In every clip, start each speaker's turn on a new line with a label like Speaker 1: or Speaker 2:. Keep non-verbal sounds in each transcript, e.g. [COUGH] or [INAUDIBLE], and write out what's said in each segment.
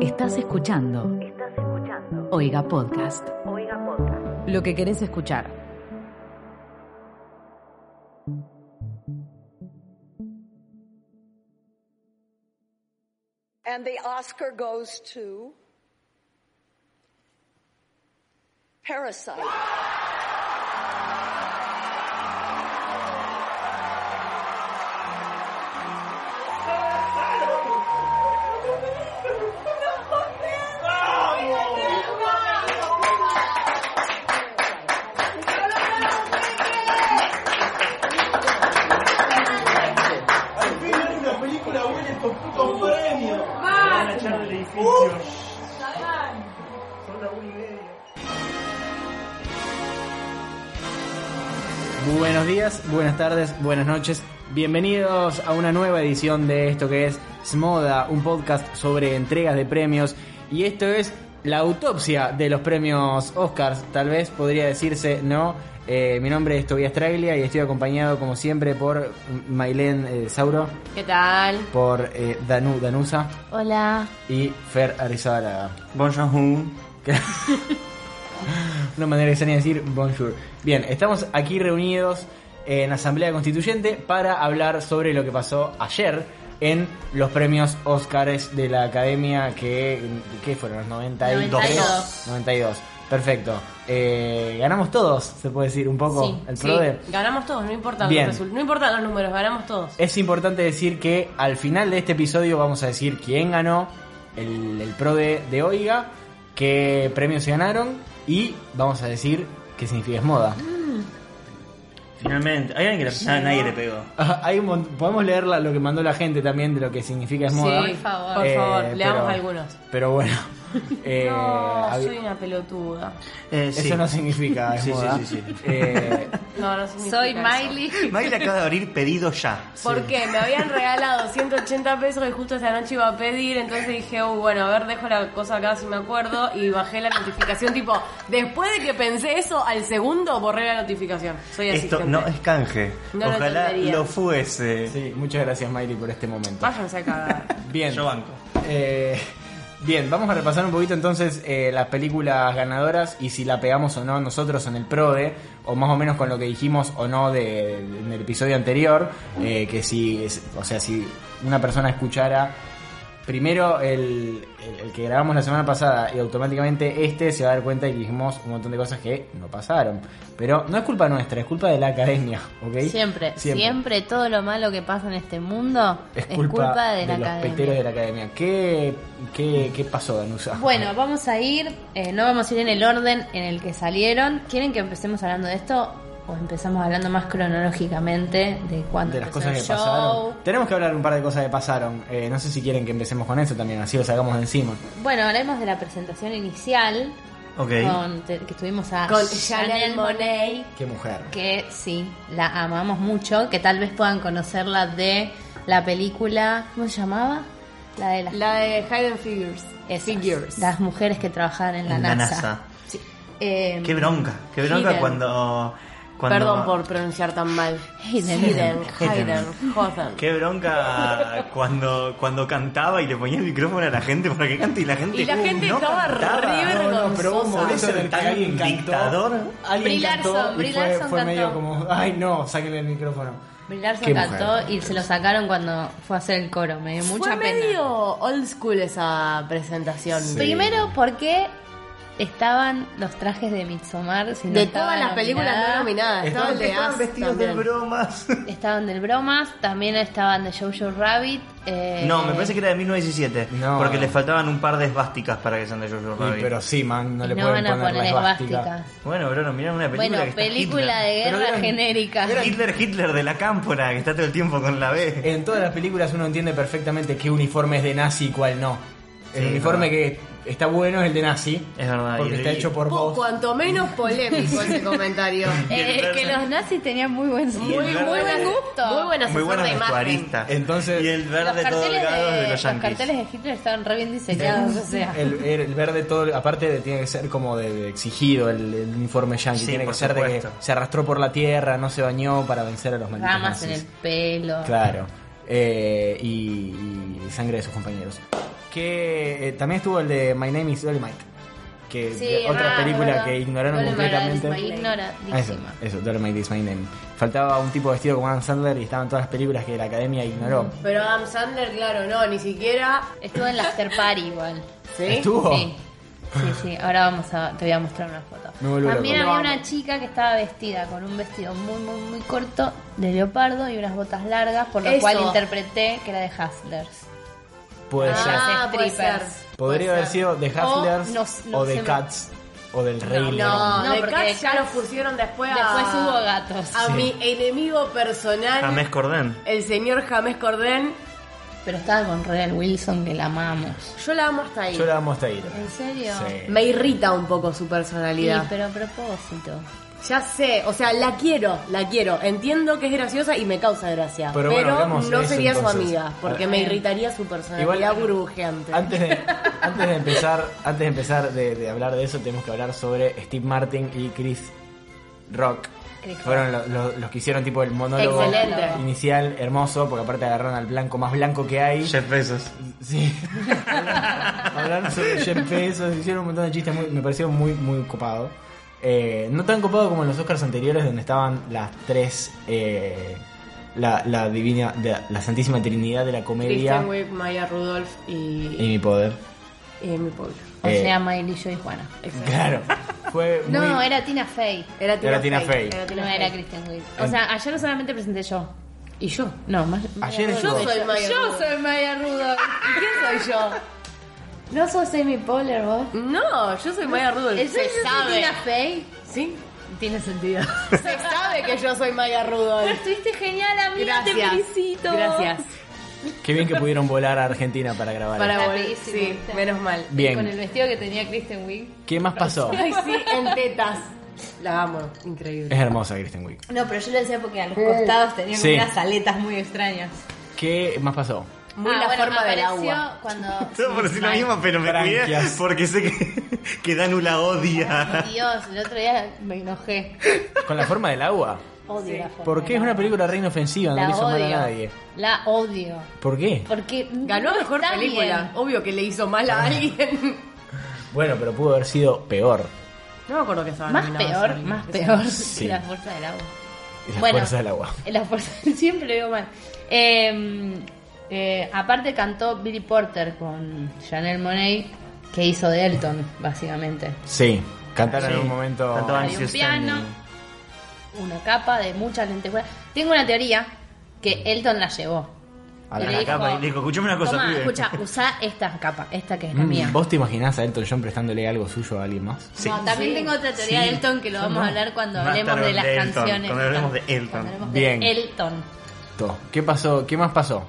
Speaker 1: Estás escuchando. Estás escuchando. Oiga Podcast. Oiga Podcast. Lo que querés escuchar.
Speaker 2: And the Oscar goes to Parasite.
Speaker 3: Al fin es una película buena estos putos premios.
Speaker 4: Van a echar del edificio.
Speaker 3: Son la una y media.
Speaker 5: Buenos días, buenas tardes, buenas noches. Bienvenidos a una nueva edición de esto que es Smoda, un podcast sobre entregas de premios. Y esto es la autopsia de los premios Oscars, tal vez podría decirse, ¿no? Eh, mi nombre es Tobias Traglia y estoy acompañado, como siempre, por Mailén eh, Sauro,
Speaker 6: ¿Qué tal?
Speaker 5: por eh, Danu Danusa
Speaker 6: Hola.
Speaker 5: y Fer Arizabalaga.
Speaker 4: Bonjour.
Speaker 5: Que- [LAUGHS] Una manera extraña de decir bonjour. Bien, estamos aquí reunidos en Asamblea Constituyente para hablar sobre lo que pasó ayer en los premios Óscares de la Academia que... ¿Qué fueron? ¿Los 92?
Speaker 6: 92.
Speaker 5: 92. Perfecto. Eh, ganamos todos, se puede decir, un poco el PRODE.
Speaker 6: Ganamos todos, no importa
Speaker 5: Bien.
Speaker 6: los resul- no importan los números, ganamos todos.
Speaker 5: Es importante decir que al final de este episodio vamos a decir quién ganó el, el pro de, de Oiga, qué premios se ganaron y vamos a decir qué significa es moda. [LAUGHS]
Speaker 4: Finalmente. Hay alguien que le ah, nadie le pegó.
Speaker 5: Ah, Hay un mon- podemos leer la- lo que mandó la gente también de lo que significa es
Speaker 6: Sí,
Speaker 5: moda. Eh,
Speaker 6: por favor. Por favor, leamos algunos.
Speaker 5: Pero
Speaker 6: [LAUGHS]
Speaker 5: bueno, eh,
Speaker 6: no,
Speaker 5: hab-
Speaker 6: soy una pelotuda.
Speaker 4: Eh,
Speaker 5: eso no significa es
Speaker 4: Sí, sí,
Speaker 5: moda.
Speaker 4: sí, sí. [LAUGHS]
Speaker 5: Eh,
Speaker 6: No, no significa
Speaker 7: Soy
Speaker 6: eso.
Speaker 7: Miley.
Speaker 4: Miley acaba de abrir pedido ya.
Speaker 6: ¿Por qué? Me habían [LAUGHS] regalado 180 pesos y justo esta noche iba a pedir, entonces dije, "Uy, bueno, a ver, dejo la cosa acá si me acuerdo y bajé la notificación tipo, después de que pensé eso, al segundo borré la notificación. Soy asistente.
Speaker 4: Esto no es canje.
Speaker 6: No lo
Speaker 4: Ojalá
Speaker 6: entendería.
Speaker 4: lo fuese.
Speaker 5: sí, muchas gracias Miley por este momento.
Speaker 6: Váyanse a [LAUGHS] cagar.
Speaker 5: Bien.
Speaker 4: Yo banco.
Speaker 5: Eh, bien, vamos a repasar un poquito entonces eh, las películas ganadoras y si la pegamos o no nosotros en el PRODE, o más o menos con lo que dijimos o no de- en el episodio anterior, eh, que si, es- o sea, si una persona escuchara primero el, el- el que grabamos la semana pasada y automáticamente este se va a dar cuenta de que dijimos un montón de cosas que no pasaron. Pero no es culpa nuestra, es culpa de la academia, ¿ok?
Speaker 7: Siempre, siempre, todo lo malo que pasa en este mundo
Speaker 5: Es culpa, de,
Speaker 7: de la
Speaker 5: los
Speaker 7: academia.
Speaker 5: peteros de la academia. ¿Qué, qué, qué pasó, Danusa?
Speaker 7: Bueno, vamos a ir, eh, no vamos a ir en el orden en el que salieron. ¿Quieren que empecemos hablando de esto o empezamos hablando más cronológicamente de cuándo
Speaker 5: de las
Speaker 7: empezó
Speaker 5: cosas que
Speaker 7: el show?
Speaker 5: pasaron. Tenemos que hablar un par de cosas que pasaron. Eh, no sé si quieren que empecemos con eso también, así lo sacamos de encima.
Speaker 7: Bueno, hablemos de la presentación inicial
Speaker 4: Ok.
Speaker 7: con- te- que tuvimos a
Speaker 6: Con Chanel Monáe.
Speaker 5: Qué mujer.
Speaker 7: que sí, la amamos mucho, que tal vez puedan conocerla de la película, ¿cómo se llamaba? La de las
Speaker 6: La de Hidden Figures.
Speaker 7: Esas,
Speaker 6: Figures.
Speaker 7: Las mujeres que trabajaban en la
Speaker 4: En la
Speaker 7: NASA.
Speaker 4: NASA.
Speaker 7: Sí. Eh,
Speaker 4: Qué bronca. Qué bronca
Speaker 6: Hidden.
Speaker 4: cuando, cuando.
Speaker 6: Perdón por pronunciar tan mal.
Speaker 7: Hayden.
Speaker 6: Hayden, Hayden,
Speaker 4: Hayden.
Speaker 6: Hawthorne.
Speaker 4: Qué bronca cuando, cuando cantaba y le ponía el micrófono a la gente para que cante y la gente. uh,
Speaker 6: Y la gente
Speaker 4: no
Speaker 6: estaba
Speaker 4: cantaba.
Speaker 6: re vergonzosa.
Speaker 4: momento en el que alguien cantó.
Speaker 5: Alguien
Speaker 7: Brie
Speaker 5: cantó
Speaker 7: Larson,
Speaker 5: y
Speaker 7: Brie
Speaker 5: fue,
Speaker 7: Larson
Speaker 5: fue
Speaker 7: cantó.
Speaker 5: medio como, ay no, sáquenle el micrófono.
Speaker 7: Brie Larson
Speaker 5: Qué
Speaker 7: cantó
Speaker 5: mujer.
Speaker 7: y se lo sacaron cuando fue a hacer el coro. Me dio mucha
Speaker 6: Fue
Speaker 7: pena.
Speaker 6: medio old school esa presentación.
Speaker 5: Sí.
Speaker 7: Primero porque estaban los trajes de Midsommar. si no
Speaker 6: De
Speaker 7: estaba
Speaker 6: todas las películas no
Speaker 7: nominada.
Speaker 6: nominadas, estaba el de
Speaker 4: estaban
Speaker 6: Us
Speaker 4: vestidos
Speaker 6: también.
Speaker 4: de bromas.
Speaker 7: Estaban del Bromas, también estaban de Jojo Rabbit. eh,
Speaker 4: No, me parece que era de 1917.
Speaker 5: No.
Speaker 4: Porque le faltaban un par de esvásticas para que sean de Jojo
Speaker 5: Y,
Speaker 4: Rabbit.
Speaker 5: pero sí, man, no
Speaker 7: y
Speaker 5: le
Speaker 7: no
Speaker 5: pueden
Speaker 7: van a
Speaker 5: poner la
Speaker 7: poner
Speaker 5: esvástica.
Speaker 7: esvásticas.
Speaker 4: Bueno, Bruno, mirá una película. que
Speaker 7: Bueno,
Speaker 4: está
Speaker 7: película de
Speaker 4: Hitler.
Speaker 5: Pero
Speaker 7: guerra
Speaker 5: eran-
Speaker 7: genérica. Eh,
Speaker 4: Hitler, Hitler de la cámpora, que está todo el tiempo con la B.
Speaker 5: En todas las películas uno entiende perfectamente qué uniforme es de nazi y cuál no. El
Speaker 4: Sí,
Speaker 5: uniforme
Speaker 4: no.
Speaker 5: que está bueno es el de nazi.
Speaker 4: Es verdad,
Speaker 5: Porque
Speaker 4: Ah, y-
Speaker 5: está hecho por
Speaker 6: Po-
Speaker 5: vos.
Speaker 6: cuanto menos polémico ese comentario.
Speaker 7: Eh,
Speaker 4: Y el
Speaker 7: que
Speaker 4: verde.
Speaker 7: los nazis tenían muy buen,
Speaker 4: Y el
Speaker 7: muy,
Speaker 4: verde.
Speaker 7: muy buen gusto.
Speaker 6: Muy buen asesor
Speaker 4: Muy buena
Speaker 6: de imagen.
Speaker 4: vestuarista.
Speaker 5: Entonces-
Speaker 4: y el verde todo
Speaker 7: carteles
Speaker 4: delgado de,
Speaker 7: de-
Speaker 4: los
Speaker 7: los
Speaker 4: yankees.
Speaker 7: carteles de Hitler estaban re bien diseñados, o sea.
Speaker 5: El, el verde todo, aparte de- tiene que ser como de, de exigido el, el uniforme yankee,
Speaker 4: Sí,
Speaker 5: tiene que
Speaker 4: por
Speaker 5: ser de que
Speaker 4: supuesto.
Speaker 5: se arrastró por la tierra, no se bañó para vencer a los malditos
Speaker 7: Ramas en
Speaker 5: nazis.
Speaker 7: el pelo.
Speaker 5: Claro. Eh, y, y sangre de sus compañeros. que eh, también estuvo el de My Name is Dolomite. Que
Speaker 7: Sí,
Speaker 5: de- otra
Speaker 7: ah,
Speaker 5: película
Speaker 7: verdad.
Speaker 5: que ignoraron
Speaker 7: Dolomite
Speaker 5: completamente.
Speaker 7: is my- ignoradísima.
Speaker 5: Ah, Eso, eso, Dolomite is My Name. Faltaba un tipo vestido como Adam Sandler y estaban todas las películas que la academia ignoró.
Speaker 6: Pero Adam Sandler, claro, no, ni siquiera.
Speaker 7: Estuvo en la after party igual.
Speaker 6: ¿Sí?
Speaker 5: ¿Estuvo?
Speaker 7: Sí. Sí, sí, ahora vamos a, te voy a mostrar una foto.
Speaker 5: Me vuelvo
Speaker 7: También
Speaker 5: loco.
Speaker 7: había una chica que estaba vestida con un vestido muy, muy, muy corto de leopardo y unas botas largas, por lo
Speaker 6: Eso.
Speaker 7: cual interpreté que era de Hustlers.
Speaker 5: Puede ser.
Speaker 6: Ah,
Speaker 7: Las
Speaker 6: puede
Speaker 7: strippers.
Speaker 6: ser.
Speaker 5: Podría
Speaker 6: puede
Speaker 5: haber
Speaker 6: ser.
Speaker 5: sido de Hustlers
Speaker 7: O nos-
Speaker 5: o
Speaker 7: nos
Speaker 5: de
Speaker 7: hemos-
Speaker 5: Cats o del Rey
Speaker 6: No,
Speaker 5: León.
Speaker 6: no,
Speaker 7: No,
Speaker 6: de
Speaker 7: porque
Speaker 6: Cats ya
Speaker 7: Cats-
Speaker 6: lo pusieron después a.
Speaker 7: Después hubo gatos,
Speaker 6: A
Speaker 5: Sí.
Speaker 6: mi enemigo personal,
Speaker 4: James Corden.
Speaker 6: el señor James Corden.
Speaker 7: pero estaba con Real Wilson que la amamos.
Speaker 6: Yo la amo hasta ahí.
Speaker 5: Yo la amo hasta ahí.
Speaker 7: ¿En serio?
Speaker 5: Sí.
Speaker 6: Me irrita un poco su
Speaker 7: Sí,
Speaker 6: personalidad.
Speaker 7: pero a propósito.
Speaker 6: Ya sé, o sea, la quiero, la quiero. Entiendo que es graciosa y me causa gracia.
Speaker 5: Pero
Speaker 6: Pero,
Speaker 5: bueno, hablamos de
Speaker 6: no
Speaker 5: eso,
Speaker 6: sería
Speaker 5: entonces.
Speaker 6: su amiga, porque me irritaría su personalidad
Speaker 5: Igual-
Speaker 6: burbujeante.
Speaker 5: Antes de, antes de empezar, antes de, empezar de, de hablar de eso, tenemos que hablar sobre Steve Martin y Chris Rock.
Speaker 7: Chris
Speaker 5: Fueron lo- lo- los que hicieron tipo el monólogo
Speaker 6: Excelente.
Speaker 5: inicial, hermoso, porque aparte agarraron al blanco más blanco que hay.
Speaker 4: Jeff Bezos.
Speaker 5: Sí. [LAUGHS] Hablaron sobre Jeff Bezos, hicieron un montón de chistes, muy- me pareció muy, muy copado. Eh, no tan copado como en los Oscars anteriores, donde estaban las tres. eh, la, la divina, de- la Santísima Trinidad de la comedia
Speaker 6: Kristen Wiig, Maya Rudolph
Speaker 5: y
Speaker 6: y,
Speaker 5: mi poder.
Speaker 6: y Amy Poehler.
Speaker 7: O
Speaker 5: Eh.
Speaker 7: sea, Miley, yo y Juana.
Speaker 6: Exacto.
Speaker 5: Claro. Fue muy...
Speaker 7: No, era Tina Fey.
Speaker 6: Era Tina,
Speaker 5: Era Tina Fey.
Speaker 6: era Tina
Speaker 7: No
Speaker 6: Fey.
Speaker 7: era Kristen Wiig. O sea, ayer solamente presenté yo.
Speaker 6: ¿Y yo?
Speaker 7: No, más.
Speaker 5: Ayer
Speaker 7: Maya
Speaker 5: yo.
Speaker 7: Rudolph.
Speaker 6: Yo soy Maya
Speaker 7: Yo
Speaker 6: Rudolph.
Speaker 7: soy Maya Rudolph. ¿Y quién soy yo? No sos Amy Poehler, vos.
Speaker 6: No, yo soy Maya Rudolph.
Speaker 7: ¿En
Speaker 6: Se
Speaker 7: serio soy
Speaker 6: sabe.
Speaker 7: Tina Fey?
Speaker 6: ¿Sí?
Speaker 7: Tiene sentido.
Speaker 6: Se sabe que yo soy Maya
Speaker 7: Pero
Speaker 6: Rudolph.
Speaker 7: estuviste genial, amiga. Te
Speaker 6: Gracias.
Speaker 7: felicito.
Speaker 6: Gracias.
Speaker 5: Qué bien que pudieron volar a Argentina para grabar.
Speaker 6: Para
Speaker 7: Está
Speaker 6: volver.
Speaker 7: bellísimo,
Speaker 6: Sí,
Speaker 7: está.
Speaker 6: menos mal.
Speaker 7: Con el
Speaker 5: Bien.
Speaker 7: vestido que tenía Kristen Wiig.
Speaker 5: ¿Qué más
Speaker 7: [LAUGHS]
Speaker 5: pasó?
Speaker 6: Ay, sí, en tetas. La amo, increíble.
Speaker 5: Es hermosa Kristen Wiig.
Speaker 7: No, pero yo lo decía porque a los costados tenía
Speaker 5: Sí.
Speaker 7: unas aletas muy extrañas.
Speaker 5: ¿Qué más pasó?
Speaker 6: Muy
Speaker 7: Ah,
Speaker 6: la
Speaker 7: bueno,
Speaker 6: forma del
Speaker 7: apareció
Speaker 6: agua.
Speaker 5: [LAUGHS]
Speaker 7: cuando...
Speaker 4: Todo por decir lo mismo, pero me
Speaker 5: Franquias.
Speaker 4: cuidé porque sé que, que Danu la odia.
Speaker 7: Ay, Dios, el otro día me enojé.
Speaker 5: ¿Con la forma del agua?
Speaker 7: Odio la forma
Speaker 5: ¿Por qué
Speaker 7: del
Speaker 5: es una
Speaker 7: agua.
Speaker 5: película re inofensiva? No
Speaker 7: La
Speaker 5: le hizo mal a
Speaker 7: odio.
Speaker 5: nadie.
Speaker 7: La odio.
Speaker 5: ¿Por qué?
Speaker 7: Porque
Speaker 6: Ganó
Speaker 7: no
Speaker 6: mejor
Speaker 7: está
Speaker 6: película.
Speaker 7: bien.
Speaker 6: Obvio que le hizo mal a alguien.
Speaker 5: Bueno, pero pudo haber sido peor.
Speaker 6: No me acuerdo que estaba
Speaker 7: Más
Speaker 6: nominada
Speaker 7: peor,
Speaker 6: esa película.
Speaker 7: más peor
Speaker 5: Ah, Sí.
Speaker 7: que [LAUGHS] la fuerza del agua.
Speaker 5: La
Speaker 7: Bueno.
Speaker 5: fuerza del agua.
Speaker 7: La fuerza [LAUGHS] siempre lo veo mal. Eh, eh, aparte cantó Billy Porter con Chanel Monet, que hizo de Elton, básicamente.
Speaker 5: Sí. Cantaron
Speaker 4: Sí.
Speaker 5: en un momento.
Speaker 4: Cantaban
Speaker 7: Hay un
Speaker 4: She's Standing.
Speaker 7: piano. Una capa de muchas lentejuelas. Tengo una teoría que Elton la llevó.
Speaker 5: A
Speaker 7: Y
Speaker 5: la
Speaker 4: capa, y le dijo, "Escuchame una cosa,
Speaker 7: "Tomá,
Speaker 4: pibe".
Speaker 7: escucha,
Speaker 5: [LAUGHS]
Speaker 7: usa esta capa, esta que es la
Speaker 5: Mm,
Speaker 7: mía.
Speaker 5: ¿Vos te imaginás a Elton John prestándole algo suyo a alguien más?
Speaker 4: Sí.
Speaker 7: No, también tengo otra teoría
Speaker 5: Sí.
Speaker 7: de Elton que lo vamos a hablar cuando
Speaker 4: Más
Speaker 7: hablemos
Speaker 4: tarde
Speaker 7: de las
Speaker 4: de Elton,
Speaker 7: canciones.
Speaker 4: cuando hablemos de Elton.
Speaker 7: Cuando hablemos
Speaker 5: Bien.
Speaker 7: de Elton.
Speaker 5: To. ¿Qué pasó? ¿Qué más pasó?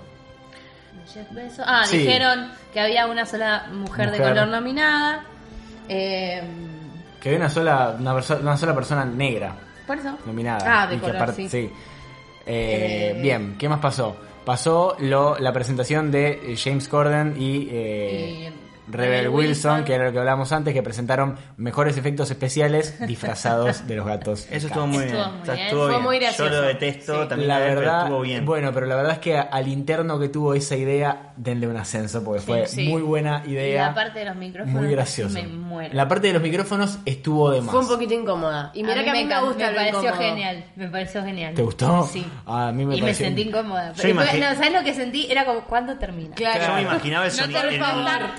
Speaker 7: Jeff Bezos. Ah,
Speaker 5: Sí.
Speaker 7: dijeron que había una sola mujer, de
Speaker 5: Mujer.
Speaker 7: color nominada. Eh,
Speaker 5: Que había una sola, una, perso- una sola persona negra
Speaker 7: por eso.
Speaker 5: nominada.
Speaker 7: Ah, de
Speaker 5: Y que
Speaker 7: color,
Speaker 5: aparte-
Speaker 7: sí.
Speaker 5: Eh,
Speaker 7: Eh,
Speaker 5: Bien, ¿qué más pasó? Pasó lo, la presentación de eh, James Corden y, eh,
Speaker 7: Y
Speaker 5: Rebel
Speaker 7: Rebel
Speaker 5: Wilson,
Speaker 7: Wilson,
Speaker 5: que era lo que hablamos antes, que presentaron mejores efectos especiales disfrazados de los gatos.
Speaker 4: Eso estuvo muy bien.
Speaker 7: Estuvo muy
Speaker 4: O sea,
Speaker 7: bien.
Speaker 4: estuvo
Speaker 6: Fue
Speaker 4: bien.
Speaker 6: muy
Speaker 4: Yo lo
Speaker 6: gracioso.
Speaker 4: detesto,
Speaker 6: Sí.
Speaker 4: también
Speaker 5: la
Speaker 4: pero
Speaker 5: verdad,
Speaker 4: estuvo bien.
Speaker 5: bueno, pero la verdad es que al interno que tuvo esa idea, denle un ascenso, porque fue
Speaker 7: sí.
Speaker 5: muy buena
Speaker 7: Y
Speaker 5: idea.
Speaker 7: la parte de los micrófonos.
Speaker 5: muy graciosa.
Speaker 7: Me muero.
Speaker 5: La parte de los micrófonos estuvo de más.
Speaker 6: Fue un poquito incómoda. Y
Speaker 7: A
Speaker 6: mira
Speaker 7: mí
Speaker 6: que a mí me,
Speaker 7: encanta,
Speaker 6: gusta
Speaker 7: Me
Speaker 6: lo
Speaker 7: pareció
Speaker 6: incómodo.
Speaker 7: genial. Me pareció genial.
Speaker 5: ¿Te gustó?
Speaker 7: Sí.
Speaker 5: A mí me
Speaker 7: y
Speaker 5: pareció-
Speaker 7: me sentí incómoda.
Speaker 4: Yo
Speaker 7: Pero después-
Speaker 4: imagi-
Speaker 7: no, ¿Sabes lo que sentí? Era como, ¿cuándo termina?
Speaker 6: Claro.
Speaker 4: Yo me imaginaba el
Speaker 7: No
Speaker 4: sonido.
Speaker 7: te
Speaker 4: el-
Speaker 7: faltar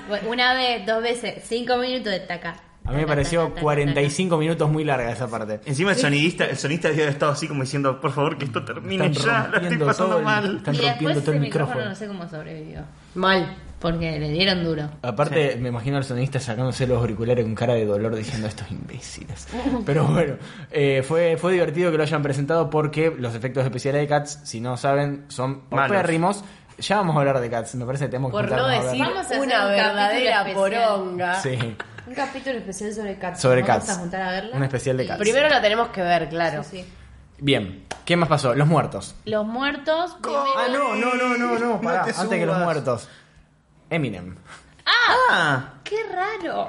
Speaker 7: una vez, dos veces, cinco minutos de taca.
Speaker 5: A mí me
Speaker 7: Taca, taca, [LAUGHS]
Speaker 5: pareció
Speaker 7: taca,
Speaker 5: 45 minutos muy larga esa parte.
Speaker 4: Encima el sonidista, el sonidista había estado así como diciendo, por favor que esto termine
Speaker 5: Están
Speaker 4: ya, la estoy
Speaker 5: rompiendo
Speaker 4: pasando
Speaker 5: todo el-
Speaker 4: mal.
Speaker 5: Están
Speaker 7: taca.
Speaker 5: rompiendo
Speaker 7: Y después
Speaker 5: todo
Speaker 7: ese
Speaker 5: el
Speaker 7: micrófono
Speaker 5: micrófono.
Speaker 7: no sé cómo sobrevivió.
Speaker 6: Mal.
Speaker 7: Porque le dieron duro.
Speaker 5: Aparte, me imagino al sonidista sacándose los auriculares con cara de dolor diciendo estos
Speaker 7: [LAUGHS]
Speaker 5: imbéciles. Pero bueno, eh, fue, fue divertido que lo hayan presentado porque los efectos especiales de Cats, si no saben, son
Speaker 4: Malos.
Speaker 5: paupérrimos. Ya vamos a hablar de Cats, me parece que tenemos que
Speaker 6: Por no
Speaker 5: juntarnos a
Speaker 6: decir
Speaker 5: hablar.
Speaker 7: Vamos a hacer
Speaker 6: una
Speaker 7: un
Speaker 6: verdadera
Speaker 7: capítulo especial.
Speaker 6: poronga.
Speaker 5: Sí,
Speaker 7: Un capítulo especial sobre Cats.
Speaker 5: sobre
Speaker 7: Vamos
Speaker 5: Cats.
Speaker 7: a juntar a verla.
Speaker 5: Un especial de Cats.
Speaker 6: Primero lo tenemos que ver, claro.
Speaker 7: Sí, sí.
Speaker 5: Bien, ¿qué más pasó? Los muertos.
Speaker 7: Los muertos. primero-
Speaker 5: Ah, no, no, no, no, no, pará, antes que los muertos. Eminem.
Speaker 4: Ah,
Speaker 7: ¡Qué raro!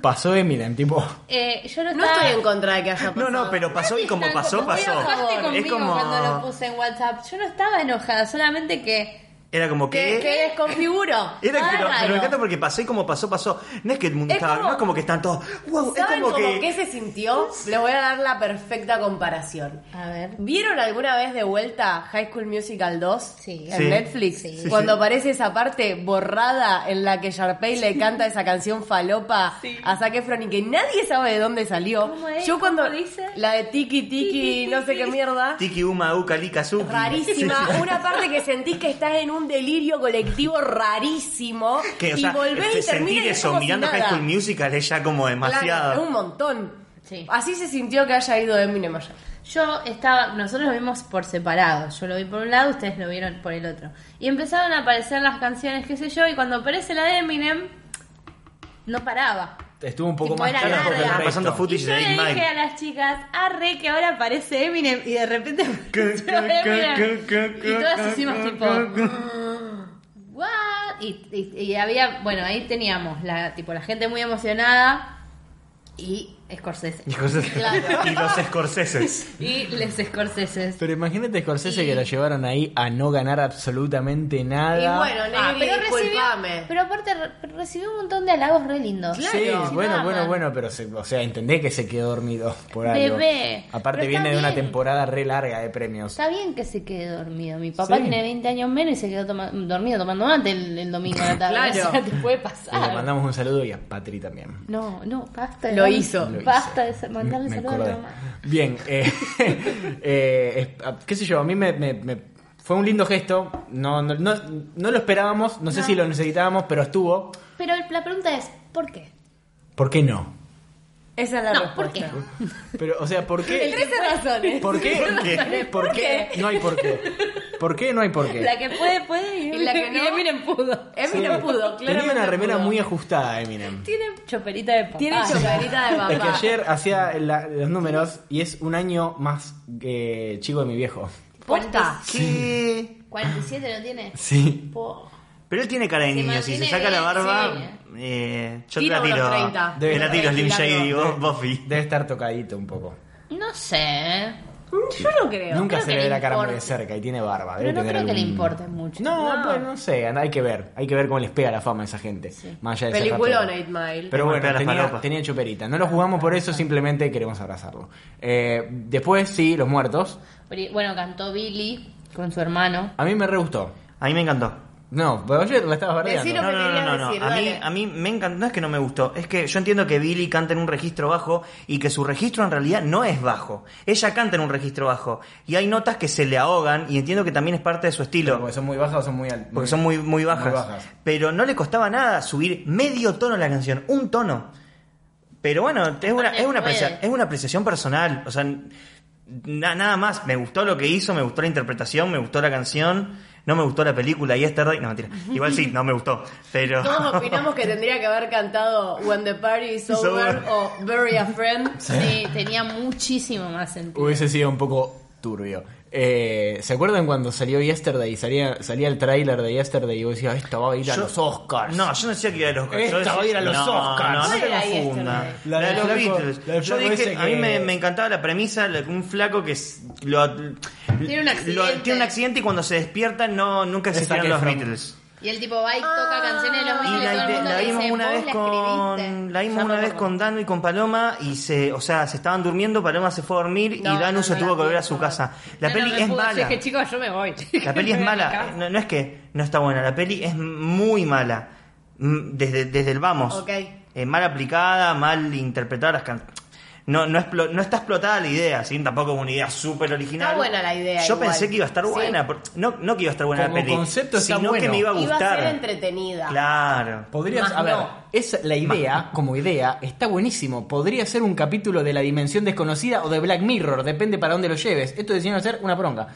Speaker 5: Pasó Eminem, tipo.
Speaker 7: Eh, yo no
Speaker 6: No
Speaker 7: estaba.
Speaker 6: estoy en contra de que haya pasado.
Speaker 4: no, no, pero pasó y como pasó,
Speaker 7: Vos
Speaker 4: pasó.
Speaker 7: enojaste conmigo
Speaker 4: Es como...
Speaker 7: cuando lo puse en WhatsApp. Yo no estaba enojada, solamente que
Speaker 4: Era como
Speaker 6: Que,
Speaker 4: que.
Speaker 6: que desconfiguro.
Speaker 4: Era, pero,
Speaker 7: Nada
Speaker 4: pero
Speaker 7: raro.
Speaker 4: me encanta porque pasó y como pasó, pasó. No es que el mundo
Speaker 6: Es
Speaker 4: estaba.
Speaker 6: como-
Speaker 4: no es como que están todos. Wow, es
Speaker 6: ¿Saben
Speaker 4: como
Speaker 6: cómo
Speaker 4: que.
Speaker 6: qué se sintió? Les voy a dar la perfecta comparación.
Speaker 7: A ver.
Speaker 6: ¿Vieron alguna vez de vuelta High School Musical 2?
Speaker 7: Sí.
Speaker 6: En
Speaker 4: Sí.
Speaker 6: Netflix.
Speaker 7: Sí.
Speaker 4: Sí,
Speaker 6: Cuando
Speaker 4: sí.
Speaker 6: aparece esa parte borrada en la que Sharpay le canta esa canción falopa a Zac Efron y que nadie sabe de dónde salió.
Speaker 7: ¿Cómo es?
Speaker 6: Yo cuando
Speaker 7: ¿Cómo dice?
Speaker 6: la de tiki tiki, no sé qué mierda.
Speaker 4: Tiki Uma Uka Lika Suki. [LAUGHS]
Speaker 6: Rarísima, [LAUGHS] una parte que sentís que estás en un delirio colectivo rarísimo
Speaker 4: Que, o
Speaker 6: y
Speaker 4: sea,
Speaker 6: volvés y
Speaker 4: sentir
Speaker 6: terminás y es
Speaker 4: eso
Speaker 6: como si
Speaker 4: mirando High
Speaker 6: nada.
Speaker 4: School Musical es ya como demasiado.
Speaker 6: Claro, es un montón.
Speaker 7: Sí.
Speaker 6: Así se sintió que haya ido Eminem allá.
Speaker 7: Yo estaba, nosotros lo vimos por separado. Yo lo vi por un lado, ustedes lo vieron por el otro. Y empezaron a aparecer las canciones, qué sé yo, y cuando aparece la de Eminem, no paraba.
Speaker 5: Estuvo un poco
Speaker 7: Tipo,
Speaker 5: más
Speaker 7: era
Speaker 5: claro porque
Speaker 7: larga.
Speaker 5: el
Speaker 7: Estaba
Speaker 5: resto.
Speaker 4: pasando fútbol.
Speaker 7: Y
Speaker 4: Footage
Speaker 7: yo
Speaker 4: de
Speaker 7: le
Speaker 4: Eight
Speaker 7: dije
Speaker 4: Mile.
Speaker 7: a las chicas, arre, que ahora aparece Eminem, y de repente [LAUGHS]
Speaker 4: Que, que,
Speaker 7: apareció
Speaker 4: que, que,
Speaker 7: Eminem.
Speaker 4: que,
Speaker 7: Y todas
Speaker 4: que,
Speaker 7: hicimos
Speaker 4: que,
Speaker 7: tipo,
Speaker 4: que,
Speaker 7: [GASPS] ¿what? Y, y- y había, bueno, ahí teníamos la, tipo, la gente muy emocionada y Scorsese.
Speaker 4: Y cosas-
Speaker 7: Claro.
Speaker 4: y los escorceses.
Speaker 7: Y les Scorsese.
Speaker 5: Pero imagínate Scorsese que lo llevaron ahí a no ganar absolutamente nada.
Speaker 6: Y bueno, Negri,
Speaker 7: Ah, pero recibió,
Speaker 6: disculpame.
Speaker 7: pero aparte re- pero recibió un montón de halagos re lindos.
Speaker 5: sí,
Speaker 6: claro.
Speaker 5: bueno,
Speaker 7: Nada
Speaker 5: bueno,
Speaker 7: más.
Speaker 5: bueno, pero se- o sea, entendé que se quedó dormido por algo.
Speaker 7: Bebé.
Speaker 5: Aparte
Speaker 7: Pero está
Speaker 5: viene de una
Speaker 7: bien.
Speaker 5: temporada re larga de premios.
Speaker 7: Está bien que se quede dormido. Mi papá
Speaker 5: Sí.
Speaker 7: tiene 20 años menos y se quedó toma- dormido tomando mate el, el domingo a la tarde.
Speaker 6: Claro.
Speaker 7: [LAUGHS] O sea, te puede
Speaker 5: Y le
Speaker 7: pasar.
Speaker 5: mandamos un saludo y a Patri también.
Speaker 7: No, no, basta.
Speaker 6: [LAUGHS]
Speaker 7: de
Speaker 6: Lo
Speaker 7: darle-
Speaker 6: hizo.
Speaker 5: Lo hizo.
Speaker 7: Basta de sa- mandarle
Speaker 5: Me
Speaker 7: saludos a
Speaker 5: acordé.
Speaker 7: la mamá.
Speaker 5: Bien, eh, [LAUGHS] eh, es- a- qué sé yo, a mí me, me- me- fue un lindo gesto. No, no, no, no lo esperábamos, no sé
Speaker 7: No.
Speaker 5: si lo necesitábamos, pero estuvo.
Speaker 7: Pero el- la pregunta es, ¿por qué?
Speaker 5: ¿Por qué no?
Speaker 6: Esa es la
Speaker 7: No, ¿por qué?
Speaker 6: respuesta.
Speaker 5: Pero, o sea, ¿por qué?
Speaker 6: 13 razones.
Speaker 5: ¿Por qué?
Speaker 4: ¿Por qué?
Speaker 5: ¿Por qué? No hay por qué. ¿Por qué no hay por qué?
Speaker 7: La que puede, puede. Y,
Speaker 6: la que no.
Speaker 7: y Eminem pudo.
Speaker 6: Eminem
Speaker 5: Sí.
Speaker 6: pudo, claramente.
Speaker 5: Tenía una remera
Speaker 6: pudo.
Speaker 5: muy ajustada, Eminem.
Speaker 7: Tiene choperita de papá.
Speaker 6: Tiene
Speaker 7: [LAUGHS]
Speaker 6: chocarita de
Speaker 5: Es que
Speaker 6: papá.
Speaker 5: ayer hacía la- los números y es un año más eh, chico de mi viejo.
Speaker 6: Posta.
Speaker 4: ¿Qué?
Speaker 7: 47 lo tiene.
Speaker 5: Sí.
Speaker 7: Po.
Speaker 4: Pero él tiene cara de
Speaker 7: Se
Speaker 4: niño. Si se
Speaker 7: mantiene
Speaker 4: saca la
Speaker 7: bien,
Speaker 4: barba,
Speaker 7: sí.
Speaker 4: eh, yo te
Speaker 6: Tira
Speaker 4: la
Speaker 6: unos
Speaker 4: tiro.
Speaker 6: 30.
Speaker 4: Te la tiro Slim
Speaker 6: Debe-
Speaker 4: Shady, vos, Buffy.
Speaker 5: Debe estar tocadito un poco.
Speaker 7: No sé.
Speaker 6: Yo no creo.
Speaker 5: Nunca
Speaker 7: creo
Speaker 5: se
Speaker 7: que
Speaker 5: le ve
Speaker 7: le
Speaker 5: la cara muy de
Speaker 7: importa.
Speaker 5: cerca y tiene barba.
Speaker 7: Pero
Speaker 5: debe
Speaker 7: no
Speaker 5: tener
Speaker 7: creo que le
Speaker 5: algún-
Speaker 7: importe mucho.
Speaker 5: No,
Speaker 6: No.
Speaker 5: pues no sé, hay que ver, hay que ver cómo les pega la fama a esa gente. Más allá de ser
Speaker 6: Peliculón,
Speaker 5: rapero.
Speaker 6: Eight Mile.
Speaker 5: Pero
Speaker 4: Cómo
Speaker 5: bueno,
Speaker 4: le pega la
Speaker 5: tenía,
Speaker 4: falopa.
Speaker 5: tenía choperita. No lo jugamos por eso, simplemente queremos abrazarlo. Eh, después sí, los muertos.
Speaker 7: Pero, Bueno, cantó Billy con su hermano.
Speaker 5: A mí me re gustó.
Speaker 4: A mí me encantó.
Speaker 5: No, pero yo la estabas bardeando.
Speaker 6: Decilo.
Speaker 4: No,
Speaker 6: que
Speaker 4: no, no,
Speaker 6: querías
Speaker 4: no, no.
Speaker 6: decir,
Speaker 4: a, mí,
Speaker 6: dale.
Speaker 4: a mí me encantó, no es que no me gustó, es que yo entiendo que Billy canta en un registro bajo y que su registro en realidad no es bajo. Ella canta en un registro bajo y hay notas que se le ahogan y entiendo que también es parte de su estilo.
Speaker 5: Porque son muy bajas o son muy altas.
Speaker 4: porque son muy, muy, bajas.
Speaker 5: Muy bajas.
Speaker 4: Pero no le costaba nada subir medio tono la canción, un tono. Pero bueno, es una, es una, aprecia- es una apreciación personal. O sea, na- nada más. Me gustó lo que hizo, me gustó la interpretación, me gustó la canción, no me gustó la película. Y es tarde. No, mentira. Igual sí, no me gustó. Pero.
Speaker 6: Todos opinamos que tendría que haber cantado When the Party is
Speaker 4: Is
Speaker 6: Over
Speaker 4: Over.
Speaker 6: o Bury a Friend.
Speaker 7: Sí, tenía muchísimo más sentido.
Speaker 5: Hubiese sido un poco turbio. Eh, ¿Se acuerdan cuando salió Yesterday y salía, salía el tráiler de Yesterday y vos decías, esto va a ir a
Speaker 4: Yo-
Speaker 5: los Oscars?
Speaker 4: No, yo no decía que iba a los Oscars.
Speaker 5: Esta
Speaker 4: Yo decía-
Speaker 5: va a ir a los
Speaker 4: no,
Speaker 5: Oscars.
Speaker 4: No, no te
Speaker 6: ¿Cuál era
Speaker 4: confundas.
Speaker 6: esta?
Speaker 5: La
Speaker 4: La,
Speaker 5: del
Speaker 4: de los
Speaker 5: flaco-
Speaker 4: Beatles.
Speaker 5: la del
Speaker 4: yo
Speaker 5: flaco
Speaker 4: dije,
Speaker 5: ese
Speaker 4: a mí
Speaker 5: que-
Speaker 4: me, me encantaba la premisa, la- un flaco que s- lo-
Speaker 7: Tiene un accidente.
Speaker 4: lo- tiene un accidente y cuando se despierta no, nunca
Speaker 5: Es
Speaker 4: existieron
Speaker 5: Zac
Speaker 4: los
Speaker 5: Efron.
Speaker 4: Beatles.
Speaker 7: Y el tipo va y toca canciones de los
Speaker 4: Y
Speaker 7: Beatles y Ah, todo
Speaker 4: la,
Speaker 7: el mundo
Speaker 4: la
Speaker 7: le
Speaker 4: vimos
Speaker 7: dice,
Speaker 4: una
Speaker 7: "Vos
Speaker 4: vez con la
Speaker 7: escribiste". Ya
Speaker 4: vimos
Speaker 7: me
Speaker 4: una vez
Speaker 7: acuerdo.
Speaker 4: con Danu y con Paloma y se o sea se estaban durmiendo Paloma se fue a dormir
Speaker 7: No,
Speaker 4: y Danu
Speaker 7: no,
Speaker 4: se
Speaker 7: no
Speaker 4: tuvo
Speaker 7: la
Speaker 4: que volver a
Speaker 7: vi,
Speaker 4: su
Speaker 7: no.
Speaker 4: casa la
Speaker 7: No, no,
Speaker 4: peli
Speaker 7: me
Speaker 4: es
Speaker 7: pudo, yo
Speaker 4: mala
Speaker 7: dije, chicos, yo me voy.
Speaker 4: La
Speaker 6: [LAUGHS]
Speaker 4: peli es
Speaker 7: [LAUGHS] Me voy a mi
Speaker 4: mala.
Speaker 7: casa.
Speaker 4: No, no es que no está buena, la peli es muy mala. Mm, Desde, desde el vamos.
Speaker 6: Ok.
Speaker 4: Eh, mal aplicada, mal interpretada las can- No, no, explo- no está explotada la idea, ¿sí? tampoco es una idea súper original.
Speaker 6: Está buena la idea
Speaker 4: Yo
Speaker 6: igual.
Speaker 4: pensé que iba a estar
Speaker 6: Sí.
Speaker 4: buena. por- No, no que iba a estar buena
Speaker 5: Como
Speaker 4: la peli.
Speaker 5: concepto está
Speaker 4: sino que
Speaker 5: bueno.
Speaker 4: me iba a
Speaker 6: Iba a
Speaker 4: gustar.
Speaker 6: ser entretenida.
Speaker 4: Claro.
Speaker 5: Podrías,
Speaker 6: Más
Speaker 5: a ver,
Speaker 6: no.
Speaker 5: es la idea, como idea, está buenísimo. Podría ser un capítulo de la dimensión desconocida o de Black Mirror, depende para dónde lo lleves. Esto decidieron hacer una bronca.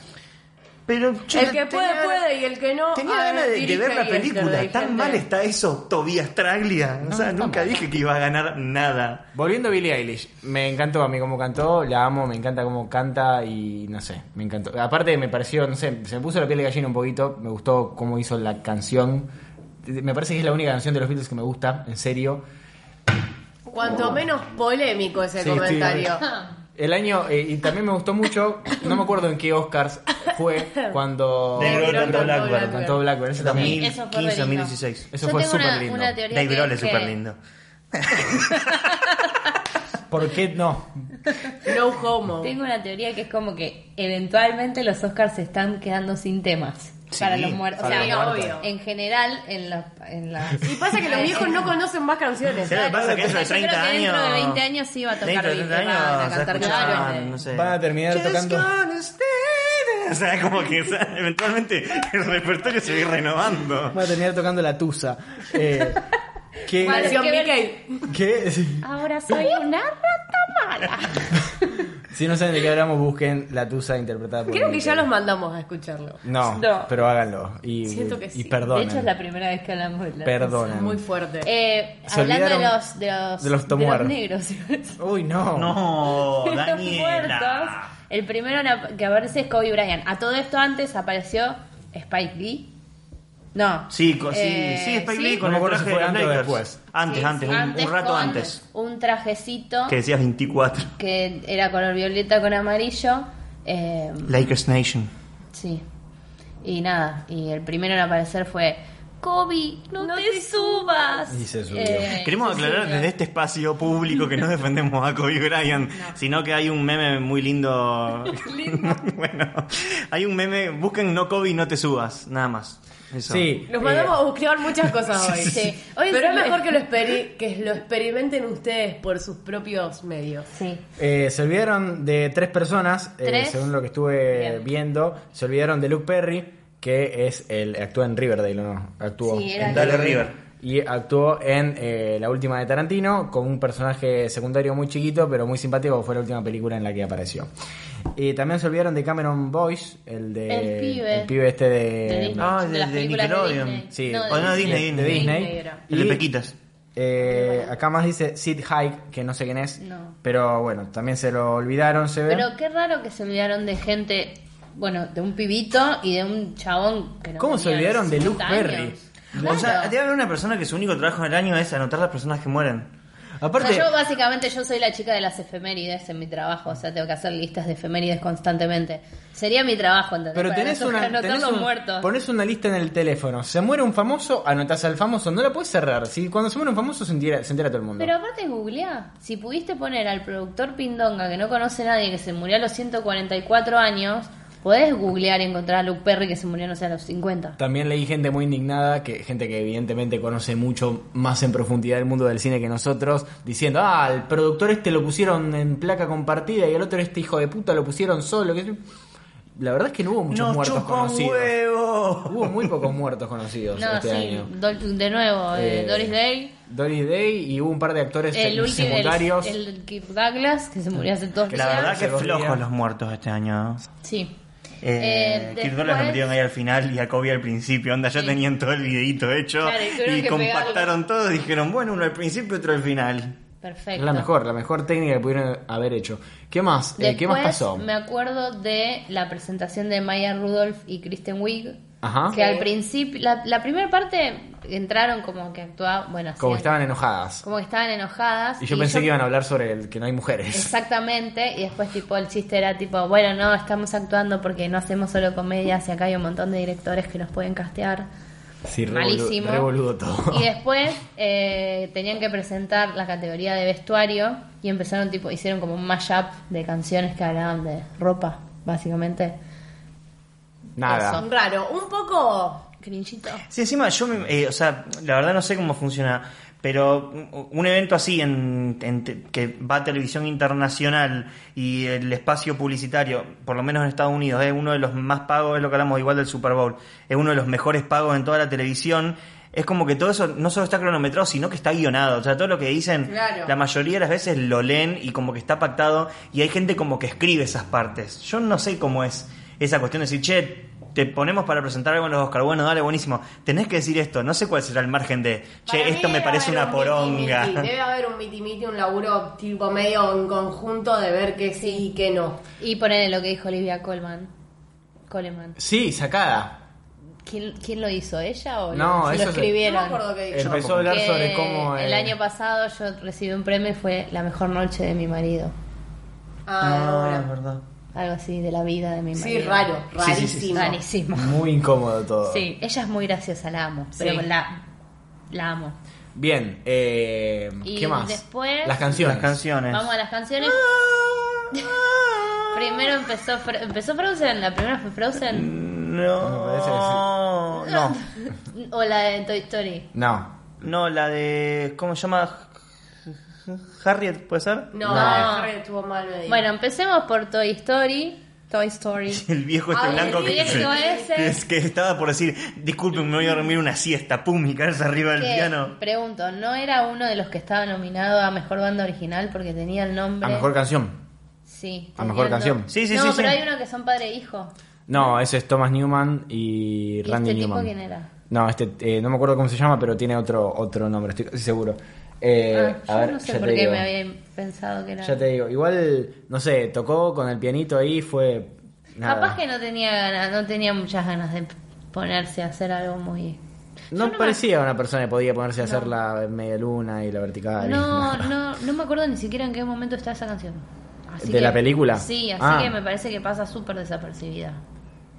Speaker 4: Pero yo
Speaker 6: El que
Speaker 4: tenía-
Speaker 6: puede, puede y el que no.
Speaker 4: Tenía
Speaker 6: a
Speaker 4: ganas de- de,
Speaker 6: dirige
Speaker 4: ver la
Speaker 6: Yesterday,
Speaker 4: película. Tan
Speaker 6: gente.
Speaker 4: mal está eso, Tobias Traglia.
Speaker 5: No,
Speaker 4: o sea,
Speaker 5: está
Speaker 4: nunca
Speaker 5: mal.
Speaker 4: dije que iba a ganar nada.
Speaker 5: Volviendo a Billie Eilish, me encantó a mí cómo cantó, la amo, me encanta cómo canta y no sé, me encantó. Aparte me pareció, no sé, se me puso la piel de gallina un poquito, me gustó cómo hizo la canción. Me parece que es la única canción de los Beatles que me gusta, en serio.
Speaker 6: Cuanto menos polémico ese
Speaker 5: Sí,
Speaker 6: comentario.
Speaker 5: estoy- El año, eh, y también me gustó mucho, no me acuerdo en qué Oscars fue cuando
Speaker 4: Dave Grohl
Speaker 5: cantó
Speaker 4: cantó
Speaker 5: Blackbird.
Speaker 4: Blackbird.
Speaker 5: Cantó Blackbird. Eso también.
Speaker 7: eso fue
Speaker 4: 2015,
Speaker 7: lindo.
Speaker 4: 2016.
Speaker 5: Eso
Speaker 7: Yo
Speaker 5: fue
Speaker 7: tengo una-
Speaker 5: súper lindo.
Speaker 7: una teoría
Speaker 4: Dave
Speaker 7: que
Speaker 4: Grohl es
Speaker 7: es que-
Speaker 4: súper lindo.
Speaker 5: ¿Por qué no?
Speaker 6: No homo.
Speaker 7: Tengo una teoría que es como que eventualmente los Oscars se están quedando sin temas
Speaker 4: Sí,
Speaker 7: para los muertos. O
Speaker 4: para
Speaker 7: sea,
Speaker 4: los
Speaker 6: muertos.
Speaker 7: obvio. En general, en los. En Eh, las-
Speaker 6: Y pasa que los viejos no conocen más canciones.
Speaker 4: ¿Sabes lo que pasa? Que dentro de
Speaker 7: Yo creo que
Speaker 4: 30 años.
Speaker 7: dentro de 20 años sí va a tocar
Speaker 4: Dentro de 30
Speaker 7: Billy, van a
Speaker 4: años
Speaker 7: cantar este.
Speaker 4: se va a escuchar,
Speaker 7: canciones.
Speaker 4: no sé.
Speaker 5: Van a terminar
Speaker 4: Just
Speaker 5: tocando-
Speaker 4: gonna stay there. O sea, como que o sea, eventualmente el repertorio se va a ir renovando.
Speaker 5: Voy a terminar tocando la tusa. Eh, ¿qué,
Speaker 7: Vale.
Speaker 6: Canción
Speaker 7: Hay que ver-
Speaker 6: Mickey.
Speaker 5: qué- sí.
Speaker 7: Ahora soy una rata mala.
Speaker 5: Si no saben de qué hablamos, busquen la tusa interpretada por.
Speaker 6: Creo que
Speaker 5: Mickey.
Speaker 6: ya los mandamos a escucharlo.
Speaker 5: No,
Speaker 7: No.
Speaker 5: pero háganlo. Y,
Speaker 6: Siento que
Speaker 5: y
Speaker 6: sí.
Speaker 5: perdonen.
Speaker 7: De hecho, es la primera vez que hablamos de la
Speaker 5: Perdonen.
Speaker 6: Muy fuerte.
Speaker 7: Eh,
Speaker 5: Se
Speaker 7: hablando de
Speaker 5: olvidaron
Speaker 7: los, de los,
Speaker 5: de los Tomuer.
Speaker 7: negros. [LAUGHS]
Speaker 5: Uy, no.
Speaker 4: [LAUGHS] No,
Speaker 7: de [LAUGHS] los muertos.
Speaker 4: Daniela.
Speaker 7: El primero en ap- que aparece es Kobe Bryant. A todo esto antes apareció Spike Lee. No.
Speaker 4: Sí, co- sí,
Speaker 7: Eh,
Speaker 4: sí, Spike
Speaker 7: ¿sí?
Speaker 4: Lee con
Speaker 5: No me
Speaker 4: el
Speaker 5: acuerdo
Speaker 4: traje
Speaker 5: si
Speaker 4: de
Speaker 5: fue
Speaker 4: los
Speaker 5: antes o
Speaker 4: Lakers.
Speaker 5: después.
Speaker 4: Antes,
Speaker 7: Sí,
Speaker 4: antes,
Speaker 7: sí,
Speaker 4: un, un rato
Speaker 7: o
Speaker 4: antes.
Speaker 7: Un trajecito
Speaker 4: Que decías 24.
Speaker 7: que era color violeta con amarillo. eh,
Speaker 4: Lakers Nation.
Speaker 7: sí. Y nada, y el primero en aparecer fue Kobe, no, te, subas. Eh,
Speaker 5: Y se subió.
Speaker 4: Queremos
Speaker 7: se
Speaker 4: aclarar
Speaker 7: subió.
Speaker 4: desde este espacio público que no defendemos a Kobe Bryant, sino que hay un meme muy lindo. [LAUGHS] bueno, hay un meme, busquen no Kobe no te subas, nada más. Eso.
Speaker 5: Sí.
Speaker 6: Nos
Speaker 5: eh,
Speaker 6: mandamos a buscar muchas cosas hoy.
Speaker 7: sí. Hoy
Speaker 6: Pero es
Speaker 7: es el-
Speaker 6: mejor que lo, experi- que lo experimenten ustedes por sus propios medios.
Speaker 7: Sí.
Speaker 5: Eh, se olvidaron de tres personas, eh,
Speaker 7: Tres.
Speaker 5: según lo que estuve
Speaker 7: Bien.
Speaker 5: viendo. Se olvidaron de Luke Perry, que es el actúa en Riverdale, ¿o ¿no? Actuó
Speaker 7: Sí, era
Speaker 5: en
Speaker 4: Dale
Speaker 5: Riverdale.
Speaker 4: River.
Speaker 5: Y actuó en eh, la última de Tarantino, con un personaje secundario muy chiquito, pero muy simpático, fue la última película en la que apareció. Y también se olvidaron de Cameron Boyce, el de
Speaker 7: El pibe.
Speaker 5: este de,
Speaker 7: De Disney.
Speaker 4: Ah,
Speaker 7: De
Speaker 4: de-
Speaker 7: las
Speaker 4: de
Speaker 7: películas
Speaker 4: Nickelodeon.
Speaker 7: Disney.
Speaker 5: Sí.
Speaker 7: No, de
Speaker 4: O no, Disney,
Speaker 5: de
Speaker 4: Disney.
Speaker 5: Disney.
Speaker 7: era.
Speaker 4: El de Pequitas.
Speaker 5: Eh, acá más dice Sid Haig, que no sé quién es.
Speaker 7: No.
Speaker 5: Pero bueno, también se lo olvidaron, se ve.
Speaker 7: Pero qué raro que se olvidaron de gente, bueno, de un pibito y de un chabón que no
Speaker 5: ¿Cómo se
Speaker 7: tenía
Speaker 5: olvidaron de
Speaker 7: 60
Speaker 5: Luke
Speaker 7: años?
Speaker 5: Perry?
Speaker 4: O sea, debe haber una persona que su único trabajo en el año es anotar las personas que mueren.
Speaker 7: O
Speaker 5: Aparte,
Speaker 7: sea, yo básicamente yo soy la chica de las efemérides en mi trabajo, o sea, tengo que hacer listas de efemérides constantemente. Sería mi trabajo, ¿entendés?
Speaker 5: pero
Speaker 7: Para
Speaker 5: tenés
Speaker 7: anotar-
Speaker 5: una,
Speaker 7: anotar
Speaker 5: tenés
Speaker 7: los
Speaker 5: un-
Speaker 7: muertos.
Speaker 5: ponés una lista en el teléfono. Se muere un famoso, anotás al famoso. No la puedes cerrar. Si cuando se muere un famoso se entera, se entera todo el mundo.
Speaker 7: Pero aparte googleá, si pudiste poner al productor Pindonga, que no conoce a nadie, que se murió a los 144 años, podés googlear y encontrar a Luke Perry que se murió, no sé, a los 50.
Speaker 5: También leí gente muy indignada, que gente que evidentemente conoce mucho más en profundidad el mundo del cine que nosotros, diciendo, ah, al productor este lo pusieron en placa compartida y al otro este hijo de puta lo pusieron solo. que- La verdad es que no hubo muchos muertos conocidos.
Speaker 4: huevo!
Speaker 5: Hubo muy pocos muertos conocidos
Speaker 7: No,
Speaker 5: este
Speaker 7: sí,
Speaker 5: año.
Speaker 7: Dol- de nuevo, eh,
Speaker 5: Eh,
Speaker 7: Doris Day.
Speaker 5: Doris Day y hubo un par de actores
Speaker 7: El último,
Speaker 5: Este, secundarios.
Speaker 7: el, el Kirk Douglas, que se murió hace dos
Speaker 4: La
Speaker 7: días.
Speaker 4: verdad que
Speaker 5: Hace dos
Speaker 4: flojos
Speaker 5: días.
Speaker 4: los muertos este año. ¿no?
Speaker 7: Sí.
Speaker 4: Eh,
Speaker 7: Eh,
Speaker 4: Kirk
Speaker 7: después-
Speaker 4: Douglas lo metieron ahí al final y a Kobe al principio. Onda, ya tenían todo el videito hecho
Speaker 7: Claro, y tuvieron
Speaker 4: y
Speaker 7: que
Speaker 4: compactaron todo. Dijeron, bueno, uno al principio y otro al final.
Speaker 7: Perfecto.
Speaker 5: Es la mejor, la mejor técnica que pudieron haber hecho. ¿Qué más? Eh, ¿Qué más
Speaker 7: Después,
Speaker 5: pasó?
Speaker 7: Me acuerdo de la presentación de Maya Rudolph y Kristen Wiig.
Speaker 5: Ajá.
Speaker 7: Que al principio, la, la primera parte entraron como que actuaban, bueno,
Speaker 5: Como que
Speaker 7: hacían-
Speaker 5: estaban enojadas.
Speaker 7: como que estaban enojadas.
Speaker 5: Y yo pensé que iban a hablar sobre el que no hay mujeres.
Speaker 7: Exactamente, y después tipo el chiste era tipo, bueno, no, estamos actuando porque no hacemos solo comedias y acá hay un montón de directores que nos pueden castear.
Speaker 5: Sí, re
Speaker 7: Malísimo.
Speaker 5: boludo- re boludo todo.
Speaker 7: Y después eh, tenían que presentar la categoría de vestuario y empezaron tipo, hicieron como un mashup de canciones que hablaban de ropa, básicamente.
Speaker 5: [LAUGHS] Nada.
Speaker 7: Eso.
Speaker 6: Raro, un poco.
Speaker 7: Crinchito.
Speaker 4: Sí, encima yo, me- eh, o sea, la verdad no sé cómo funciona, pero un- un evento así en, en te- que va a televisión internacional y el espacio publicitario, por lo menos en Estados Unidos, es uno de los más pagos, es lo que hablamos igual del Super Bowl, es uno de los mejores pagos en toda la televisión. Es como que todo eso no solo está cronometrado, sino que está guionado. O sea, todo lo que dicen,
Speaker 6: Claro.
Speaker 4: la mayoría de las veces lo leen y como que está pactado y hay gente como que escribe esas partes. Yo no sé cómo es esa cuestión de decir, che, te ponemos para presentar algo en los Oscar. Bueno, dale, buenísimo. Tenés que decir esto. No sé cuál será el margen de, che,
Speaker 6: Para mí
Speaker 4: esto me
Speaker 6: debe
Speaker 4: parece
Speaker 6: haber
Speaker 4: una
Speaker 6: un miti-miti,
Speaker 4: poronga.
Speaker 6: Debe haber un mitimiti, un laburo tipo medio en conjunto de ver que sí y que no.
Speaker 7: Y ponerle lo que dijo Olivia Colman. Coleman.
Speaker 5: Sí, sacada.
Speaker 7: ¿Quién, quién lo hizo? ¿Ella o
Speaker 5: No,
Speaker 7: lo,
Speaker 5: eso
Speaker 7: se lo
Speaker 5: es-
Speaker 6: No me
Speaker 7: escribieron?
Speaker 6: acuerdo que dijo.
Speaker 5: Empezó a hablar
Speaker 7: Que
Speaker 5: sobre cómo. eh,
Speaker 7: El año pasado yo recibí un premio y fue la mejor noche de mi marido.
Speaker 6: Ah,
Speaker 4: No,
Speaker 6: bueno.
Speaker 4: es verdad.
Speaker 7: algo así de la vida de mi
Speaker 6: Sí,
Speaker 7: marido.
Speaker 6: raro,
Speaker 4: Sí, sí, sí,
Speaker 6: rarísimo.
Speaker 4: sí.
Speaker 5: [LAUGHS]
Speaker 7: Rarísimo.
Speaker 5: Muy incómodo todo.
Speaker 7: Sí, ella es muy graciosa, la amo.
Speaker 6: Sí.
Speaker 7: Pero la, la amo.
Speaker 5: Bien, eh,
Speaker 7: Y
Speaker 5: ¿qué más?
Speaker 7: después-
Speaker 5: Las canciones.
Speaker 4: Las canciones.
Speaker 7: Vamos a las [LAUGHS] canciones. Primero empezó, Fro- empezó Frozen, la primera fue Frozen.
Speaker 5: Me parece
Speaker 4: No.
Speaker 5: que
Speaker 4: No.
Speaker 7: O la de Toy Story.
Speaker 5: No.
Speaker 4: No, la de. ¿Cómo se llama? Harriet, ¿puede ser?
Speaker 6: No,
Speaker 7: No.
Speaker 6: Harry estuvo mal. me dijo.
Speaker 7: Bueno, empecemos por Toy Story. Toy Story.
Speaker 4: [LAUGHS] El viejo este
Speaker 6: Ay,
Speaker 4: blanco
Speaker 6: el
Speaker 4: que,
Speaker 7: viejo ese.
Speaker 4: [LAUGHS] que es- que estaba por decir, disculpen, me voy a dormir una siesta, pum, y caerse arriba del
Speaker 7: Que,
Speaker 4: piano.
Speaker 7: pregunto, ¿no era uno de los que estaba nominado a Mejor Banda Original porque tenía el nombre?
Speaker 5: A mejor canción.
Speaker 7: Sí.
Speaker 5: a mejor
Speaker 7: tenía el
Speaker 5: canción.
Speaker 7: nom-
Speaker 4: Sí, sí,
Speaker 7: no,
Speaker 4: sí,
Speaker 7: pero
Speaker 4: sí.
Speaker 7: hay uno que son padre e hijo.
Speaker 5: No, ese es Thomas Newman y
Speaker 7: ¿Y
Speaker 5: Randy
Speaker 7: este tipo
Speaker 5: Newman.
Speaker 7: quién era?
Speaker 5: No, este, eh, no me acuerdo cómo se llama, pero tiene otro, otro nombre, estoy casi seguro. Eh,
Speaker 7: Ah, yo
Speaker 5: a ver,
Speaker 7: no sé
Speaker 5: ya
Speaker 7: por
Speaker 5: te
Speaker 7: qué
Speaker 5: digo.
Speaker 7: me había pensado que era.
Speaker 5: Ya te digo, igual, no sé, tocó con el pianito ahí, fue. Nada.
Speaker 7: Capaz que no tenía ganas, no tenía muchas ganas de ponerse a hacer algo muy.
Speaker 5: No, parecía una persona que podía ponerse a hacer la media luna y la vertical. y
Speaker 7: No,
Speaker 5: nada.
Speaker 7: no, no me acuerdo ni siquiera en qué momento está esa canción. Así
Speaker 5: ¿De la película?
Speaker 7: Sí, así
Speaker 5: Ah.
Speaker 7: que me parece que pasa súper desapercibida.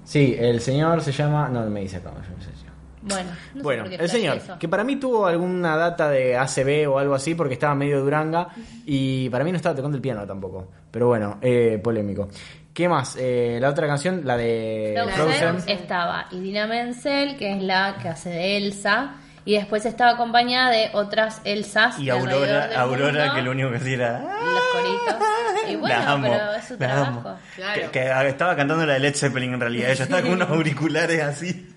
Speaker 5: Sí, el señor se llama. No, me dice cómo se llama.
Speaker 7: Bueno, no sé
Speaker 5: bueno,
Speaker 7: por qué
Speaker 5: el señor,
Speaker 7: flashé eso.
Speaker 5: que para mí tuvo alguna data de ACB o algo así, porque estaba medio duranga y para mí no estaba tocando el piano tampoco. Pero bueno, eh, polémico. ¿Qué más? Eh, la otra canción, la de
Speaker 7: Frozen Eh.
Speaker 5: Frozen.
Speaker 7: estaba Idina Menzel, que es la que hace de Elsa, y después estaba acompañada de otras Elsas.
Speaker 4: Y
Speaker 7: de alrededor del
Speaker 4: Aurora, Aurora
Speaker 7: mundo,
Speaker 4: que lo único que hacía era. "Ah".
Speaker 7: y Los coritos. Y bueno,
Speaker 4: la amo,
Speaker 7: pero es su
Speaker 4: la
Speaker 7: trabajo.
Speaker 4: amo.
Speaker 6: Claro.
Speaker 4: Que, que estaba cantando la de Led Zeppelin en realidad. Ella estaba con unos auriculares así.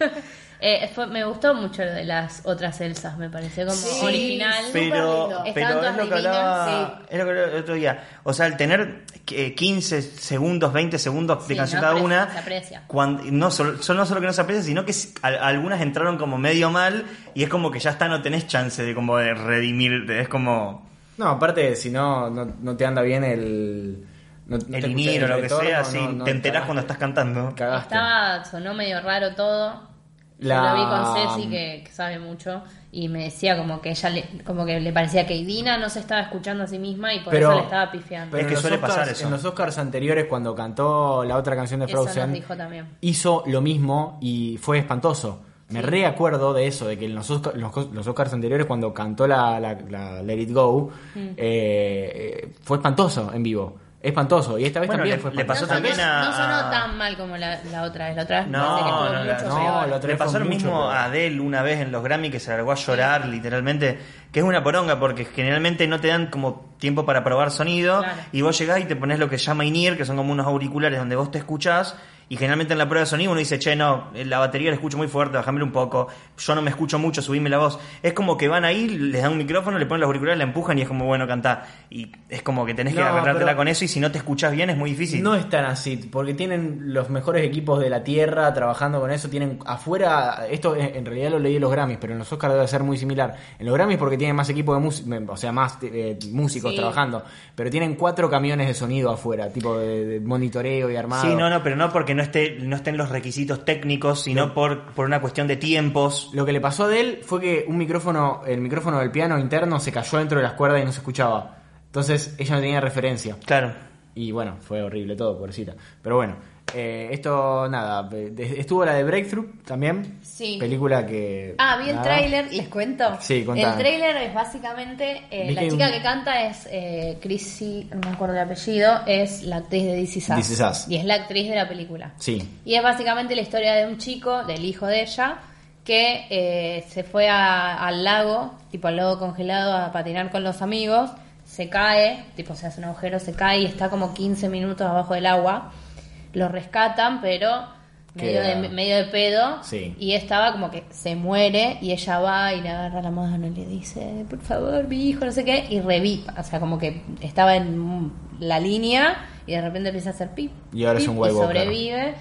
Speaker 7: Eh, fue- me gustó mucho lo de las otras Elsas, me pareció como
Speaker 6: Sí,
Speaker 7: original.
Speaker 6: Súper
Speaker 4: Pero,
Speaker 6: lindo.
Speaker 7: Están
Speaker 4: pero es
Speaker 7: todas
Speaker 4: lo que
Speaker 7: divinas,
Speaker 4: hablaba, es lo que hablaba el otro día. O sea, el tener eh, 15 segundos, 20 segundos de
Speaker 7: Sí,
Speaker 4: canción
Speaker 7: no
Speaker 4: cada
Speaker 7: aprecia,
Speaker 4: una.
Speaker 7: se aprecia.
Speaker 4: cuando- no, solo, solo- no solo que no se aprecia, sino que s- al- algunas entraron como medio mal y es como que ya está, no tenés chance de como de redimirte. Es como.
Speaker 5: No, aparte, si no, no, no te anda bien el. No, no
Speaker 4: el
Speaker 5: te
Speaker 4: vinilo,
Speaker 5: escucha
Speaker 4: lo que
Speaker 5: retorno,
Speaker 4: sea,
Speaker 5: no-
Speaker 4: sí,
Speaker 5: no
Speaker 4: te enterás
Speaker 5: cagaste.
Speaker 4: cuando estás cantando.
Speaker 5: Cagaste.
Speaker 7: Estaba, sonó medio raro todo. La...
Speaker 5: La-
Speaker 7: lo vi con Ceci, que, que sabe mucho, y me decía como que ella le, como que le parecía que Idina no se estaba escuchando a sí misma y por eso le estaba pifiando.
Speaker 5: pero
Speaker 4: Es que
Speaker 5: en los
Speaker 4: suele pasar
Speaker 5: Oscars-
Speaker 4: eso.
Speaker 5: En los Oscars anteriores, cuando cantó la otra canción de
Speaker 7: Eso nos
Speaker 5: Frozen,
Speaker 7: dijo también.
Speaker 5: hizo lo mismo y fue espantoso. Me reacuerdo de eso, de que en los, Oscar- los, cos- los Oscars anteriores, cuando cantó la, la- la Let It Go,
Speaker 7: Mm.
Speaker 5: eh, eh, fue espantoso en vivo. Espantoso. Y esta vez
Speaker 4: Bueno,
Speaker 5: también
Speaker 4: le-
Speaker 5: fue
Speaker 4: le pasó
Speaker 5: espantoso.
Speaker 7: no, sonó,
Speaker 4: también a-
Speaker 7: no sonó tan mal como la, la otra vez. La otra vez me parece que
Speaker 4: No,
Speaker 7: estuvo
Speaker 4: no, la-
Speaker 7: mucho
Speaker 5: no,
Speaker 7: peor.
Speaker 5: la otra
Speaker 4: Le
Speaker 5: vez fue
Speaker 4: pasó lo
Speaker 5: mucho
Speaker 4: mismo
Speaker 5: peor.
Speaker 4: a Adele una vez en los Grammy que se largó a llorar, literalmente, que es una poronga porque generalmente no te dan como tiempo para probar sonido
Speaker 7: Claro.
Speaker 4: y vos llegás y te pones lo que se llama in-ear, que son como unos auriculares donde vos te escuchás y generalmente en la prueba de sonido uno dice, che, no, eh, la batería la escucho muy fuerte, bajámela un poco, yo no me escucho mucho, subime la voz. Es como que van ahí, les dan un micrófono, le ponen los auriculares, la empujan y es como, bueno, cantá. Y es como que tenés que
Speaker 5: No,
Speaker 4: agarrártela
Speaker 5: pero-
Speaker 4: con eso y si no te escuchás bien es muy difícil.
Speaker 5: No es tan así, porque tienen los mejores equipos de la Tierra trabajando con eso. Tienen afuera, esto en en realidad lo leí en los Grammys, pero en los Oscars debe ser muy similar. En los Grammys porque tienen más equipo de músicos, o sea, más eh, músicos
Speaker 6: Sí.
Speaker 5: trabajando, pero tienen cuatro camiones de sonido afuera, tipo de, de monitoreo y armado.
Speaker 4: Sí, no, no, pero no porque no esté, no estén los requisitos técnicos, sino por, por una cuestión de tiempos.
Speaker 5: Lo que le pasó a él fue que un micrófono, el micrófono del piano interno se cayó dentro de las cuerdas y no se escuchaba. Entonces ella no tenía referencia.
Speaker 4: Claro.
Speaker 5: Y bueno, fue horrible todo, pobrecita. Pero bueno, eh, esto nada. eh, de- Estuvo la de Breakthrough también.
Speaker 7: Sí.
Speaker 5: Película que.
Speaker 7: Ah, vi el
Speaker 5: nada.
Speaker 7: tráiler, les cuento.
Speaker 5: Sí, contame.
Speaker 7: El tráiler es básicamente, eh,
Speaker 5: Vi
Speaker 7: la
Speaker 5: que hay
Speaker 7: chica
Speaker 5: un-
Speaker 7: que canta es eh, Chrissy, no me acuerdo el apellido, es la actriz de DC Sass.
Speaker 5: This Is Us.
Speaker 7: Y es la actriz de la película.
Speaker 5: Sí.
Speaker 7: Y es básicamente la historia de un chico, del hijo de ella, que eh, se fue a- al lago, tipo al lago congelado, a patinar con los amigos, se cae, tipo se hace un agujero, se cae y está como 15 minutos abajo del agua. Lo rescatan, pero medio
Speaker 5: Queda-
Speaker 7: de, medio de pedo.
Speaker 5: Sí.
Speaker 7: Y estaba como que se muere y ella va y le agarra la mano y le dice, por favor, mi hijo, no sé qué, y reviva. O sea, como que estaba en la línea y de repente empieza a hacer pip.
Speaker 5: Y ahora es
Speaker 7: pip,
Speaker 5: un White
Speaker 7: y
Speaker 5: Walker.
Speaker 7: sobrevive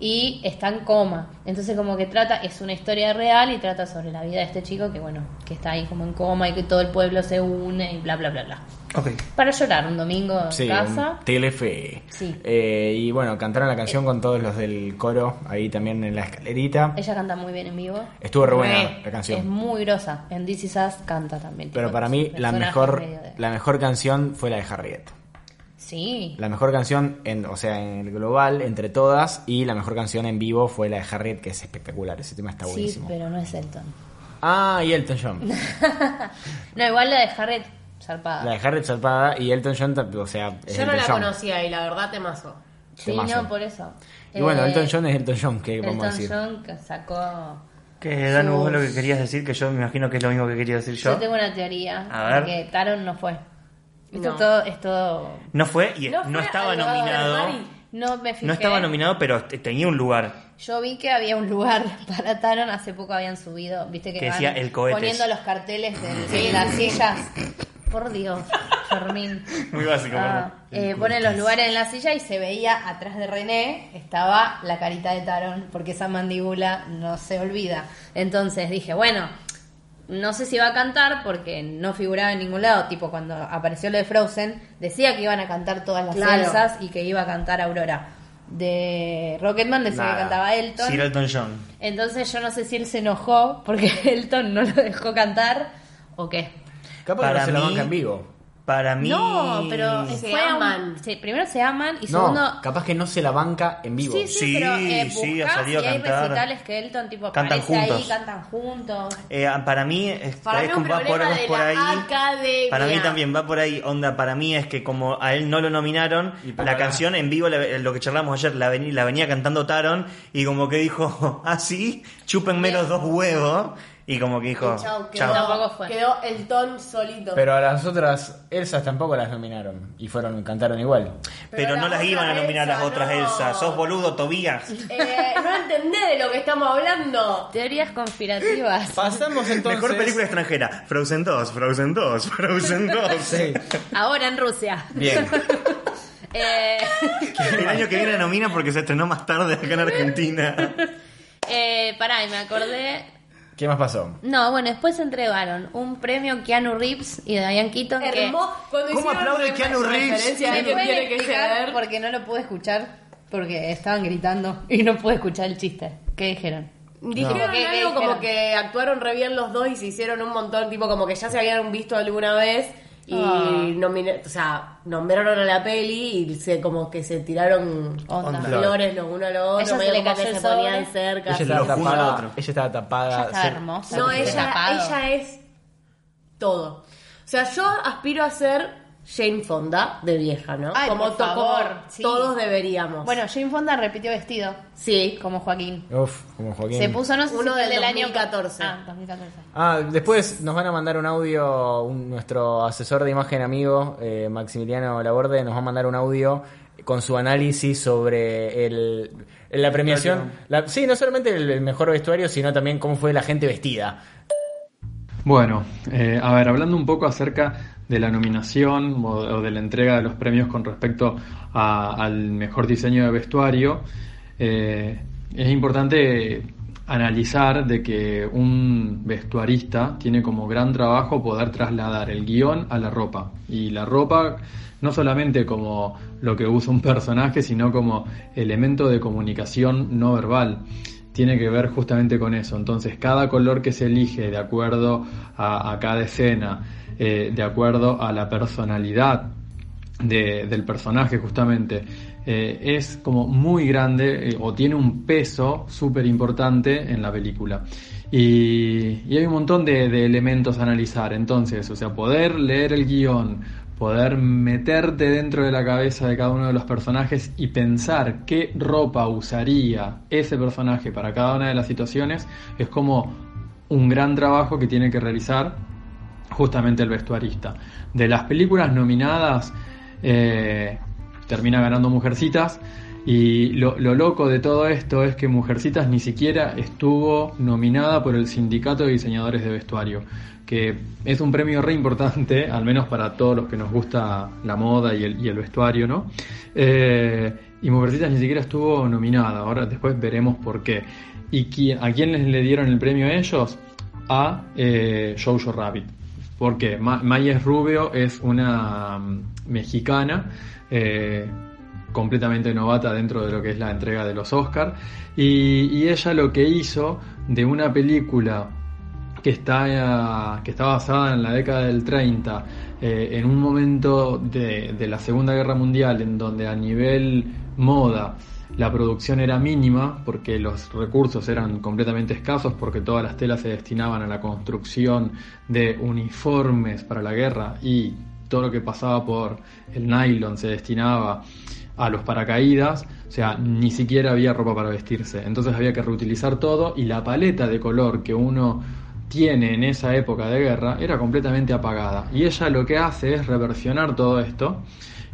Speaker 7: y está en coma. Entonces como que trata, es una historia real y trata sobre la vida de este chico que bueno, que está ahí como en coma y que todo el pueblo se une y bla, bla, bla, bla.
Speaker 4: Ok.
Speaker 7: Para llorar un domingo en
Speaker 5: Sí,
Speaker 7: casa.
Speaker 5: un Telefe.
Speaker 7: Sí.
Speaker 5: Eh, y bueno, cantaron la canción con todos los del coro ahí también en la escalerita.
Speaker 7: Ella canta muy bien en vivo. Eh,
Speaker 5: Estuvo re buena
Speaker 6: Re.
Speaker 5: la canción.
Speaker 7: Es muy grosa. En This Is Us canta también.
Speaker 5: Pero
Speaker 7: tipo,
Speaker 5: para mí,
Speaker 7: sus
Speaker 5: la
Speaker 7: personajes
Speaker 5: mejor,
Speaker 7: medio de-
Speaker 5: la mejor canción fue la de Harriet.
Speaker 7: Sí.
Speaker 5: La mejor canción, en, o sea, en el global, entre todas, y la mejor canción en vivo fue la de Harriet, que es espectacular. Ese tema está
Speaker 7: Sí,
Speaker 5: buenísimo.
Speaker 7: pero no es Elton.
Speaker 5: Ah, y Elton John.
Speaker 7: No, igual la de Harriet zarpada.
Speaker 5: La de Harriet zarpada y Elton John, ta- o sea, es
Speaker 6: Yo no
Speaker 5: Elton
Speaker 6: la
Speaker 5: John.
Speaker 6: conocía y la verdad te mazo.
Speaker 7: sí,
Speaker 5: temazo.
Speaker 7: no, por eso.
Speaker 5: Y bueno,
Speaker 7: Eh,
Speaker 5: Elton John es Elton John, ¿qué vamos a
Speaker 7: Elton
Speaker 5: decir?
Speaker 7: John que sacó...
Speaker 4: Que Danu, vos
Speaker 7: Uf.
Speaker 4: lo que querías decir, que yo me imagino que es lo mismo que quería decir
Speaker 7: Yo,
Speaker 4: yo.
Speaker 7: tengo una teoría.
Speaker 4: A ver.
Speaker 7: Porque Taron no fue. Esto
Speaker 6: No.
Speaker 7: todo, es todo...
Speaker 4: No fue y
Speaker 6: No
Speaker 4: no,
Speaker 6: fue
Speaker 4: estaba
Speaker 6: al Lobo de
Speaker 4: nominado.
Speaker 6: Mari.
Speaker 7: No me fijé.
Speaker 4: No estaba nominado, pero te- tenía un lugar.
Speaker 7: Yo vi que había un lugar [LAUGHS] para Taron, hace poco habían subido, viste que,
Speaker 4: Que
Speaker 7: van
Speaker 4: decía, "El cohete".
Speaker 7: poniendo los carteles de, de las sillas. Por Dios, Fermín.
Speaker 4: Muy básico,
Speaker 7: Ah, eh, ponen los lugares en la silla y se veía atrás de René estaba la carita de Taron, porque esa mandíbula no se olvida. Entonces dije, bueno, no sé si va a cantar porque no figuraba en ningún lado. Tipo, cuando apareció lo de Frozen, decía que iban a cantar todas las
Speaker 6: Claro.
Speaker 7: salsas y que iba a cantar Aurora. De Rocketman decía
Speaker 5: Nada.
Speaker 7: que cantaba Elton.
Speaker 4: Sir Elton John.
Speaker 7: Entonces yo no sé si él se enojó porque [LAUGHS] Elton no lo dejó cantar o qué.
Speaker 5: Capaz que
Speaker 4: Para
Speaker 5: no se la
Speaker 4: mí-
Speaker 5: banca en vivo.
Speaker 4: Para mí.
Speaker 7: No, pero
Speaker 6: Se
Speaker 7: fue a un-
Speaker 6: aman.
Speaker 7: se- primero se aman y
Speaker 5: No,
Speaker 7: segundo.
Speaker 5: capaz que no se la banca en vivo.
Speaker 7: Sí, sí,
Speaker 4: Sí,
Speaker 7: pero eh,
Speaker 4: sí, ha
Speaker 7: buscás
Speaker 4: salido
Speaker 7: y
Speaker 4: a
Speaker 7: hay
Speaker 4: cantar.
Speaker 7: recitales que Elton tipo
Speaker 4: Cantan
Speaker 7: aparece ahí,
Speaker 4: juntos.
Speaker 7: cantan juntos.
Speaker 4: Eh, para mí, es,
Speaker 6: Para mí
Speaker 4: es
Speaker 6: un
Speaker 4: como va por,
Speaker 6: problema
Speaker 4: va
Speaker 6: de
Speaker 4: por
Speaker 6: la
Speaker 4: ahí.
Speaker 6: academia.
Speaker 4: Para mí también va por ahí. Onda, para mí es que como a él no lo nominaron,
Speaker 5: Y para
Speaker 4: la
Speaker 5: la-
Speaker 4: canción en vivo, la- lo que charlamos ayer, la, veni- la venía cantando Taron y como que dijo, [LAUGHS] ah, sí, chúpenme los dos huevos. Y como que dijo,
Speaker 7: Y chau, que
Speaker 4: chau.
Speaker 7: no. Tampoco fue.
Speaker 6: Quedó el ton solito.
Speaker 5: Pero a las otras Elsas tampoco las nominaron. Y fueron, cantaron igual.
Speaker 4: Pero,
Speaker 6: Pero la
Speaker 4: no las
Speaker 6: otra
Speaker 4: iban a nominar
Speaker 6: Elsa,
Speaker 4: las otras
Speaker 6: no.
Speaker 4: Elsa. Sos boludo, Tobías.
Speaker 6: Eh, no entendés de lo que estamos hablando.
Speaker 7: Teorías conspirativas.
Speaker 5: Pasamos entonces.
Speaker 4: Mejor película extranjera. Frozen 2, Frozen 2, [LAUGHS] Frozen 2.
Speaker 5: Sí.
Speaker 7: Ahora en Rusia.
Speaker 5: Bien.
Speaker 7: [LAUGHS] Eh,
Speaker 4: El año que viene la nomina porque se estrenó más tarde acá
Speaker 5: [LAUGHS]
Speaker 4: en Argentina.
Speaker 7: eh, pará, y me acordé.
Speaker 5: ¿Qué más pasó?
Speaker 7: No, bueno, después entregaron un premio Keanu Reeves y Diane Keaton. que-
Speaker 6: Hermoso. Cuando
Speaker 4: ¿Cómo
Speaker 6: hicieron
Speaker 4: aplaude
Speaker 6: refer-
Speaker 4: Keanu Reeves?
Speaker 6: referencia este de
Speaker 7: ¿Me
Speaker 6: que
Speaker 7: pueden
Speaker 6: tiene que
Speaker 7: explicar?
Speaker 6: ser.
Speaker 7: Porque no lo pude escuchar. Porque estaban gritando y no pude escuchar el chiste. ¿Qué dijeron?
Speaker 6: Dijeron
Speaker 7: No. ¿Qué- qué
Speaker 6: algo como
Speaker 7: dijeron?
Speaker 6: que actuaron re bien los dos y se hicieron un montón, tipo como que ya se habían visto alguna vez y
Speaker 7: Ah.
Speaker 6: nomine- o sea, nombraron a la peli y se como que se tiraron
Speaker 7: Onda.
Speaker 4: Onda.
Speaker 6: flores los uno a los
Speaker 7: Ella
Speaker 6: otros,
Speaker 7: se
Speaker 6: medio
Speaker 7: le
Speaker 6: como
Speaker 7: cayó
Speaker 6: que
Speaker 7: el
Speaker 6: se ponían
Speaker 7: sobre.
Speaker 6: cerca.
Speaker 5: Ella
Speaker 6: se-
Speaker 5: estaba
Speaker 4: Los uno al
Speaker 5: tapada.
Speaker 4: otro.
Speaker 5: Ella estaba tapada.
Speaker 7: Ella estaba
Speaker 5: se-
Speaker 7: hermosa.
Speaker 6: No,
Speaker 7: Se puso
Speaker 6: ella,
Speaker 7: tapado.
Speaker 6: ella es todo. O sea, yo aspiro a ser Jane Fonda de vieja, ¿no?
Speaker 7: Ay, por
Speaker 6: to- como
Speaker 7: favor, sí.
Speaker 6: todos deberíamos.
Speaker 7: Bueno, Jane Fonda repitió vestido,
Speaker 6: sí.
Speaker 7: como Joaquín.
Speaker 5: Uf, como Joaquín.
Speaker 7: Se puso, no sé si
Speaker 6: Uno
Speaker 7: fue
Speaker 6: del
Speaker 7: del, año
Speaker 6: 2014.
Speaker 7: Ah, 2014.
Speaker 5: Ah, después nos van a mandar un audio, un- nuestro asesor de imagen amigo, eh, Maximiliano Laborde, nos va a mandar un audio con su análisis sobre el, la premiación. La- sí, no solamente el, el mejor vestuario, sino también cómo fue la gente vestida.
Speaker 8: Bueno, eh, a ver, hablando un poco acerca de la nominación o, o de la entrega de los premios con respecto a- al mejor diseño de vestuario, eh, es importante analizar de que un vestuarista tiene como gran trabajo poder trasladar el guión a la ropa y la ropa no solamente como lo que usa un personaje, sino como elemento de comunicación no verbal tiene que ver justamente con eso. Entonces, cada color que se elige de acuerdo a, a cada escena, eh, de acuerdo a la personalidad de- del personaje justamente, eh, es como muy grande eh, o tiene un peso súper importante en la película. Y, y hay un montón de, de elementos a analizar. Entonces, o sea, poder leer el guión, poder meterte dentro de la cabeza de cada uno de los personajes y pensar qué ropa usaría ese personaje para cada una de las situaciones, es como un gran trabajo que tiene que realizar justamente el vestuarista. De las películas nominadas, eh, termina ganando Mujercitas. Y lo, lo loco de todo esto es que Mujercitas ni siquiera estuvo nominada por el Sindicato de Diseñadores de Vestuario, que es un premio re importante, al menos para todos los que nos gusta la moda y el, y el vestuario, ¿no? Eh, y Mujercitas ni siquiera estuvo nominada, ahora después veremos por qué. ¿Y qui- a quiénes le dieron el premio ellos? a eh, Jojo Rabbit. Porque Ma- Mayes Rubio es una mm, mexicana eh, completamente novata dentro de lo que es la entrega de los Oscar. Y, y ella lo que hizo de una película que, está, eh, que está basada en la década del 30, eh, en un momento de, de la Segunda Guerra Mundial, en donde a nivel moda la producción era mínima, porque los recursos eran completamente escasos, porque todas las telas se destinaban a la construcción de uniformes para la guerra y todo lo que pasaba por el nylon se destinaba a los paracaídas, o sea, ni siquiera había ropa para vestirse. Entonces había que reutilizar todo y la paleta de color que uno tiene en esa época de guerra era completamente apagada. Y ella lo que hace es reversionar todo esto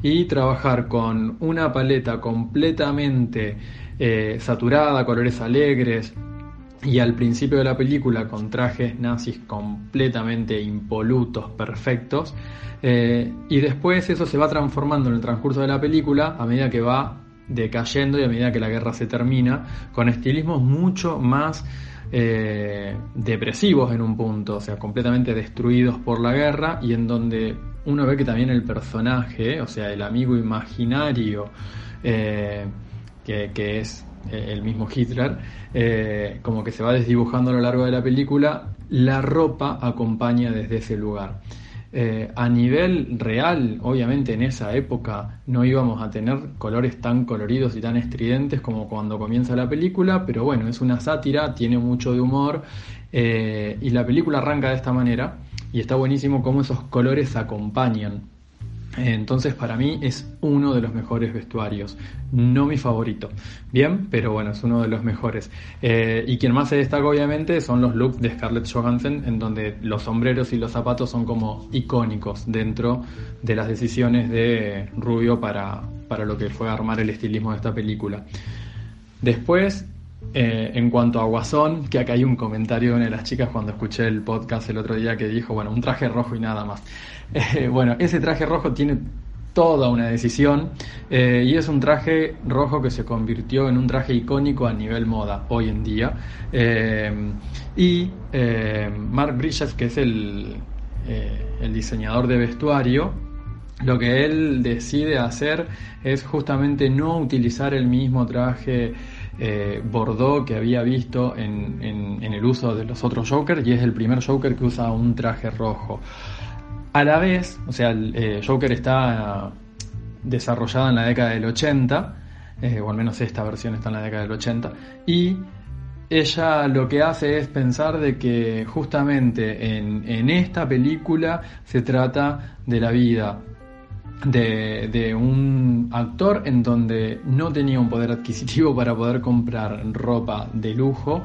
Speaker 8: y trabajar con una paleta completamente eh, saturada, colores alegres, y al principio de la película con trajes nazis completamente impolutos, perfectos. eh, y después eso se va transformando en el transcurso de la película a medida que va decayendo y a medida que la guerra se termina, con estilismos mucho más eh, depresivos en un punto, o sea, completamente destruidos por la guerra y en donde uno ve que también el personaje, o sea, el amigo imaginario, eh, que, que es eh, el mismo Hitler, eh, como que se va desdibujando a lo largo de la película, la ropa acompaña desde ese lugar. Eh, a nivel real, obviamente en esa época no íbamos a tener colores tan coloridos y tan estridentes como cuando comienza la película, pero bueno, es una sátira, tiene mucho de humor eh, y la película arranca de esta manera y está buenísimo cómo esos colores acompañan. Eh, Entonces para mí es uno de los mejores vestuarios, no mi favorito, bien, pero bueno, es uno de los mejores. Eh, y quien más se destaca obviamente son los looks de Scarlett Johansson, en donde los sombreros y los zapatos son como icónicos dentro de las decisiones de Rubio para, para lo que fue armar el estilismo de esta película. Después, eh, en cuanto a Guasón, que acá hay un comentario de una de las chicas cuando escuché el podcast el otro día que dijo, bueno, un traje rojo y nada más. [LAUGHS] Eh, bueno, ese traje rojo tiene toda una decisión eh, y es un traje rojo que se convirtió en un traje icónico a nivel moda hoy en día. Eh, y eh, Mark Bridges, que es el, eh, el diseñador de vestuario, lo que él decide hacer es justamente no utilizar el mismo traje eh, bordó que había visto en, en- en el uso de los otros Joker y es el primer Joker que usa un traje rojo. A la vez, o sea, el, eh, Joker está desarrollada en la década del 80, eh, o al menos esta versión está en la década del 80, y ella lo que hace es pensar de que justamente en, en esta película se trata de la vida de, de un actor en donde no tenía un poder adquisitivo [LAUGHS] para poder comprar ropa de lujo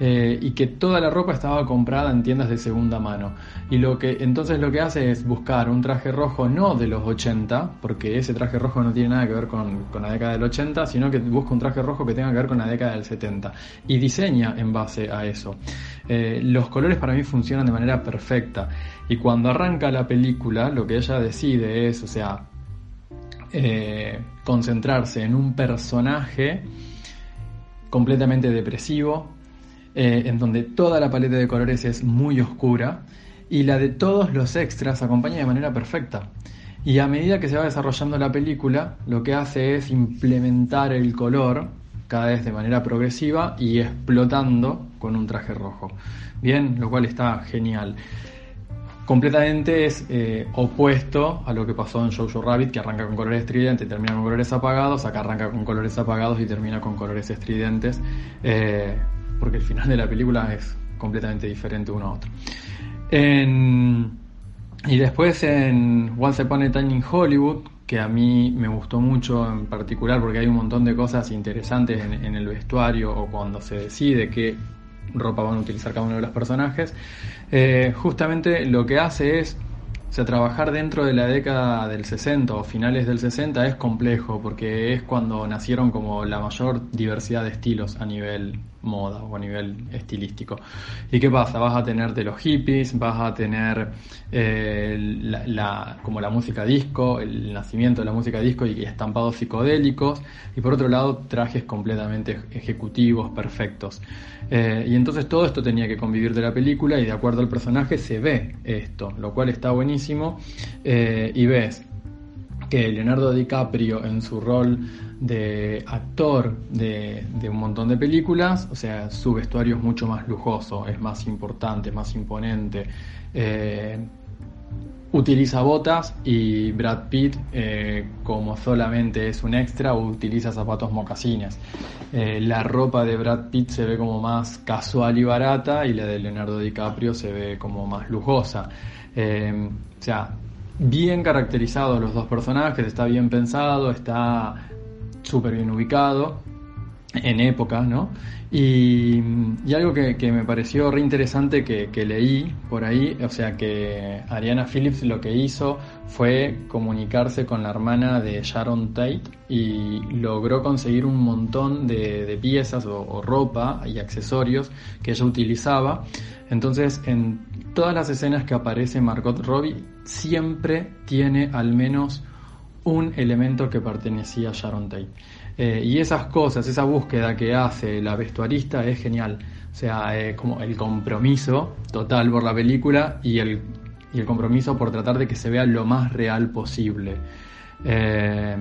Speaker 8: eh, y que toda la ropa estaba comprada en tiendas de segunda mano. Y lo que entonces lo que hace es buscar un traje rojo no de los 80, porque ese traje rojo no tiene nada que ver con, con la década del 80, sino que busca un traje rojo que tenga que ver con la década del 70 y diseña en base a eso. Eh, los colores para mí funcionan de manera perfecta y cuando arranca la película lo que ella decide es, o sea, eh, concentrarse en un personaje completamente depresivo, eh, en donde toda la paleta de colores es muy oscura y la de todos los extras acompaña de manera perfecta. Y a medida que se va desarrollando la película, lo que hace es implementar el color cada vez de manera progresiva y explotando con un traje rojo. Bien, lo cual está genial completamente es eh, opuesto a lo que pasó en Jojo Rabbit, que arranca con colores estridentes y termina con colores apagados, acá arranca con colores apagados y termina con colores estridentes, eh, porque el final de la película es completamente diferente uno a otro. En- y después en Once Upon a Time in Hollywood, que a mí me gustó mucho en particular porque hay un montón de cosas interesantes en, en el vestuario o cuando se decide qué ropa van a utilizar cada uno de los personajes, eh, justamente lo que hace es, o sea, trabajar dentro de la década del 60 o finales del 60 es complejo porque es cuando nacieron como la mayor diversidad de estilos a nivel moda o a nivel estilístico. ¿Y qué pasa? Vas a tener de los hippies, vas a tener eh, la- la- como la música disco, el nacimiento de la música disco y estampados psicodélicos, y por otro lado trajes completamente ejecutivos, perfectos. Eh, y entonces todo esto tenía que convivir de la película y de acuerdo al personaje se ve esto, lo cual está buenísimo, eh, y ves que Leonardo DiCaprio en su rol de actor de, de un montón de películas, o sea, su vestuario es mucho más lujoso, es más importante, más imponente. Eh, utiliza botas y Brad Pitt, eh, como solamente es un extra, utiliza zapatos mocasines. Eh, la ropa de Brad Pitt se ve como más casual y barata y la de Leonardo DiCaprio se ve como más lujosa. Eh, o sea, bien caracterizados los dos personajes, está bien pensado, está súper bien ubicado en época, ¿no? Y, y algo que, que me pareció re interesante que, que leí por ahí, o sea que Ariana Phillips lo que hizo fue comunicarse con la hermana de Sharon Tate y logró conseguir un montón de, de piezas o, o ropa y accesorios que ella utilizaba. Entonces, en todas las escenas que aparece Margot Robbie, siempre tiene al menos un elemento que pertenecía a Sharon Tate. Eh, y esas cosas, esa búsqueda que hace la vestuarista es genial. O sea, eh, como el compromiso total por la película y el, y el compromiso por tratar de que se vea lo más real posible. Eh,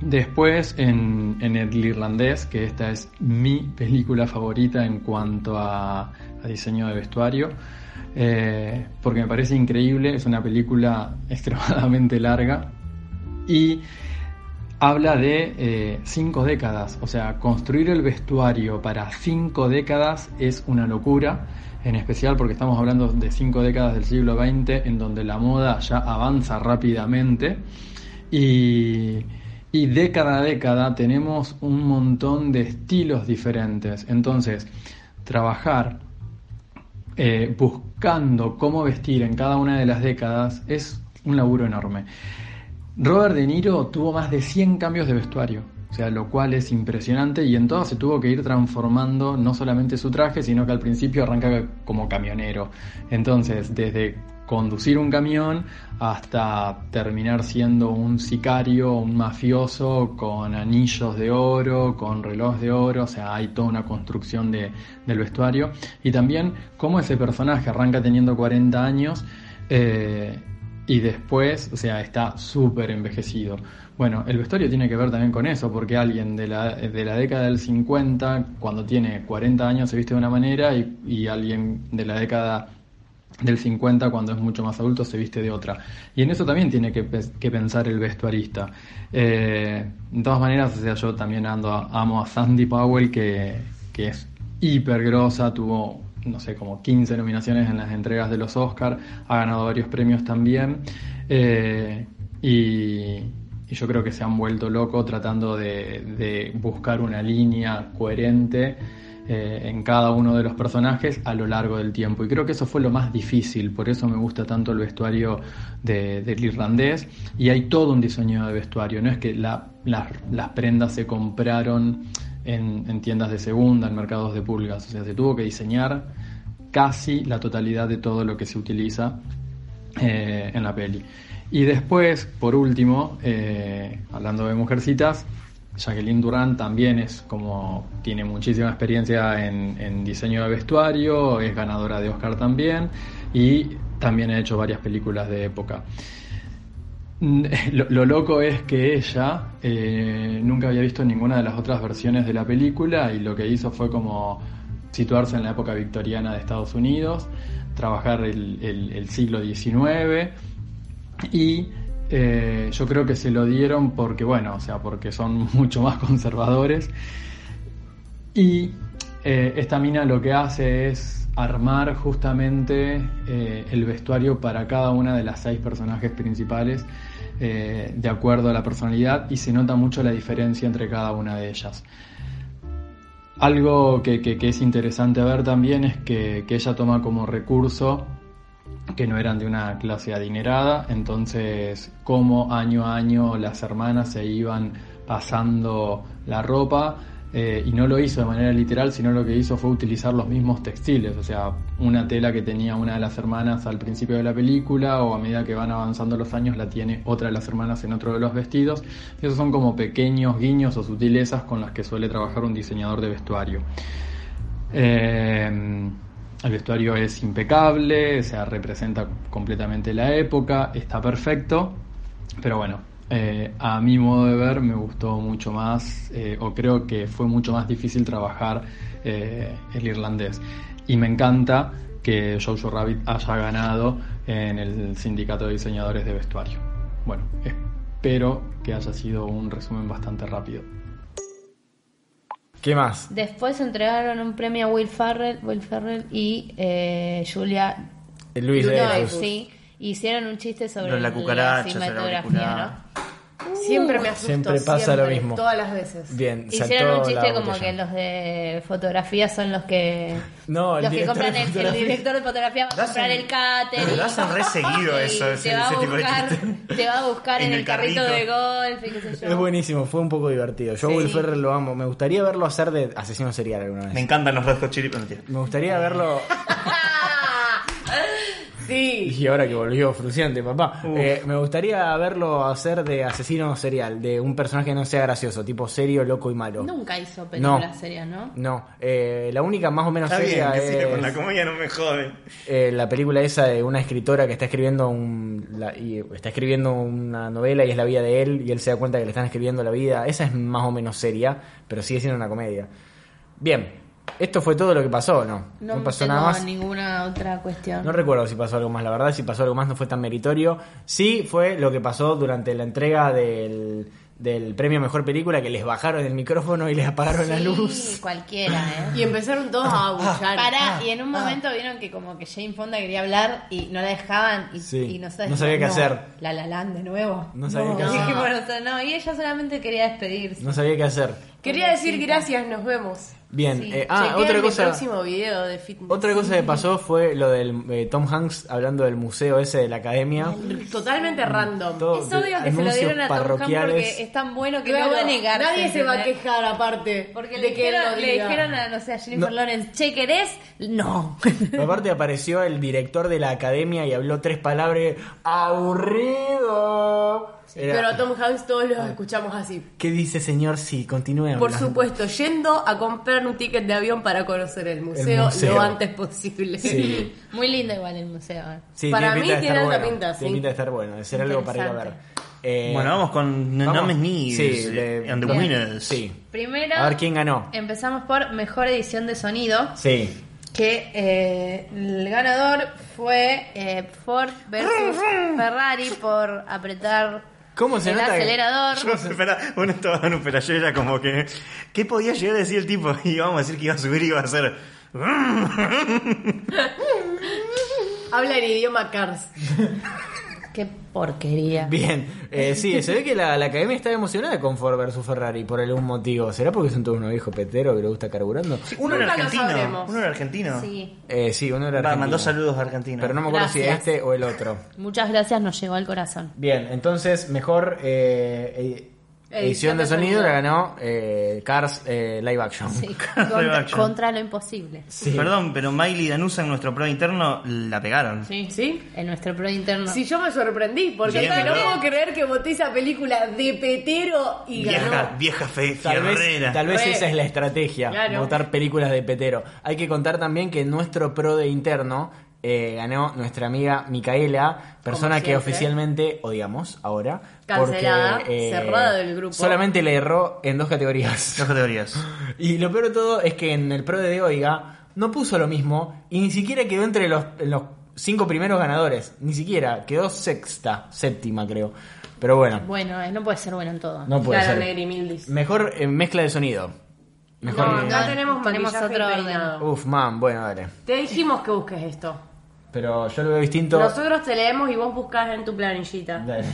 Speaker 8: después, en, en El Irlandés, que esta es mi película favorita en cuanto a, a diseño de vestuario, eh, porque me parece increíble, es una película [LAUGHS] extremadamente larga y habla de eh, cinco décadas. O sea, construir el vestuario para cinco décadas es una locura, en especial porque estamos hablando de cinco décadas del siglo XX, en donde la moda ya avanza rápidamente. Y, y década a década tenemos un montón de estilos diferentes. Entonces, trabajar eh, buscando cómo vestir en cada una de las décadas es un laburo enorme. Robert De Niro tuvo más de 100 cambios de vestuario, o sea, lo cual es impresionante y en todo se tuvo que ir transformando no solamente su traje, sino que al principio arranca como camionero. Entonces, desde conducir un camión hasta terminar siendo un sicario, un mafioso con anillos de oro, con reloj de oro, o sea, hay toda una construcción de, del vestuario. Y también cómo ese personaje arranca teniendo 40 años. Eh, y después, o sea, está súper envejecido. Bueno, el vestuario tiene que ver también con eso, porque alguien de la, de la década del 50, cuando tiene 40 años, se viste de una manera, y, y alguien de la década del 50, cuando es mucho más adulto, se viste de otra. Y en eso también tiene que, que pensar el vestuarista. Eh, de todas maneras, o sea, yo también ando a, amo a Sandy Powell, que, que es hiper grosa, tuvo no sé, como 15 nominaciones en las entregas de los Oscar, ha ganado varios premios también, eh, y, y, yo creo que se han vuelto locos tratando de, de, buscar una línea coherente eh, en cada uno de los personajes a lo largo del tiempo. Y creo que eso fue lo más difícil, por eso me gusta tanto el vestuario de, del irlandés, y hay todo un diseño de vestuario, no es que la, la, las prendas se compraron. En, en, tiendas de segunda, en mercados de pulgas. O sea, se tuvo que diseñar casi la totalidad de todo lo que se utiliza eh, en la peli. Y después, por último, eh, hablando de mujercitas, Jacqueline Durán también es como tiene muchísima experiencia en, en diseño de vestuario, es ganadora de Oscar también y también ha hecho varias películas de época. [LAUGHS] Lo, lo, loco es que ella eh, nunca había visto ninguna de las otras versiones de la película y lo que hizo fue como situarse en la época victoriana de Estados Unidos, trabajar el, el, el siglo XIX y eh, yo creo que se lo dieron porque, bueno, o sea, porque son [LAUGHS] mucho más conservadores y eh, esta mina lo que hace es armar justamente eh, el vestuario para cada una de las seis personajes principales eh, de acuerdo a la personalidad y se nota mucho la diferencia entre cada una de ellas. Algo que, que, que es interesante ver también es que, que, ella toma como recurso que no eran de una clase adinerada, entonces como año a año las hermanas se iban pasando la ropa, eh, y no lo hizo de manera literal, sino lo que hizo fue utilizar los mismos textiles, o sea, una tela que tenía una de las hermanas al principio de la película o a medida que van avanzando los años la tiene otra de las hermanas en otro de los vestidos. Y esos son como pequeños guiños o sutilezas con las que suele trabajar un diseñador de vestuario. Eh, el vestuario es impecable, o sea, representa completamente la época, está perfecto, pero bueno, eh, a mi modo de ver me gustó mucho más, eh, o creo que fue mucho más difícil trabajar eh, el irlandés. Y me encanta que Jojo Rabbit haya ganado en el sindicato de diseñadores de vestuario. Bueno, espero que haya sido un resumen bastante rápido.
Speaker 5: ¿Qué más?
Speaker 7: Después entregaron un premio a Will Ferrell, Will Ferrell y eh, Julia
Speaker 5: Luis
Speaker 7: Louis,
Speaker 5: Dreyfus.
Speaker 7: eh, sí. Hicieron un chiste sobre
Speaker 4: Los la cucaracha, se la
Speaker 7: cinematografía,
Speaker 4: auricular.
Speaker 7: ¿no?
Speaker 6: Uh, Siempre me asustó.
Speaker 5: Siempre pasa lo mismo.
Speaker 6: Todas las veces.
Speaker 5: Bien,
Speaker 7: Hicieron un
Speaker 5: saltó la
Speaker 7: chiste como
Speaker 5: botella.
Speaker 7: que los de fotografía son los que
Speaker 5: No, el
Speaker 7: los que
Speaker 5: director
Speaker 7: compran
Speaker 5: de
Speaker 7: el, el
Speaker 5: fotografía.
Speaker 7: director de fotografía va a
Speaker 4: Lo
Speaker 7: comprar
Speaker 4: hacen-
Speaker 7: el cáter.
Speaker 4: lo hacen re seguido eso, ese-
Speaker 7: te va a
Speaker 4: ese tipo de
Speaker 7: buscar,
Speaker 4: chiste.
Speaker 7: te va a buscar en, el carrito,
Speaker 4: carrito.
Speaker 7: de golf y qué sé yo.
Speaker 5: Es buenísimo, fue un poco divertido. Yo a Will Ferrell lo amo. Me gustaría verlo hacer de asesino serial alguna
Speaker 4: Me
Speaker 5: vez.
Speaker 4: encantan los Red Hot Chili pero mentira.
Speaker 5: Me gustaría verlo.
Speaker 7: Ah,
Speaker 5: [LAUGHS]
Speaker 6: Sí.
Speaker 5: Y ahora que volvió fruciante, papá.
Speaker 4: Uf.
Speaker 5: Eh, me gustaría verlo hacer de asesino serial, de un personaje que no sea gracioso, tipo serio, loco y malo.
Speaker 7: Nunca hizo películas
Speaker 5: No.
Speaker 7: serias, ¿no?
Speaker 5: No, eh, la única más o menos
Speaker 4: Está bien,
Speaker 5: seria
Speaker 4: que siga
Speaker 5: es
Speaker 4: con la comedia no me jode.
Speaker 5: eh, la película esa de una escritora que está escribiendo un, la- y está escribiendo una novela y es la vida de él y él se da cuenta que le están escribiendo la vida. Esa es más o menos seria, pero sigue siendo una comedia. Bien, esto fue todo lo que pasó, ¿no?
Speaker 7: No,
Speaker 5: pasó
Speaker 7: tengo
Speaker 5: nada más.
Speaker 7: ninguna otra cuestión.
Speaker 5: No recuerdo si pasó algo más, la verdad, si pasó algo más no fue tan meritorio. Sí fue lo que pasó durante la entrega del, del premio Mejor Película, que les bajaron el micrófono y les apagaron la
Speaker 7: Sí,
Speaker 5: luz. [LAUGHS] Ah.
Speaker 7: cualquiera,
Speaker 6: Y
Speaker 7: ¿eh?
Speaker 6: empezaron todos
Speaker 7: [LAUGHS]
Speaker 6: a abullar.
Speaker 7: Pará, y en un momento vieron que como que Jane Fonda quería hablar y no la dejaban y,
Speaker 5: Sí,
Speaker 7: y nosotros
Speaker 5: no sabía
Speaker 7: dijimos,
Speaker 5: qué
Speaker 7: "No,
Speaker 5: hacer".
Speaker 7: La La Land de nuevo.
Speaker 5: No sabía qué
Speaker 7: [LAUGHS] Y
Speaker 5: hacer.
Speaker 7: dijimos nosotros, no, y ella solamente quería despedirse.
Speaker 5: No sabía qué hacer.
Speaker 6: Quería decir gracias, nos vemos.
Speaker 5: Bien,
Speaker 7: Sí.
Speaker 5: eh, ah,
Speaker 6: Chequeen
Speaker 5: otra
Speaker 6: mi
Speaker 5: cosa.
Speaker 6: próximo video de fitness.
Speaker 5: Otra cosa que pasó fue lo del eh, Tom Hanks hablando del museo ese de la academia.
Speaker 6: Totalmente random.
Speaker 5: Mm, Todo
Speaker 7: Es
Speaker 5: de
Speaker 7: obvio que se lo
Speaker 5: anuncios
Speaker 7: dieron a Tom Hanks
Speaker 5: parroquiales.
Speaker 7: porque es tan bueno que
Speaker 6: Claro,
Speaker 7: no va a negar.
Speaker 6: Nadie se va a quejar aparte.
Speaker 7: Porque
Speaker 6: de
Speaker 7: le
Speaker 6: que él
Speaker 7: dijeron,
Speaker 6: lo
Speaker 7: le
Speaker 6: diga.
Speaker 7: dijeron a, no sé, a Jennifer
Speaker 5: No.
Speaker 7: Lawrence, che, ¿querés? No. [LAUGHS]
Speaker 5: Pero Aparte apareció el director de la academia y habló tres palabras. ¡Aburrido! Era, Ah.
Speaker 6: Pero a Tom Hanks todos los escuchamos así.
Speaker 5: ¿Qué dice señor? Sí, continúe
Speaker 6: Por
Speaker 5: hablando.
Speaker 6: supuesto, yendo a comprar un ticket de avión para conocer el museo,
Speaker 5: museo.
Speaker 6: lo antes posible.
Speaker 5: Sí.
Speaker 7: Muy lindo igual el museo. eh.
Speaker 5: Sí,
Speaker 6: Para
Speaker 5: tiene
Speaker 6: mí
Speaker 5: pinta de
Speaker 6: tiene
Speaker 5: estar
Speaker 6: alta
Speaker 5: bueno.
Speaker 6: pinta,
Speaker 5: Tiene
Speaker 6: sí.
Speaker 5: pinta de estar bueno, de ser algo para ir a ver. Eh,
Speaker 4: Bueno, vamos con No
Speaker 5: vamos.
Speaker 4: Names Ni
Speaker 5: Sí, de-
Speaker 4: and the
Speaker 5: Bien.
Speaker 4: Winners.
Speaker 5: Sí.
Speaker 7: Primero,
Speaker 5: A ver quién ganó.
Speaker 7: empezamos por mejor edición de sonido.
Speaker 5: Sí.
Speaker 7: Que eh, el ganador fue eh, Ford versus Ferrari por apretar
Speaker 5: ¿Cómo se
Speaker 7: el
Speaker 5: nota que-
Speaker 7: acelerador.
Speaker 4: Yo, espera, uno estaba dando un yo era como que. ¿Qué podía llegar a decir el tipo? [LAUGHS] Y vamos a decir que iba a subir y iba a hacer.
Speaker 6: [LAUGHS] Habla en idioma Cars.
Speaker 7: Qué porquería.
Speaker 5: Bien. Eh, sí, se ve que la, la academia está emocionada con Ford versus Ferrari por algún motivo. ¿Será porque son todos unos viejos peteros que le gusta carburando?
Speaker 4: Uno era
Speaker 6: Nunca lo
Speaker 4: argentino.
Speaker 6: sabremos.
Speaker 4: Uno era argentino.
Speaker 7: Sí.
Speaker 5: Eh, sí, uno era
Speaker 4: Va,
Speaker 5: argentino.
Speaker 4: mandó saludos a Argentina.
Speaker 5: Pero no me acuerdo si
Speaker 7: Gracias.
Speaker 5: este o el otro.
Speaker 7: Muchas gracias, nos llegó al corazón.
Speaker 5: Bien, entonces, mejor eh, eh, edición de sonido la ganó eh, Cars eh, Live Action. [LAUGHS]
Speaker 7: Sí.
Speaker 4: Live
Speaker 7: Contra,
Speaker 4: action.
Speaker 7: contra lo imposible.
Speaker 5: Sí.
Speaker 4: Perdón, pero Miley Danusa en nuestro pro interno la pegaron.
Speaker 7: Sí.
Speaker 6: ¿Sí?
Speaker 7: En nuestro pro interno.
Speaker 6: Si yo me sorprendí, porque
Speaker 4: Bien,
Speaker 6: dije, no
Speaker 4: ¿no?
Speaker 6: puedo creer que voté esa película de petero y
Speaker 4: Vieja,
Speaker 6: ganó.
Speaker 4: vieja fe,
Speaker 5: Tal
Speaker 4: fierrera.
Speaker 5: vez, tal vez
Speaker 6: Re.
Speaker 5: esa es la estrategia,
Speaker 6: Claro.
Speaker 5: votar películas de petero. Hay que contar también que nuestro pro de interno eh, ganó nuestra amiga Micaela, persona
Speaker 6: Como
Speaker 5: que
Speaker 6: siempre.
Speaker 5: oficialmente odiamos ahora.
Speaker 6: Cancelada,
Speaker 5: porque, eh,
Speaker 6: cerrada del grupo.
Speaker 5: Solamente le erró en dos categorías.
Speaker 4: [LAUGHS] Dos categorías.
Speaker 5: Y lo peor de todo es que en el pro de Oiga no puso lo mismo y ni siquiera quedó entre los, en los cinco primeros ganadores. Ni siquiera, quedó sexta, séptima creo. Pero bueno,
Speaker 7: Bueno, eh, no puede ser bueno en todo.
Speaker 5: no puede
Speaker 6: Claro,
Speaker 5: ser.
Speaker 6: Negri Mildis.
Speaker 5: Mejor eh, mezcla de sonido. Mejor.
Speaker 6: No, acá
Speaker 7: no,
Speaker 6: tenemos,
Speaker 7: tenemos
Speaker 6: maquillaje
Speaker 7: otro
Speaker 6: y
Speaker 7: orden.
Speaker 6: peinado.
Speaker 5: Uf, man, bueno, dale.
Speaker 6: Te dijimos que busques esto.
Speaker 5: Pero yo lo veo distinto.
Speaker 6: Nosotros te leemos y vos buscas en tu planillita.
Speaker 5: Dale.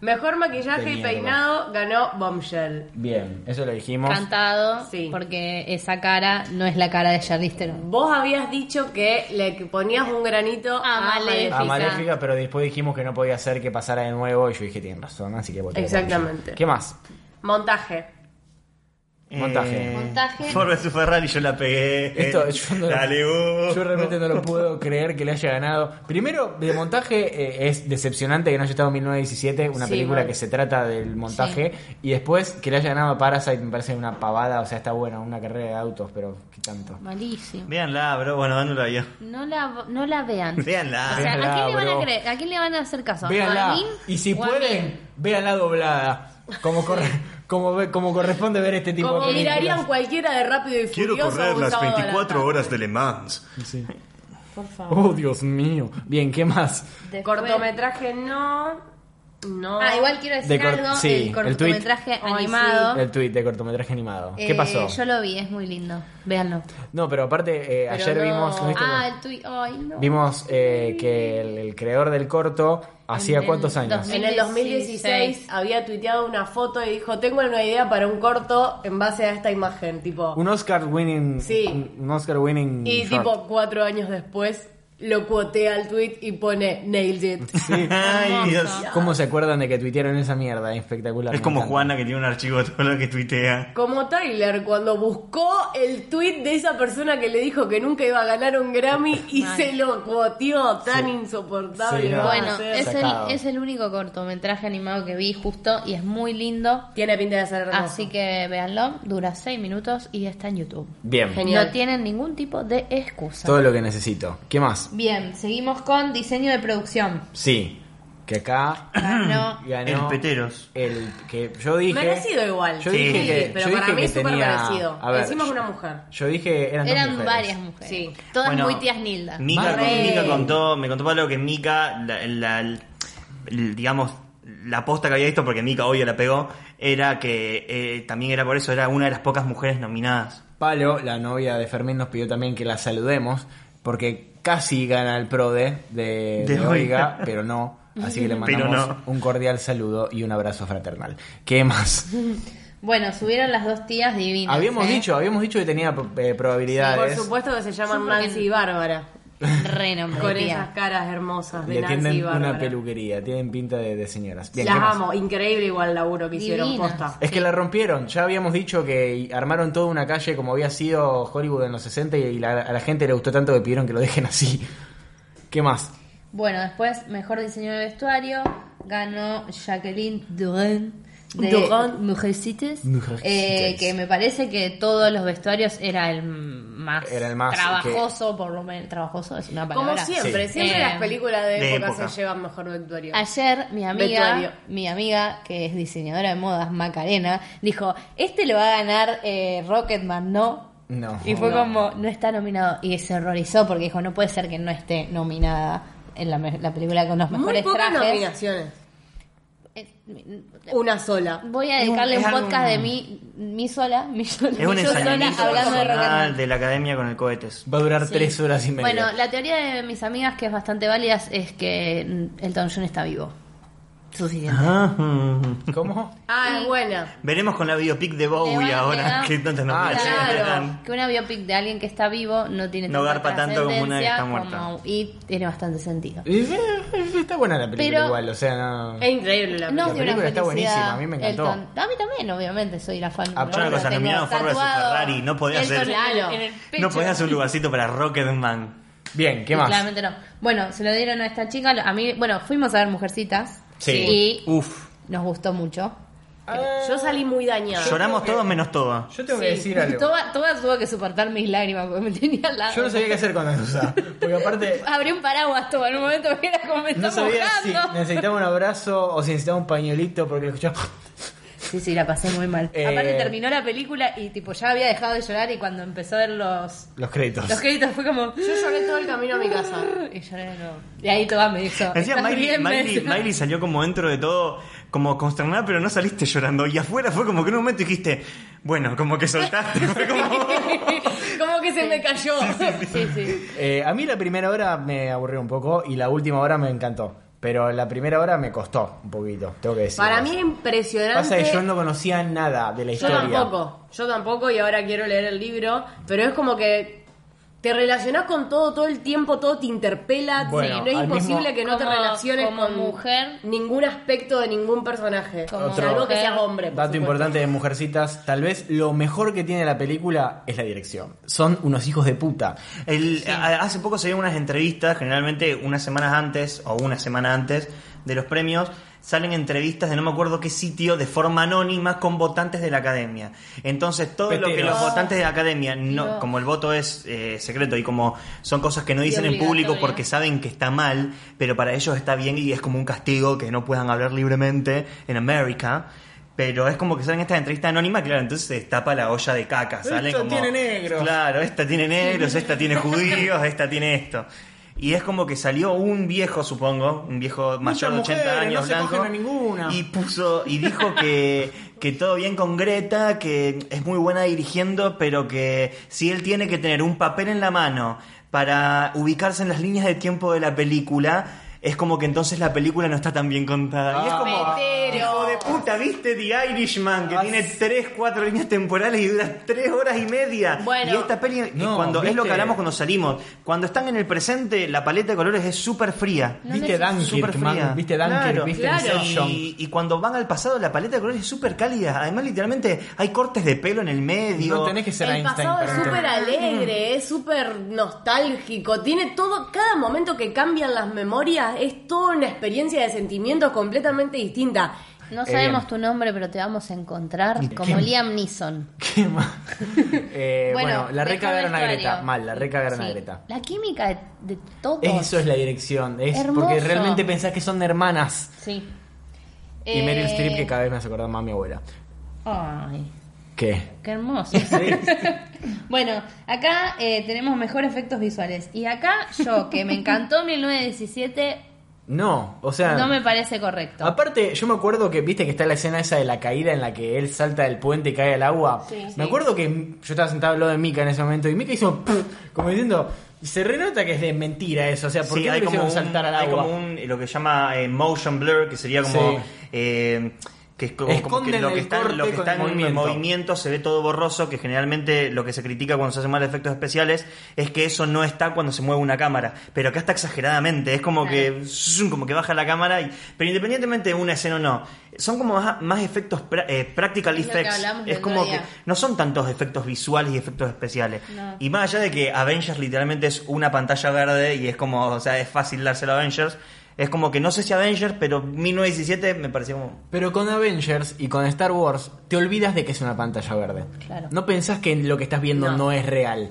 Speaker 6: Mejor maquillaje
Speaker 5: De
Speaker 6: y
Speaker 5: mierda.
Speaker 6: peinado ganó Bombshell.
Speaker 5: Bien, eso lo dijimos. Ah,
Speaker 7: Cantado,
Speaker 6: Sí.
Speaker 7: porque esa cara no es la cara de Charlize Theron.
Speaker 6: Vos habías dicho que le que ponías un granito
Speaker 7: A
Speaker 6: a
Speaker 7: Maléfica.
Speaker 5: A
Speaker 6: Maléfica.
Speaker 5: Maléfica, pero después dijimos que no podía ser que pasara de nuevo y yo dije, tienen razón, así que voté por ella.
Speaker 6: Exactamente.
Speaker 5: ¿Qué más?
Speaker 6: Montaje.
Speaker 5: [LAUGHS] Montaje.
Speaker 7: Montaje.
Speaker 4: Eh, Ford vs Ferrari, yo la pegué.
Speaker 5: Esto, yo, no lo-
Speaker 4: Dale, uh. vos.
Speaker 5: yo realmente [LAUGHS] no lo puedo creer que le haya ganado. Primero, de montaje eh, es decepcionante que no haya estado en 1917, una
Speaker 6: Sí,
Speaker 5: película
Speaker 6: mal.
Speaker 5: que se trata del montaje. Y después, que le haya ganado a Parasite me parece una pavada. O sea, está bueno, una carrera de autos, pero qué tanto.
Speaker 7: Malísimo.
Speaker 4: Véanla, bro. Bueno, Dan no la vio.
Speaker 7: No la, no la
Speaker 4: [LAUGHS]
Speaker 7: vean.
Speaker 4: Véanla.
Speaker 7: O sea, ¿a quién le van
Speaker 5: bro.
Speaker 7: a creer? ¿A quién le van a hacer caso? ¿A
Speaker 5: Véanla.
Speaker 7: mí
Speaker 5: Y si
Speaker 7: o a mí?
Speaker 5: pueden, véanla doblada. Como, corre- como, ve- como corresponde ver este tipo
Speaker 6: Como
Speaker 5: de películas.
Speaker 6: mirarían cualquiera de Rápido y Furioso. un sábado a la tarde.
Speaker 4: horas de Le Mans.
Speaker 5: Sí.
Speaker 6: Por favor.
Speaker 5: Oh, Dios mío. Bien, ¿qué más?
Speaker 7: Después-
Speaker 6: Cortometraje no. No.
Speaker 7: Ah, igual quiero decir
Speaker 5: De cor-
Speaker 7: algo.
Speaker 5: sí,
Speaker 7: el
Speaker 5: el
Speaker 7: cortometraje
Speaker 6: tweet. Ay,
Speaker 7: animado.
Speaker 5: El tuit de cortometraje animado. ¿Qué
Speaker 7: Eh,
Speaker 5: pasó?
Speaker 7: yo lo vi, es muy lindo. Véanlo.
Speaker 5: No, pero aparte, eh,
Speaker 6: Pero
Speaker 5: ayer
Speaker 6: no.
Speaker 5: vimos, ¿no viste?
Speaker 7: Ah, el tuit. Ay, no.
Speaker 5: Vimos eh, que el, el creador del corto hacía
Speaker 7: el
Speaker 5: cuántos años.
Speaker 7: 2000.
Speaker 6: En el 2016 había tuiteado una foto y dijo, tengo una idea para un corto en base a esta imagen, tipo.
Speaker 5: Un Oscar winning.
Speaker 6: Sí.
Speaker 5: un- Un Oscar winning.
Speaker 6: y
Speaker 5: short.
Speaker 6: tipo, cuatro años después, lo cuotea al tweet y pone, nailed it.
Speaker 5: Sí.
Speaker 4: Ay, Dios.
Speaker 5: ¿Cómo se acuerdan de que tuitearon esa mierda? Espectacular.
Speaker 4: Es
Speaker 5: me
Speaker 4: como
Speaker 5: encanta.
Speaker 4: Juana que tiene un archivo de todo lo que tuitea.
Speaker 6: Como Tyler cuando buscó el tweet de esa persona que le dijo que nunca iba a ganar un Grammy y
Speaker 7: Mal.
Speaker 6: se lo cuoteó tan insoportable.
Speaker 5: Sí, no.
Speaker 6: va a
Speaker 7: Bueno,
Speaker 6: ser.
Speaker 7: es
Speaker 5: Sacado.
Speaker 7: el, es el único cortometraje animado que vi justo y es muy lindo.
Speaker 6: tiene pinta de ser hermoso.
Speaker 7: Así que véanlo, dura 6 minutos y está en YouTube.
Speaker 5: Bien.
Speaker 6: Genial. Genial.
Speaker 7: No tienen ningún tipo de excusa.
Speaker 5: Todo lo que necesito. ¿Qué más?
Speaker 7: Bien, seguimos con diseño
Speaker 5: [CLEARS THROAT]
Speaker 7: de producción. Ah,
Speaker 5: Sí. Que acá
Speaker 7: Ganó-
Speaker 5: ganó.
Speaker 4: El Peteros.
Speaker 5: El que yo dije.
Speaker 6: merecido igual.
Speaker 5: Yo
Speaker 4: Sí,
Speaker 5: dije que.
Speaker 6: pero
Speaker 5: Eh, yo
Speaker 6: para
Speaker 5: dije
Speaker 6: mí
Speaker 5: que
Speaker 6: es súper
Speaker 5: tenía-
Speaker 6: merecido.
Speaker 5: A ver,
Speaker 6: Encima es
Speaker 5: yo-
Speaker 6: una mujer.
Speaker 5: Yo dije. Eran, dos
Speaker 7: Eran
Speaker 5: mujeres.
Speaker 7: varias mujeres.
Speaker 6: Sí.
Speaker 7: Todas
Speaker 4: Bueno,
Speaker 7: muy tías Nilda.
Speaker 4: Mika,
Speaker 6: Marre.
Speaker 4: Mika contó, me contó Pablo que Mika, la, la- el- digamos, la posta que había visto, porque Mika obvio la pegó, era que eh, también era por eso, era una de las pocas mujeres nominadas.
Speaker 5: Palo, la novia de Fermín, nos pidió también que la saludemos, porque casi gana el PRODE de,
Speaker 4: De
Speaker 5: de Oiga,
Speaker 4: Oiga.
Speaker 5: pero no. Así que le
Speaker 4: Pero
Speaker 5: mandamos
Speaker 4: no.
Speaker 5: un cordial saludo y un abrazo fraternal. ¿Qué más?
Speaker 7: Bueno, subieron las dos tías divinas.
Speaker 5: habíamos
Speaker 7: ¿eh?
Speaker 5: dicho, habíamos dicho que tenía eh,
Speaker 6: Por
Speaker 5: probabilidades.
Speaker 6: supuesto que se llaman
Speaker 7: Son porque-
Speaker 6: Nancy y Bárbara.
Speaker 7: Renombre,
Speaker 6: Con
Speaker 7: tía.
Speaker 6: esas caras hermosas de
Speaker 5: Le
Speaker 6: Nancy y
Speaker 5: tienen
Speaker 6: Bárbara.
Speaker 5: una peluquería, tienen pinta de, de señoras. Bien,
Speaker 6: Las
Speaker 5: ¿qué más?
Speaker 6: amo, increíble igual laburo que hicieron
Speaker 7: Divinas.
Speaker 6: posta.
Speaker 5: Es que la rompieron, ya habíamos dicho que armaron toda una calle como había sido Hollywood en los 60 y la- a la gente le gustó tanto que pidieron que lo dejen así. ¿Qué más?
Speaker 7: Bueno, después, mejor diseño de vestuario, ganó Jacqueline Duran de
Speaker 6: Duran.
Speaker 7: Mujercites,
Speaker 5: Mujercites.
Speaker 7: eh, que me parece que todos los vestuarios era el más,
Speaker 5: Era el más
Speaker 7: trabajoso, por lo menos trabajoso es una palabra.
Speaker 6: Como siempre,
Speaker 5: Sí.
Speaker 6: siempre
Speaker 7: Eh,
Speaker 6: las películas de,
Speaker 4: de
Speaker 6: época,
Speaker 4: época.
Speaker 6: se llevan mejor vestuario.
Speaker 7: Ayer mi amiga,
Speaker 6: Vestuario.
Speaker 7: mi amiga que es diseñadora de modas, Macarena, dijo, este lo va a ganar eh, Rocketman, ¿no?
Speaker 5: No.
Speaker 7: Y fue
Speaker 5: No.
Speaker 7: como, no está nominado. Y se horrorizó porque dijo, no puede ser que no esté nominada en la, me- la película con los
Speaker 6: Muy
Speaker 7: mejores
Speaker 6: pocas
Speaker 7: trajes.
Speaker 6: nominaciones.
Speaker 7: Eh,
Speaker 6: Una sola.
Speaker 7: Voy a dedicarle un podcast de mí, mí sola, [LAUGHS] mi sola,
Speaker 4: Es un
Speaker 7: mi yo sola
Speaker 4: ensañamiento
Speaker 7: hablando de
Speaker 4: personal
Speaker 7: Rocketman.
Speaker 4: de la academia con el cohetes.
Speaker 5: Va a durar tres horas y media.
Speaker 7: Bueno, la teoría de mis amigas, que es bastante válida, es que mm, Elton John está vivo. Suficiente.
Speaker 4: Ah,
Speaker 5: ¿Cómo?
Speaker 6: Ah, es buena.
Speaker 4: Veremos con la biopic de
Speaker 7: Le van
Speaker 4: Bowie
Speaker 7: a
Speaker 4: ahora,
Speaker 7: pegar.
Speaker 4: que tantas
Speaker 5: Ah,
Speaker 4: noticias
Speaker 6: claro.
Speaker 4: dan.
Speaker 7: Que una biopic de alguien que está vivo no tiene
Speaker 4: No
Speaker 7: tanta
Speaker 4: garpa tanto como una que está
Speaker 7: trascendencia
Speaker 4: muerta.
Speaker 7: y tiene bastante sentido.
Speaker 5: Y, eh, Está buena la película
Speaker 7: Pero-
Speaker 5: igual, o sea, no...
Speaker 6: Es increíble la
Speaker 7: No,
Speaker 5: La
Speaker 7: de una
Speaker 5: película está
Speaker 7: felicidad,
Speaker 5: buenísima, a mí me encantó.
Speaker 7: Elton. A mí también, obviamente, soy la fan.
Speaker 5: Ah,
Speaker 7: número
Speaker 5: yo una
Speaker 7: uno,
Speaker 5: cosa,
Speaker 7: tengo
Speaker 4: nominaron a Ford versus
Speaker 7: tatuado
Speaker 4: Ferrari, no podía
Speaker 7: Elton
Speaker 4: ser-
Speaker 7: en el-
Speaker 6: Claro.
Speaker 7: en el pecho.
Speaker 4: No podías hacer un lugarcito para Rocketman.
Speaker 5: Bien, ¿qué
Speaker 7: Y
Speaker 5: más?
Speaker 7: Claramente no. Bueno, se lo dieron a esta chica. A mí, bueno, fuimos a ver Mujercitas.
Speaker 5: Sí.
Speaker 7: Y
Speaker 4: Uf,
Speaker 7: nos gustó mucho.
Speaker 6: Yo salí muy dañada.
Speaker 4: lloramos todos menos todos.
Speaker 5: Yo tengo que decir algo.
Speaker 7: Toda, toda tuvo que soportar mis lágrimas porque me tenía al lado.
Speaker 5: Yo no sabía qué hacer con la usa porque
Speaker 7: [LAUGHS]
Speaker 5: aparte
Speaker 7: Abrí un paraguas todo en un momento que era como me
Speaker 5: no
Speaker 7: está
Speaker 5: sabía si
Speaker 7: mojando.
Speaker 5: necesitaba un abrazo o si necesitaba un pañuelito, porque lo escuchaba...
Speaker 7: Sí, sí, la pasé muy mal.
Speaker 5: Eh,
Speaker 7: Aparte terminó la película y tipo ya había dejado de llorar y cuando empezó a ver los,
Speaker 5: Los
Speaker 7: [LAUGHS]
Speaker 5: créditos.
Speaker 7: los créditos fue como...
Speaker 6: Yo lloré todo el camino a mi casa.
Speaker 7: [LAUGHS] Y lloré de nuevo. Y ahí toda me dijo...
Speaker 4: Decía
Speaker 7: "Estás
Speaker 4: Miley,
Speaker 7: bien,
Speaker 4: Miley,
Speaker 7: Messi".
Speaker 4: Miley salió como dentro de todo, como consternada, pero no saliste llorando. Y afuera fue como que en un momento dijiste, bueno, como que soltaste. [LAUGHS] Fue como-
Speaker 6: Como que se me cayó.
Speaker 7: [LAUGHS] Sí, sí.
Speaker 5: Eh, a mí la primera hora me aburrió un poco y la última hora me encantó. Pero la primera hora me costó un poquito, tengo que decir.
Speaker 6: Para mí es impresionante.
Speaker 5: Pasa que yo no conocía nada de la
Speaker 6: Yo
Speaker 5: historia.
Speaker 6: tampoco, yo tampoco y ahora quiero leer el libro, pero es como que Te relacionás con todo, todo el tiempo, todo te interpela.
Speaker 5: Bueno,
Speaker 6: sí, no es
Speaker 5: al
Speaker 6: imposible
Speaker 5: mismo-
Speaker 6: que no te
Speaker 7: Como-
Speaker 6: relaciones
Speaker 7: como
Speaker 6: con
Speaker 7: mujer.
Speaker 6: ningún aspecto de ningún personaje.
Speaker 7: Como
Speaker 6: Salvo que
Speaker 7: mujer.
Speaker 6: seas hombre. por
Speaker 5: Dato
Speaker 6: supuesto.
Speaker 5: importante de Mujercitas, tal vez lo mejor que tiene la película es la dirección. Son unos hijos de puta.
Speaker 4: El- a- hace poco se dieron unas entrevistas, generalmente unas semanas antes o una semana antes de los premios, salen entrevistas de no me acuerdo qué sitio de forma anónima con votantes de la academia. Entonces, todo lo que
Speaker 5: Peteros.
Speaker 4: los votantes de la academia, no,
Speaker 7: Dios.
Speaker 4: como el voto es eh, secreto y como son cosas que no dicen en
Speaker 7: obligatorio.
Speaker 4: público porque saben que está mal, pero para ellos está bien y es como un castigo que no puedan hablar libremente en América. Pero es como que salen estas entrevistas anónimas, claro, entonces se destapa la olla de caca. Sale
Speaker 5: Esta
Speaker 4: como,
Speaker 5: tiene negros.
Speaker 4: Claro, esta tiene negros, esta
Speaker 5: [LAUGHS]
Speaker 4: tiene judíos, esta tiene esto. Y es como que salió un viejo, supongo, un viejo mayor de 80
Speaker 5: mujeres,
Speaker 4: años
Speaker 5: no se
Speaker 4: blanco.
Speaker 5: cogen a ninguna.
Speaker 4: Y puso, y dijo que, que todo bien con Greta, que es muy buena dirigiendo, pero que si él tiene que tener un papel en la mano para ubicarse en las líneas de tiempo de la película, es como que entonces la película no está tan bien
Speaker 5: Ah,
Speaker 4: contada. Y es como,
Speaker 6: Ah,
Speaker 4: Hijo de puta, ¿viste The Irishman? Que
Speaker 5: Ah,
Speaker 4: tiene
Speaker 5: sí.
Speaker 4: tres, cuatro líneas temporales y dura tres horas y media.
Speaker 7: Bueno.
Speaker 4: y esta peli, y
Speaker 5: No,
Speaker 4: cuando, es lo que
Speaker 5: ¿viste?
Speaker 4: hablamos cuando salimos. Cuando están en el presente, la paleta de colores es súper fría.
Speaker 7: No
Speaker 5: ¿Viste
Speaker 7: necesito-
Speaker 5: Dunkirk,
Speaker 4: Súper
Speaker 5: man?
Speaker 4: fría.
Speaker 5: ¿Viste Dunkirk?
Speaker 4: Claro,
Speaker 5: ¿Viste
Speaker 6: claro.
Speaker 5: Inception?
Speaker 4: Y, y cuando van al pasado, la paleta de colores es súper cálida. Además, literalmente hay cortes de pelo en el medio.
Speaker 5: No tenés que ser
Speaker 6: El
Speaker 5: Einstein
Speaker 6: pasado es
Speaker 5: para
Speaker 6: súper
Speaker 5: entender.
Speaker 6: alegre, es súper nostálgico, tiene todo, cada momento que cambian las memorias es toda una experiencia de sentimientos completamente distinta.
Speaker 7: No
Speaker 5: Eh,
Speaker 7: sabemos
Speaker 5: bien.
Speaker 7: tu nombre, pero te vamos a encontrar como
Speaker 5: ¿Quién?
Speaker 7: Liam Neeson.
Speaker 5: ¿Qué más? [LAUGHS] Eh, bueno, la
Speaker 7: mejor
Speaker 5: recagaron a Greta.
Speaker 7: vestuario.
Speaker 5: Mal, la recagaron a
Speaker 7: Sí.
Speaker 5: Greta.
Speaker 7: La química de, de todos.
Speaker 5: Eso es la dirección. Es porque
Speaker 7: Hermoso.
Speaker 5: realmente pensás que son hermanas.
Speaker 7: Sí.
Speaker 5: Y Meryl
Speaker 7: Eh,
Speaker 5: Streep, que cada vez me hace acordar más a mi abuela.
Speaker 7: Ay,
Speaker 5: ¿Qué?
Speaker 7: qué hermoso. [LAUGHS] bueno, acá eh, tenemos mejor efectos visuales. Y acá yo, que me encantó [LAUGHS] 1917,
Speaker 5: [LAUGHS] No, o sea.
Speaker 7: no me parece correcto.
Speaker 5: Aparte, yo me acuerdo que, viste que está la escena esa de la caída en la que él salta del puente y cae al agua. me acuerdo que yo estaba sentado al lado de Mika en ese momento y Mika hizo "Pff", como diciendo, y se renota que es de mentira eso, o sea, ¿por
Speaker 4: Sí,
Speaker 5: qué
Speaker 4: hay
Speaker 5: lo
Speaker 4: como,
Speaker 5: hicieron
Speaker 4: un,
Speaker 5: saltar al
Speaker 4: hay
Speaker 5: agua?
Speaker 4: como un- lo que llama eh, motion blur, que sería como.
Speaker 5: Sí.
Speaker 4: eh, que es como, como que
Speaker 5: Esconden
Speaker 4: lo que
Speaker 5: el
Speaker 4: está,
Speaker 5: corte
Speaker 4: lo que
Speaker 5: con
Speaker 4: está
Speaker 5: el
Speaker 4: en movimiento.
Speaker 5: movimiento.
Speaker 4: se ve todo borroso, que generalmente lo que se critica cuando se hacen mal efectos especiales es que eso no está cuando se mueve una cámara, pero acá está exageradamente, es como que zoom, como que baja la cámara, y, pero independientemente de una escena o no, son como más, más efectos pra- eh, practical
Speaker 7: Es lo que
Speaker 4: effects,
Speaker 7: hablamos el
Speaker 4: es
Speaker 7: otro
Speaker 4: como que
Speaker 7: día.
Speaker 4: no son tantos efectos visuales y efectos especiales.
Speaker 7: No.
Speaker 4: Y más allá de que Avengers literalmente es una pantalla verde y es como, o sea, es fácil dárselo a Avengers, es como que no sé si Avengers, pero 1917 me parecía como...
Speaker 5: Pero con Avengers y con Star Wars te olvidas de que es una pantalla verde.
Speaker 7: Claro.
Speaker 5: No pensás que lo que estás viendo no,
Speaker 6: No.
Speaker 5: es real.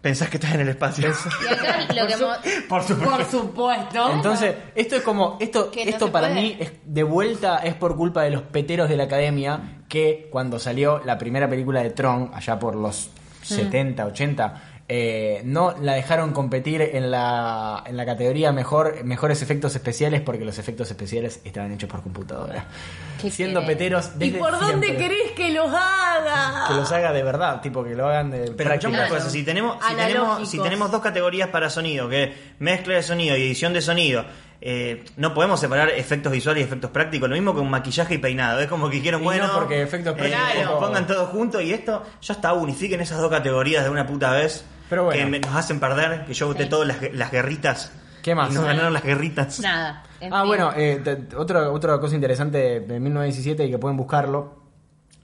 Speaker 4: Pensás que estás en el espacio.
Speaker 7: Y acá lo que mo-
Speaker 4: Por supuesto.
Speaker 6: Por
Speaker 4: [LAUGHS]
Speaker 6: supuesto.
Speaker 5: Entonces, esto es como, esto,
Speaker 7: Que no
Speaker 5: esto
Speaker 7: se
Speaker 5: para
Speaker 7: puede.
Speaker 5: mí es, de vuelta es por culpa de los peteros de la academia que cuando salió la primera película de Tron, allá por los
Speaker 7: Mm.
Speaker 5: 70, 80, eh, no la dejaron competir en la, en la categoría mejor, mejores efectos especiales porque los efectos especiales estaban hechos por computadora.
Speaker 7: ¿Qué
Speaker 5: Siendo
Speaker 7: querés?
Speaker 5: peteros
Speaker 6: ¿Y
Speaker 5: desde
Speaker 6: por dónde
Speaker 5: siempre.
Speaker 6: querés que los haga?
Speaker 5: Que los haga de verdad, tipo que lo hagan de
Speaker 4: Pero escuchame
Speaker 5: práctica.
Speaker 4: una cosa, si tenemos, si, tenemos,
Speaker 6: Analógicos.
Speaker 4: si tenemos dos categorías para sonido, que es mezcla de sonido y edición de sonido, eh, no podemos separar efectos visuales y efectos prácticos, lo mismo con maquillaje y peinado. Es como que dijeron,
Speaker 5: Y no,
Speaker 4: bueno,
Speaker 5: porque efectos prácticos-
Speaker 4: claro, pongan todo junto y esto, ya está, unifiquen esas dos categorías de una puta vez.
Speaker 5: Pero bueno.
Speaker 4: Que me- nos hacen perder, que yo voté todas las, las guerritas.
Speaker 5: ¿Qué más?
Speaker 4: Y nos ganaron las guerritas.
Speaker 7: Nada. en
Speaker 5: Ah,
Speaker 7: fin.
Speaker 5: bueno, eh, te- te- otra, otra cosa interesante de, de 1917 y que pueden buscarlo.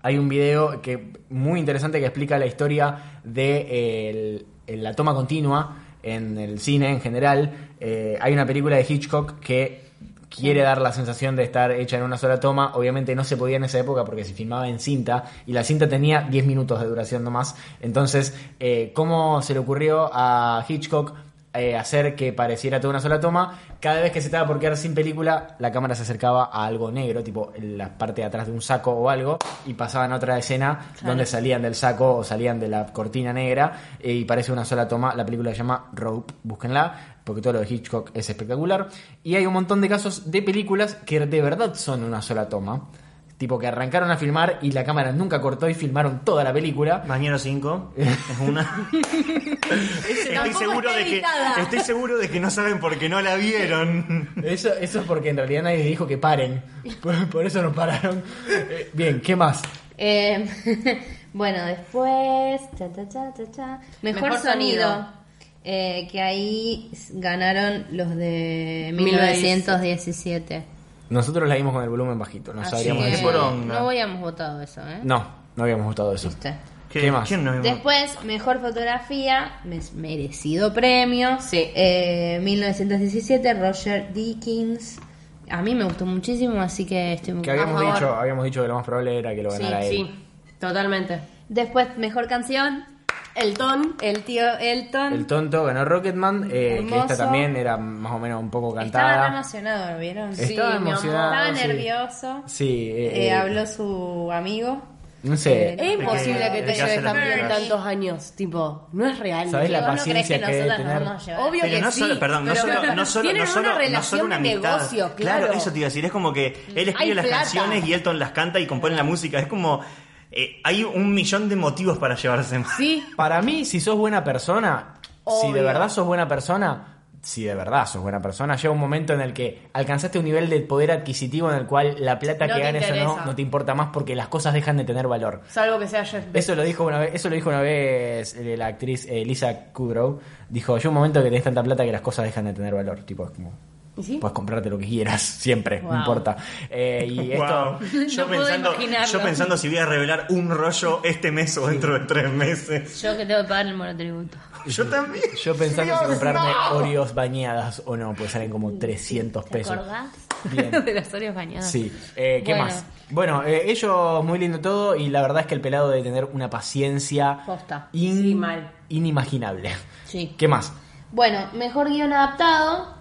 Speaker 5: Hay un video que muy interesante que explica la historia de eh, el- el- la toma continua en el cine en general. Eh, hay una película de Hitchcock que quiere dar la sensación de estar hecha en una sola toma. Obviamente no se podía en esa época porque se filmaba en cinta y la cinta tenía 10 minutos de duración nomás. Entonces, eh, ¿cómo se le ocurrió a Hitchcock eh, hacer que pareciera toda una sola toma. Cada vez que se estaba por quedar sin película, la cámara se acercaba a algo negro, tipo la parte de atrás de un saco o algo, y pasaban a otra escena donde salían del saco o salían de la cortina negra eh, y parece una sola toma. La película se llama Rope, búsquenla, porque todo lo de Hitchcock es espectacular. Y hay un montón de casos de películas que de verdad son una sola toma. Tipo que arrancaron a filmar y la cámara nunca cortó y filmaron toda la película.
Speaker 4: Mañero 5 es
Speaker 6: [LAUGHS]
Speaker 4: una. estoy,
Speaker 6: tampoco
Speaker 4: seguro
Speaker 6: está
Speaker 4: de que,
Speaker 6: editada.
Speaker 4: estoy seguro de que no saben por qué no la vieron.
Speaker 5: Eso, eso es porque en realidad nadie dijo que paren. Por, por eso no pararon. Eh, Bien, ¿qué más?
Speaker 7: Eh, [LAUGHS] Bueno, después. cha, cha, cha, cha, cha. Mejor,
Speaker 6: Mejor
Speaker 7: sonido.
Speaker 6: sonido.
Speaker 7: eh, que ahí s- ganaron los de
Speaker 6: 1917.
Speaker 7: 1917.
Speaker 5: Nosotros la vimos con el volumen bajito, no
Speaker 7: Así
Speaker 5: sabríamos
Speaker 7: que
Speaker 4: qué
Speaker 5: decir.
Speaker 4: poronga.
Speaker 7: no habíamos votado eso, ¿eh?
Speaker 5: No, Em. no habíamos gustado eso.
Speaker 7: ¿Viste?
Speaker 5: ¿Qué, más?
Speaker 4: quién no vimos?
Speaker 7: Después, mejor fotografía, mes- merecido premio.
Speaker 6: Sí.
Speaker 7: Eh, 1917, Roger Dickens. A mí me gustó muchísimo, así que estoy muy
Speaker 5: Que habíamos
Speaker 7: a favor.
Speaker 5: dicho, habíamos dicho que lo más probable era que lo ganara él.
Speaker 6: Sí, totalmente.
Speaker 7: Después, mejor canción,
Speaker 6: Elton.
Speaker 7: el tío Elton.
Speaker 5: El tonto ganó Rocketman, eh, que
Speaker 7: Hermoso.
Speaker 5: esta también era más o menos un poco
Speaker 7: Estaba re
Speaker 5: cantada.
Speaker 7: emocionado, ¿vieron?
Speaker 6: Sí,
Speaker 5: Estaba
Speaker 6: mi amor.
Speaker 5: emocionado.
Speaker 7: Estaba
Speaker 5: sí.
Speaker 7: nervioso.
Speaker 5: Sí, eh,
Speaker 7: Eh, habló su amigo.
Speaker 5: No sé.
Speaker 7: Eh,
Speaker 6: Es imposible que te
Speaker 4: Dedicársela
Speaker 6: lleves
Speaker 4: a
Speaker 6: también
Speaker 4: Crush.
Speaker 6: tantos años. Tipo, no es real.
Speaker 5: ¿Sabés la
Speaker 7: Vos no crees
Speaker 5: paciencia
Speaker 7: que
Speaker 5: que debe
Speaker 7: nosotras nos
Speaker 5: tener.
Speaker 7: vamos a llevar.
Speaker 6: Obvio
Speaker 4: Pero
Speaker 6: que
Speaker 4: no
Speaker 6: sí.
Speaker 4: solo, perdón, no
Speaker 6: pero
Speaker 4: solo, no solo,
Speaker 6: tienen
Speaker 4: no solo,
Speaker 6: una
Speaker 4: no
Speaker 6: relación
Speaker 4: solo una
Speaker 6: de
Speaker 4: amistad.
Speaker 6: negocio, claro.
Speaker 4: eso te iba a decir, es como que él escribe
Speaker 6: Hay
Speaker 4: las
Speaker 6: plata.
Speaker 4: canciones y Elton las canta y compone la música. Es como eh, hay un millón de motivos para llevarse más.
Speaker 6: Sí,
Speaker 5: Para mí, si sos buena persona, si de
Speaker 6: Obvio.
Speaker 5: verdad sos buena persona, si de verdad sos buena persona, llega un momento en el que alcanzaste un nivel de poder adquisitivo en el cual la plata
Speaker 6: No
Speaker 5: que
Speaker 6: te
Speaker 5: ganes o no,
Speaker 6: interesa.
Speaker 5: no te importa más porque las cosas dejan de tener valor.
Speaker 6: salvo que sea Jeff Bezos.
Speaker 5: Eso lo dijo una vez, eso lo dijo una vez eh, la actriz eh, Lisa Kudrow. Dijo, llega un momento que tenés tanta plata que las cosas dejan de tener valor. Tipo, es como,
Speaker 6: ¿Y sí?
Speaker 5: puedes comprarte lo que quieras, [LAUGHS] siempre,
Speaker 7: Wow.
Speaker 5: no importa. Eh, y esto,
Speaker 6: [LAUGHS]
Speaker 4: Wow. Yo,
Speaker 7: No puedo
Speaker 4: pensando,
Speaker 7: imaginarlo.
Speaker 4: yo pensando si voy a revelar un rollo este mes o dentro de tres meses.
Speaker 7: Yo que tengo que pagar el monotributo.
Speaker 4: Yo también.
Speaker 5: yo pensando si comprarme Oreos bañadas o no, pues salen como 300
Speaker 7: ¿Te
Speaker 5: pesos.
Speaker 7: acordás?
Speaker 5: Bien.
Speaker 7: [LAUGHS] De las Oreos bañadas.
Speaker 5: Sí, eh, ¿qué
Speaker 7: Bueno.
Speaker 5: más? Bueno, eh, ellos muy lindo todo y la verdad es que el pelado debe tener una paciencia
Speaker 7: Posta.
Speaker 5: in-
Speaker 6: Sí, mal.
Speaker 5: inimaginable.
Speaker 7: Sí.
Speaker 5: ¿Qué más?
Speaker 7: Bueno, mejor guión adaptado.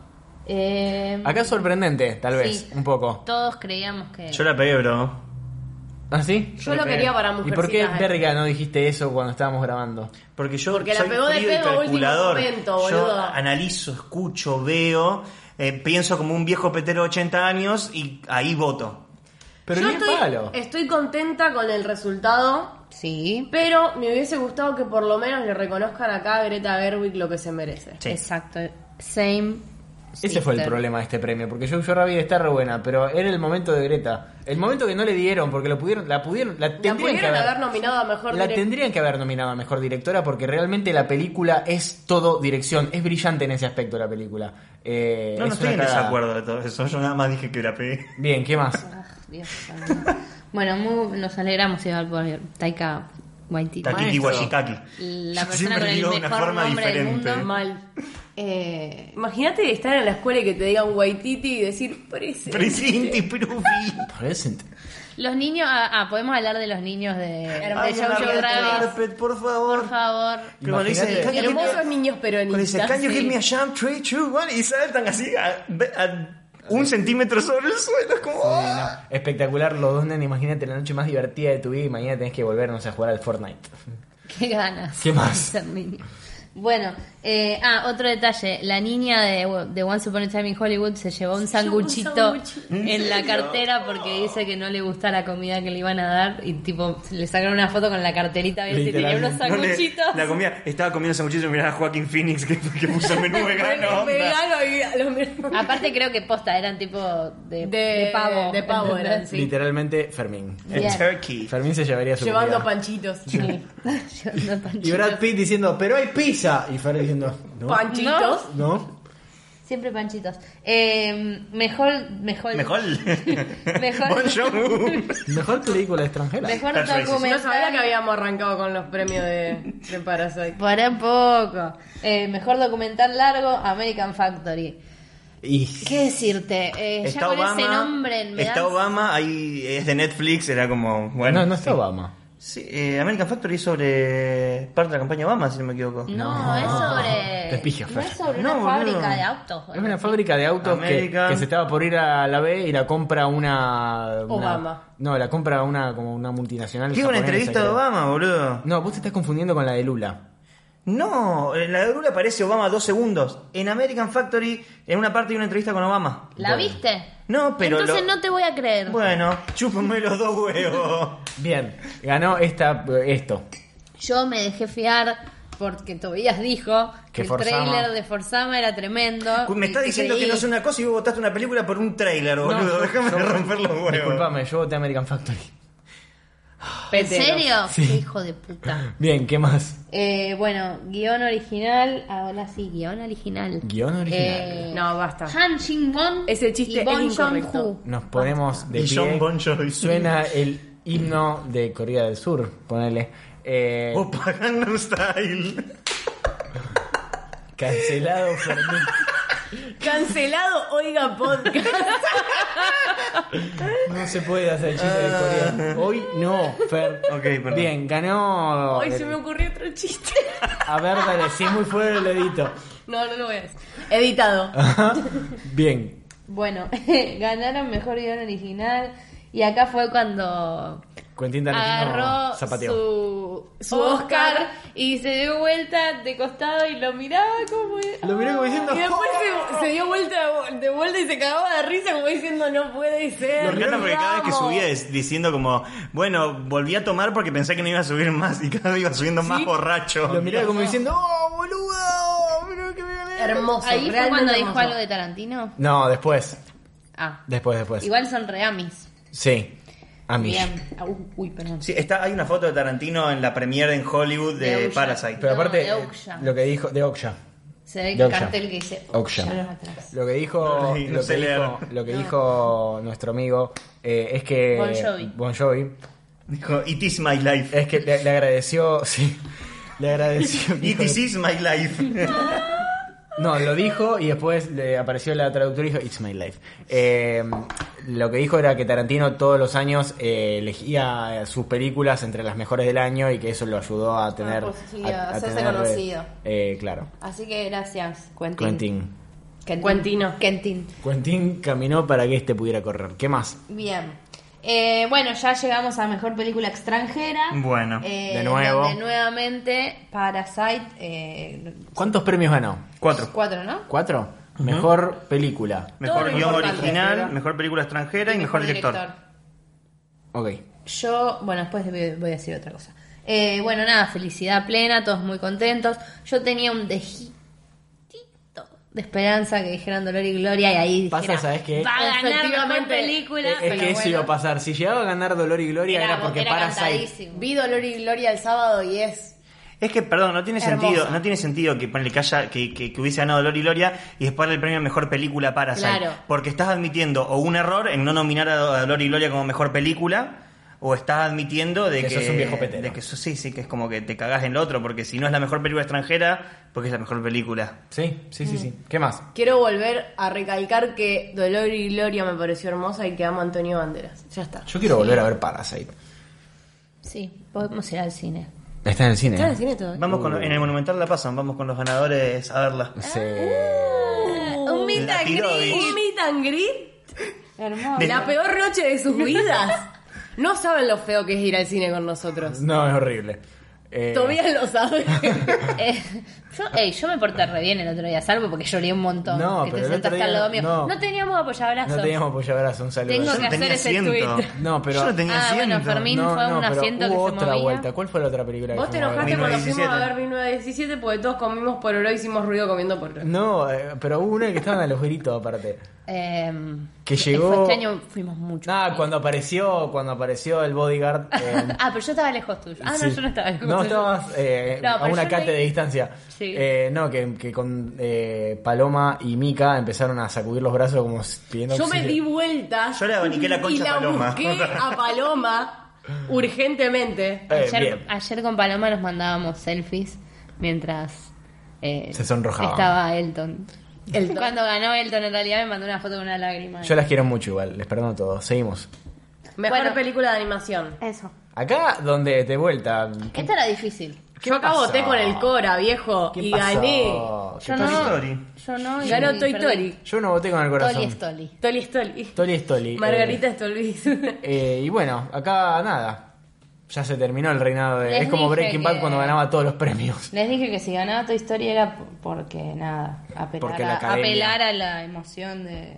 Speaker 7: Eh,
Speaker 5: Acá es sorprendente, tal vez,
Speaker 7: Sí.
Speaker 5: un poco.
Speaker 7: todos creíamos que.
Speaker 4: Yo la pegué, bro.
Speaker 5: ¿Ah, sí?
Speaker 6: Yo lo quería para eh.
Speaker 5: ¿Y
Speaker 6: mujercitas.
Speaker 5: por qué
Speaker 7: eh.
Speaker 5: verga no dijiste eso cuando estábamos grabando?
Speaker 4: Porque yo
Speaker 6: Porque la
Speaker 4: soy
Speaker 6: pegó de
Speaker 4: frío y
Speaker 6: pedo último
Speaker 4: calculador.
Speaker 6: momento,
Speaker 4: yo
Speaker 6: boludo.
Speaker 4: analizo, escucho, veo, eh, pienso como un viejo petero de 80 años y ahí voto.
Speaker 5: Pero
Speaker 6: Yo
Speaker 5: ni en
Speaker 6: estoy,
Speaker 5: palo.
Speaker 6: estoy contenta con el resultado,
Speaker 7: Sí,
Speaker 6: pero me hubiese gustado que por lo menos le reconozcan acá a Greta Gerwig lo que se merece.
Speaker 4: Sí.
Speaker 7: exacto. Same.
Speaker 5: Ese fue el
Speaker 7: sister.
Speaker 5: problema de este premio, porque Jojo Rabbit está re buena, pero era el momento de Greta. El momento que no le dieron, porque lo pudieron, la pudieron, la
Speaker 6: La
Speaker 5: tendrían que
Speaker 6: pudieron
Speaker 5: haber-
Speaker 6: haber nominado a mejor
Speaker 5: La
Speaker 6: director.
Speaker 5: tendrían que haber nominado a mejor directora porque realmente la película es todo dirección. Es brillante en ese aspecto la película. Eh,
Speaker 4: No, no
Speaker 5: es
Speaker 4: estoy
Speaker 5: una
Speaker 4: en
Speaker 5: cagada.
Speaker 4: desacuerdo de todo eso. Yo nada más dije que la pegué.
Speaker 5: Bien, ¿qué más?
Speaker 7: Ah, Dios santo. bueno, muy- nos alegramos igual por Taika Waititi.
Speaker 4: Takiti
Speaker 5: Maestro.
Speaker 4: Washikaki.
Speaker 7: La
Speaker 4: Yo
Speaker 7: persona
Speaker 4: siempre
Speaker 7: con el
Speaker 4: digo de una
Speaker 7: mejor
Speaker 4: forma
Speaker 7: nombre del
Speaker 4: diferente.
Speaker 7: mundo. Eh,
Speaker 6: Mal. Imagínate estar en la escuela y que te digan Waititi y decir presente.
Speaker 4: Presente, Prufi.
Speaker 5: Present.
Speaker 7: Los niños. Ah, ah, podemos hablar de los niños de, de
Speaker 4: Ay, una
Speaker 7: Jojo
Speaker 4: red
Speaker 7: Rabbit.
Speaker 4: carpet, por favor.
Speaker 7: Por favor.
Speaker 4: Que cuando dice,
Speaker 5: Imagínate.
Speaker 4: "Can you give me a-"
Speaker 6: Hermosos niños
Speaker 4: cuando dice,
Speaker 6: peronistas.
Speaker 4: "Can you
Speaker 6: sí.
Speaker 4: give me a jump, three, two, one", y saltan así a, a un centímetro sobre el suelo. Es como. "Ah".
Speaker 5: Eh, no, espectacular, los dos nenes. Imagínate la noche más divertida de tu vida y mañana tenés que volver, no sé, a jugar al Fortnite.
Speaker 7: Qué ganas.
Speaker 5: ¿Qué más?
Speaker 7: de ser niño. Bueno, eh, ah, otro detalle. La niña de, de Once Upon a Time in Hollywood se llevó un
Speaker 6: Se llevó un
Speaker 7: sanguchito
Speaker 6: sanguchito.
Speaker 7: en la cartera porque dice que no le gusta la comida que le iban a dar y tipo le sacaron una foto con la carterita abierta y tenía unos
Speaker 4: No le-
Speaker 7: sanguchitos.
Speaker 4: la comida, estaba comiendo sanguchitos y miraba a Joaquín Phoenix que, que puso el menú vegano.
Speaker 6: Bueno,
Speaker 4: onda.
Speaker 6: vegano y a
Speaker 5: [LAUGHS]
Speaker 6: lo mejor-
Speaker 7: Aparte creo que posta eran tipo
Speaker 6: De,
Speaker 7: de, de pavo.
Speaker 6: De pavo eran, sí.
Speaker 7: [LAUGHS]
Speaker 5: Literalmente, Fermín.
Speaker 4: El
Speaker 7: Bien.
Speaker 4: turkey.
Speaker 5: Fermín se llevaría su
Speaker 6: Llevando
Speaker 5: comida.
Speaker 6: panchitos.
Speaker 7: Llevando panchitos.
Speaker 5: Y Brad Pitt diciendo, pero hay pizza. Y Fermín diciendo, no.
Speaker 6: [LAUGHS] Panchitos.
Speaker 5: ¿No?
Speaker 7: Siempre panchitos. Eh, mejor, mejor,
Speaker 4: Mejor.
Speaker 7: [LAUGHS]
Speaker 4: [LAUGHS]
Speaker 7: Mejor.
Speaker 4: Bon Joon-ho.
Speaker 5: Mejor película extranjera.
Speaker 7: [LAUGHS] mejor
Speaker 4: Perfecto.
Speaker 6: No sabía que
Speaker 7: documental.
Speaker 6: habíamos arrancado con los premios de, de Parasite.
Speaker 7: Para un poco. Eh, mejor documental largo, American Factory.
Speaker 5: Y
Speaker 7: ¿Qué decirte? Eh, ya
Speaker 4: Está
Speaker 7: con ese
Speaker 4: Obama.
Speaker 7: nombre me
Speaker 4: Está
Speaker 7: dan-
Speaker 4: Obama, ahí es de Netflix, era como. Bueno,
Speaker 5: no, no está Obama.
Speaker 4: Sí, eh, American Factory es sobre parte de la campaña Obama, si no me equivoco.
Speaker 7: No,
Speaker 5: No.
Speaker 7: es sobre.
Speaker 5: Te pijo, Fer.
Speaker 7: no es sobre
Speaker 4: No,
Speaker 7: una
Speaker 4: boludo.
Speaker 7: fábrica de autos.
Speaker 5: Es una fábrica de autos que,
Speaker 4: American.
Speaker 5: que se estaba por ir a la B y la compra una, una-
Speaker 6: Obama.
Speaker 5: No, la compra una como una multinacional.
Speaker 4: Tiene una
Speaker 5: japonesa,
Speaker 4: entrevista de
Speaker 5: creo.
Speaker 4: Obama, boludo.
Speaker 5: No, vos te estás confundiendo con la de Lula.
Speaker 4: No, en la de Lula aparece Obama dos segundos. En American Factory, en una parte hay una entrevista con Obama.
Speaker 7: ¿La viste?
Speaker 4: No, pero.
Speaker 7: Entonces
Speaker 4: lo-
Speaker 7: no te voy a creer.
Speaker 4: Bueno, chúpame los dos
Speaker 7: [LAUGHS]
Speaker 4: huevos.
Speaker 5: Bien, ganó esta esto.
Speaker 7: Yo me dejé fiar porque Tobías dijo que
Speaker 5: Que
Speaker 7: el
Speaker 5: Forzama.
Speaker 7: tráiler de Forzama era tremendo.
Speaker 4: Me está
Speaker 7: y te
Speaker 4: diciendo que
Speaker 7: creí.
Speaker 4: no es una cosa y vos votaste una película por un tráiler,
Speaker 5: No,
Speaker 4: boludo.
Speaker 5: yo-
Speaker 4: Déjame
Speaker 5: yo-
Speaker 4: romper los huevos.
Speaker 5: Disculpame, yo voté American Factory.
Speaker 7: ¿En
Speaker 6: Respeto.
Speaker 7: serio?
Speaker 5: Sí.
Speaker 7: Qué hijo de puta.
Speaker 5: Bien, ¿qué más?
Speaker 7: Eh, bueno, guión original. Ahora sí, guión original.
Speaker 5: Guión original.
Speaker 7: Eh,
Speaker 6: No, basta.
Speaker 7: Han Jin-won
Speaker 6: Ese chiste
Speaker 7: y Bong
Speaker 6: es incorrecto.
Speaker 7: Joon-ho.
Speaker 5: Nos ponemos de
Speaker 4: Y John
Speaker 5: pie.
Speaker 4: Bon Jovi.
Speaker 5: Suena el himno de Corea del Sur, ponele. Eh,
Speaker 4: Opa, Gangnam Style.
Speaker 5: cancelado Fermín.
Speaker 6: Cancelado, oiga podcast.
Speaker 5: No se puede hacer chiste de
Speaker 4: Ah.
Speaker 5: Corea. Hoy no, Fer.
Speaker 4: Ok, perdón.
Speaker 5: Bien, ganó.
Speaker 6: Hoy se me ocurrió otro chiste.
Speaker 5: A ver, dale, si es muy fuerte lo edito.
Speaker 7: Ah,
Speaker 6: No, no lo voy a decir. Editado.
Speaker 5: Bien.
Speaker 7: Bueno, [LAUGHS] ganaron mejor guión original. Y acá fue cuando
Speaker 5: Quentin Tarantino
Speaker 7: agarró
Speaker 5: zapateó.
Speaker 7: su, su
Speaker 6: Oscar.
Speaker 7: Oscar y se dio vuelta de costado y lo miraba como.
Speaker 5: Lo miró como diciendo.
Speaker 6: Y después se, se dio vuelta de vuelta y se cagaba de risa como diciendo no puede
Speaker 4: Me
Speaker 6: ser.
Speaker 4: encanta porque cada vez que
Speaker 6: vamos".
Speaker 4: subía es diciendo como, bueno, volví a tomar porque pensé que no iba a subir más y cada vez iba subiendo más borracho.
Speaker 5: Lo miraba como diciendo, ¡Oh, boludo! mirá que bien".
Speaker 6: Hermoso.
Speaker 7: Ahí fue
Speaker 6: realmente
Speaker 7: cuando dijo
Speaker 6: hermoso.
Speaker 7: algo de Tarantino.
Speaker 5: No, después.
Speaker 7: Ah,
Speaker 5: Después, después.
Speaker 7: igual son reamis.
Speaker 5: Sí. A mí.
Speaker 7: Bien. Ah, uh, uy, perdón.
Speaker 4: Sí, está, hay una foto de Tarantino en la premiere en Hollywood de,
Speaker 7: De Ocean.
Speaker 4: Parasite.
Speaker 5: Pero
Speaker 7: No,
Speaker 5: aparte,
Speaker 7: de Oksha.
Speaker 5: eh, lo que dijo. De Oksha.
Speaker 7: Se ve
Speaker 5: De
Speaker 7: el
Speaker 5: Oksha.
Speaker 7: cartel que dice
Speaker 5: Oksha.
Speaker 7: Oksha atrás.
Speaker 5: Lo que dijo,
Speaker 4: No leí, no
Speaker 5: lo,
Speaker 4: sé
Speaker 5: que
Speaker 4: leer.
Speaker 5: dijo lo que dijo nuestro amigo eh, es que
Speaker 7: Bon Jovi.
Speaker 5: Bon Jovi,
Speaker 4: Dijo, it is my life.
Speaker 5: es que le, le agradeció, [LAUGHS] sí, le agradeció.
Speaker 4: It
Speaker 5: dijo-
Speaker 4: is, is my life.
Speaker 5: no, lo dijo y después le apareció la traductora y dijo It's My Life. Eh, lo que dijo era que Tarantino todos los años eh, elegía eh, sus películas entre las mejores del año y que eso lo ayudó a tener
Speaker 7: pues sí,
Speaker 5: a,
Speaker 7: a hacerse
Speaker 5: tener, eh,
Speaker 7: conocido.
Speaker 5: eh, claro,
Speaker 7: Así que gracias, Quentin.
Speaker 5: Quentin.
Speaker 7: Quentin.
Speaker 6: Quentino.
Speaker 7: Quentin.
Speaker 5: Quentin caminó para que este pudiera correr. ¿Qué más?
Speaker 7: Bien. Eh, bueno, ya llegamos a mejor película extranjera.
Speaker 4: [LAUGHS] Bueno,
Speaker 7: Eh,
Speaker 5: de nuevo.
Speaker 7: donde nuevamente Parasite. eh,
Speaker 5: ¿Cuántos premios ganó?
Speaker 4: cuatro.
Speaker 7: cuatro, ¿no?
Speaker 5: ¿Cuatro? Mejor película.
Speaker 7: Todo
Speaker 4: Mejor
Speaker 7: lo
Speaker 4: guión
Speaker 7: importante.
Speaker 4: original, mejor película extranjera y mejor director.
Speaker 5: Ok.
Speaker 7: Yo, bueno, después voy voy a decir otra cosa. Eh, bueno, nada, felicidad plena, todos muy contentos. Yo tenía un dejitito de esperanza que dijeran Dolor y Gloria y ahí dijera,
Speaker 5: Pasa, ¿sabes qué?
Speaker 7: va a ganar mejor
Speaker 6: Efectivamente,
Speaker 7: película.
Speaker 5: Es que
Speaker 7: pero
Speaker 5: eso iba a
Speaker 7: bueno,
Speaker 5: pasar. Si llegaba a ganar Dolor y Gloria era,
Speaker 7: era-
Speaker 5: porque
Speaker 7: era
Speaker 5: Parasite.
Speaker 7: cantadísimo.
Speaker 6: Vi Dolor y Gloria el sábado y es.
Speaker 4: Es que, perdón, no tiene
Speaker 6: Hermosa.
Speaker 4: sentido, no tiene sentido que ponle que, haya- que, que- que hubiese ganado Lori Gloria y después darle el premio a mejor película a Parasite.
Speaker 6: Claro.
Speaker 4: Porque estás admitiendo o un error en no nominar a a Lori Gloria como mejor película, o estás admitiendo de
Speaker 5: Que
Speaker 4: que,
Speaker 5: sos un viejo petero.
Speaker 4: de que sos- sí, sí, que es como que te cagás en lo otro, porque si no es la mejor película extranjera, porque es la mejor película.
Speaker 5: Sí, sí, sí,
Speaker 7: Mm.
Speaker 5: sí. ¿Qué más?
Speaker 6: Quiero volver a recalcar que Dolor y Gloria me pareció hermosa y que amo a Antonio Banderas. Ya está.
Speaker 5: Yo quiero volver a ver Parasite.
Speaker 7: Sí, podemos ir al cine.
Speaker 5: Está en el cine. ¿eh?
Speaker 6: ¿Está en el cine todo?
Speaker 4: Vamos con, en el Monumental la pasan, vamos con los ganadores a verla.
Speaker 7: Ah,
Speaker 5: Sí.
Speaker 7: un meet
Speaker 4: La
Speaker 7: and
Speaker 4: tiró,
Speaker 7: greet.
Speaker 4: Vicky.
Speaker 6: ¿Un meet and greet?
Speaker 7: Hermoso.
Speaker 4: De-
Speaker 6: La peor noche de sus vidas. No saben lo feo que es ir al cine con nosotros.
Speaker 5: No, es horrible. Eh,
Speaker 6: Todavía lo sabe.
Speaker 7: [LAUGHS] Eh, yo, ey, yo me porté re bien el otro día, salvo porque lloré un montón.
Speaker 5: No,
Speaker 7: que
Speaker 5: pero
Speaker 7: te
Speaker 5: el otro
Speaker 7: sentaste
Speaker 5: día
Speaker 7: al lado mío.
Speaker 5: no.
Speaker 7: No, teníamos apoyabrazos.
Speaker 5: No teníamos apoyadoras, un saludo.
Speaker 7: Tengo
Speaker 4: Yo no
Speaker 7: que hacer
Speaker 4: tenía
Speaker 7: ese
Speaker 4: asiento.
Speaker 7: tweet.
Speaker 5: No, pero-
Speaker 4: Yo no tenía
Speaker 7: Ah, bueno,
Speaker 4: asiento.
Speaker 7: Fermín
Speaker 5: No,
Speaker 7: fue
Speaker 5: no,
Speaker 7: un
Speaker 5: pero
Speaker 7: asiento que
Speaker 5: hubo
Speaker 7: se
Speaker 5: otra
Speaker 7: movía.
Speaker 5: vuelta. ¿Cuál fue la otra película? que
Speaker 6: Vos te
Speaker 5: fuimos a ver?
Speaker 6: enojaste cuando fuimos a
Speaker 4: 1917.
Speaker 6: ver 1917 porque todos comimos por oro hicimos ruido comiendo por
Speaker 5: No, eh, pero hubo una que estaban a los gritos aparte.
Speaker 7: Em,
Speaker 5: Que
Speaker 7: fue
Speaker 5: llegó-
Speaker 7: Este año fuimos mucho.
Speaker 5: Ah, cuando apareció, cuando apareció el
Speaker 7: [LAUGHS]
Speaker 5: bodyguard. eh,
Speaker 7: Ah, pero yo estaba lejos tuyo. Ah, no,
Speaker 5: Sí.
Speaker 7: yo no estaba lejos
Speaker 5: No,
Speaker 7: tuyo.
Speaker 5: estabas eh,
Speaker 7: No,
Speaker 5: a
Speaker 7: pero
Speaker 5: una
Speaker 7: yo
Speaker 5: cate
Speaker 7: leí-
Speaker 5: de distancia.
Speaker 7: Sí.
Speaker 5: Eh, no, que, que con eh, Paloma y Mica empezaron a sacudir los brazos como si- pidiendo
Speaker 6: Yo me di
Speaker 5: auxilio.
Speaker 6: vuelta.
Speaker 4: Yo le abaniqué la concha
Speaker 6: y la
Speaker 4: a Paloma.
Speaker 6: busqué a Paloma urgentemente.
Speaker 5: Eh,
Speaker 7: Ayer,
Speaker 5: bien.
Speaker 7: ayer con Paloma nos mandábamos selfies mientras eh,
Speaker 5: Se sonrojaban.
Speaker 7: estaba Elton.
Speaker 6: [LAUGHS] Elton.
Speaker 7: Cuando ganó Elton, en realidad me mandó una foto con una lágrima.
Speaker 5: Yo las quiero mucho igual, les perdono a todos. Seguimos.
Speaker 6: Mejor
Speaker 7: Bueno.
Speaker 6: película de animación.
Speaker 7: Eso.
Speaker 5: Acá, donde de vuelta.
Speaker 7: Esta era difícil.
Speaker 5: ¿Qué
Speaker 6: Yo acá
Speaker 5: pasó?
Speaker 6: voté con el Cora, viejo,
Speaker 5: ¿Qué
Speaker 6: y
Speaker 5: pasó?
Speaker 6: gané.
Speaker 5: ¿Qué
Speaker 7: Yo
Speaker 5: pasó?
Speaker 7: no,
Speaker 4: Story.
Speaker 7: yo no. y-
Speaker 6: Ganó Toy
Speaker 7: perdón.
Speaker 6: Tori.
Speaker 5: Yo no voté con el
Speaker 7: Toli
Speaker 5: corazón.
Speaker 7: es Toli.
Speaker 6: Toli Stoli.
Speaker 5: Toli es Toli.
Speaker 6: Margarita
Speaker 5: Eh,
Speaker 7: [LAUGHS]
Speaker 6: Stolbiz.
Speaker 5: eh, y bueno, acá nada. Ya se terminó el reinado de.
Speaker 7: Les
Speaker 5: es como
Speaker 7: dije
Speaker 5: Breaking Bad
Speaker 7: que-
Speaker 5: cuando ganaba todos los
Speaker 7: [LAUGHS]
Speaker 5: premios.
Speaker 7: Les dije que si ganaba Toy Story era por- porque nada, apelar,
Speaker 5: Porque la
Speaker 7: a,
Speaker 5: academia.
Speaker 7: apelar a la emoción de...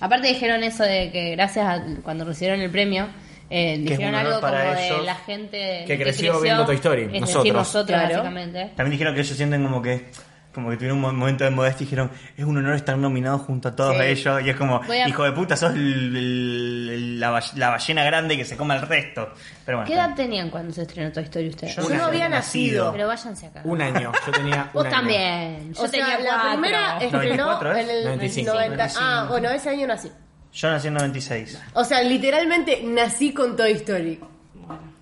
Speaker 7: Aparte dijeron eso de que gracias a cuando recibieron el premio, eh,
Speaker 4: es un
Speaker 7: dijeron
Speaker 4: honor
Speaker 7: algo como
Speaker 4: para
Speaker 7: de
Speaker 4: ellos
Speaker 7: la gente
Speaker 5: que creció viendo Toy Story,
Speaker 7: es decir,
Speaker 5: nosotros.
Speaker 7: nosotros
Speaker 6: Claro.
Speaker 7: básicamente.
Speaker 4: También dijeron que ellos sienten como que Como que tuvieron un mo- momento de modestia y dijeron, es un honor estar nominado junto a todos
Speaker 7: Sí.
Speaker 4: ellos. Y es como,
Speaker 7: Voy a-
Speaker 4: hijo de puta, sos el- el- la, ba- la ballena grande que se come el resto. Pero bueno,
Speaker 7: ¿Qué edad tenían cuando se estrenó Toy Story ustedes?
Speaker 5: Yo
Speaker 6: Yo no había nacido.
Speaker 7: Pero váyanse acá.
Speaker 5: Un año. Yo tenía un
Speaker 7: Vos
Speaker 5: año.
Speaker 7: también. Yo
Speaker 6: o
Speaker 7: tenía eh,
Speaker 6: sea, la
Speaker 7: cuatro.
Speaker 6: primera estrenó
Speaker 4: 94 es.
Speaker 6: en el
Speaker 5: 95.
Speaker 6: 90. Ah, bueno, ese año nací.
Speaker 4: yo nací en 96.
Speaker 6: O sea, literalmente nací con Toy Story.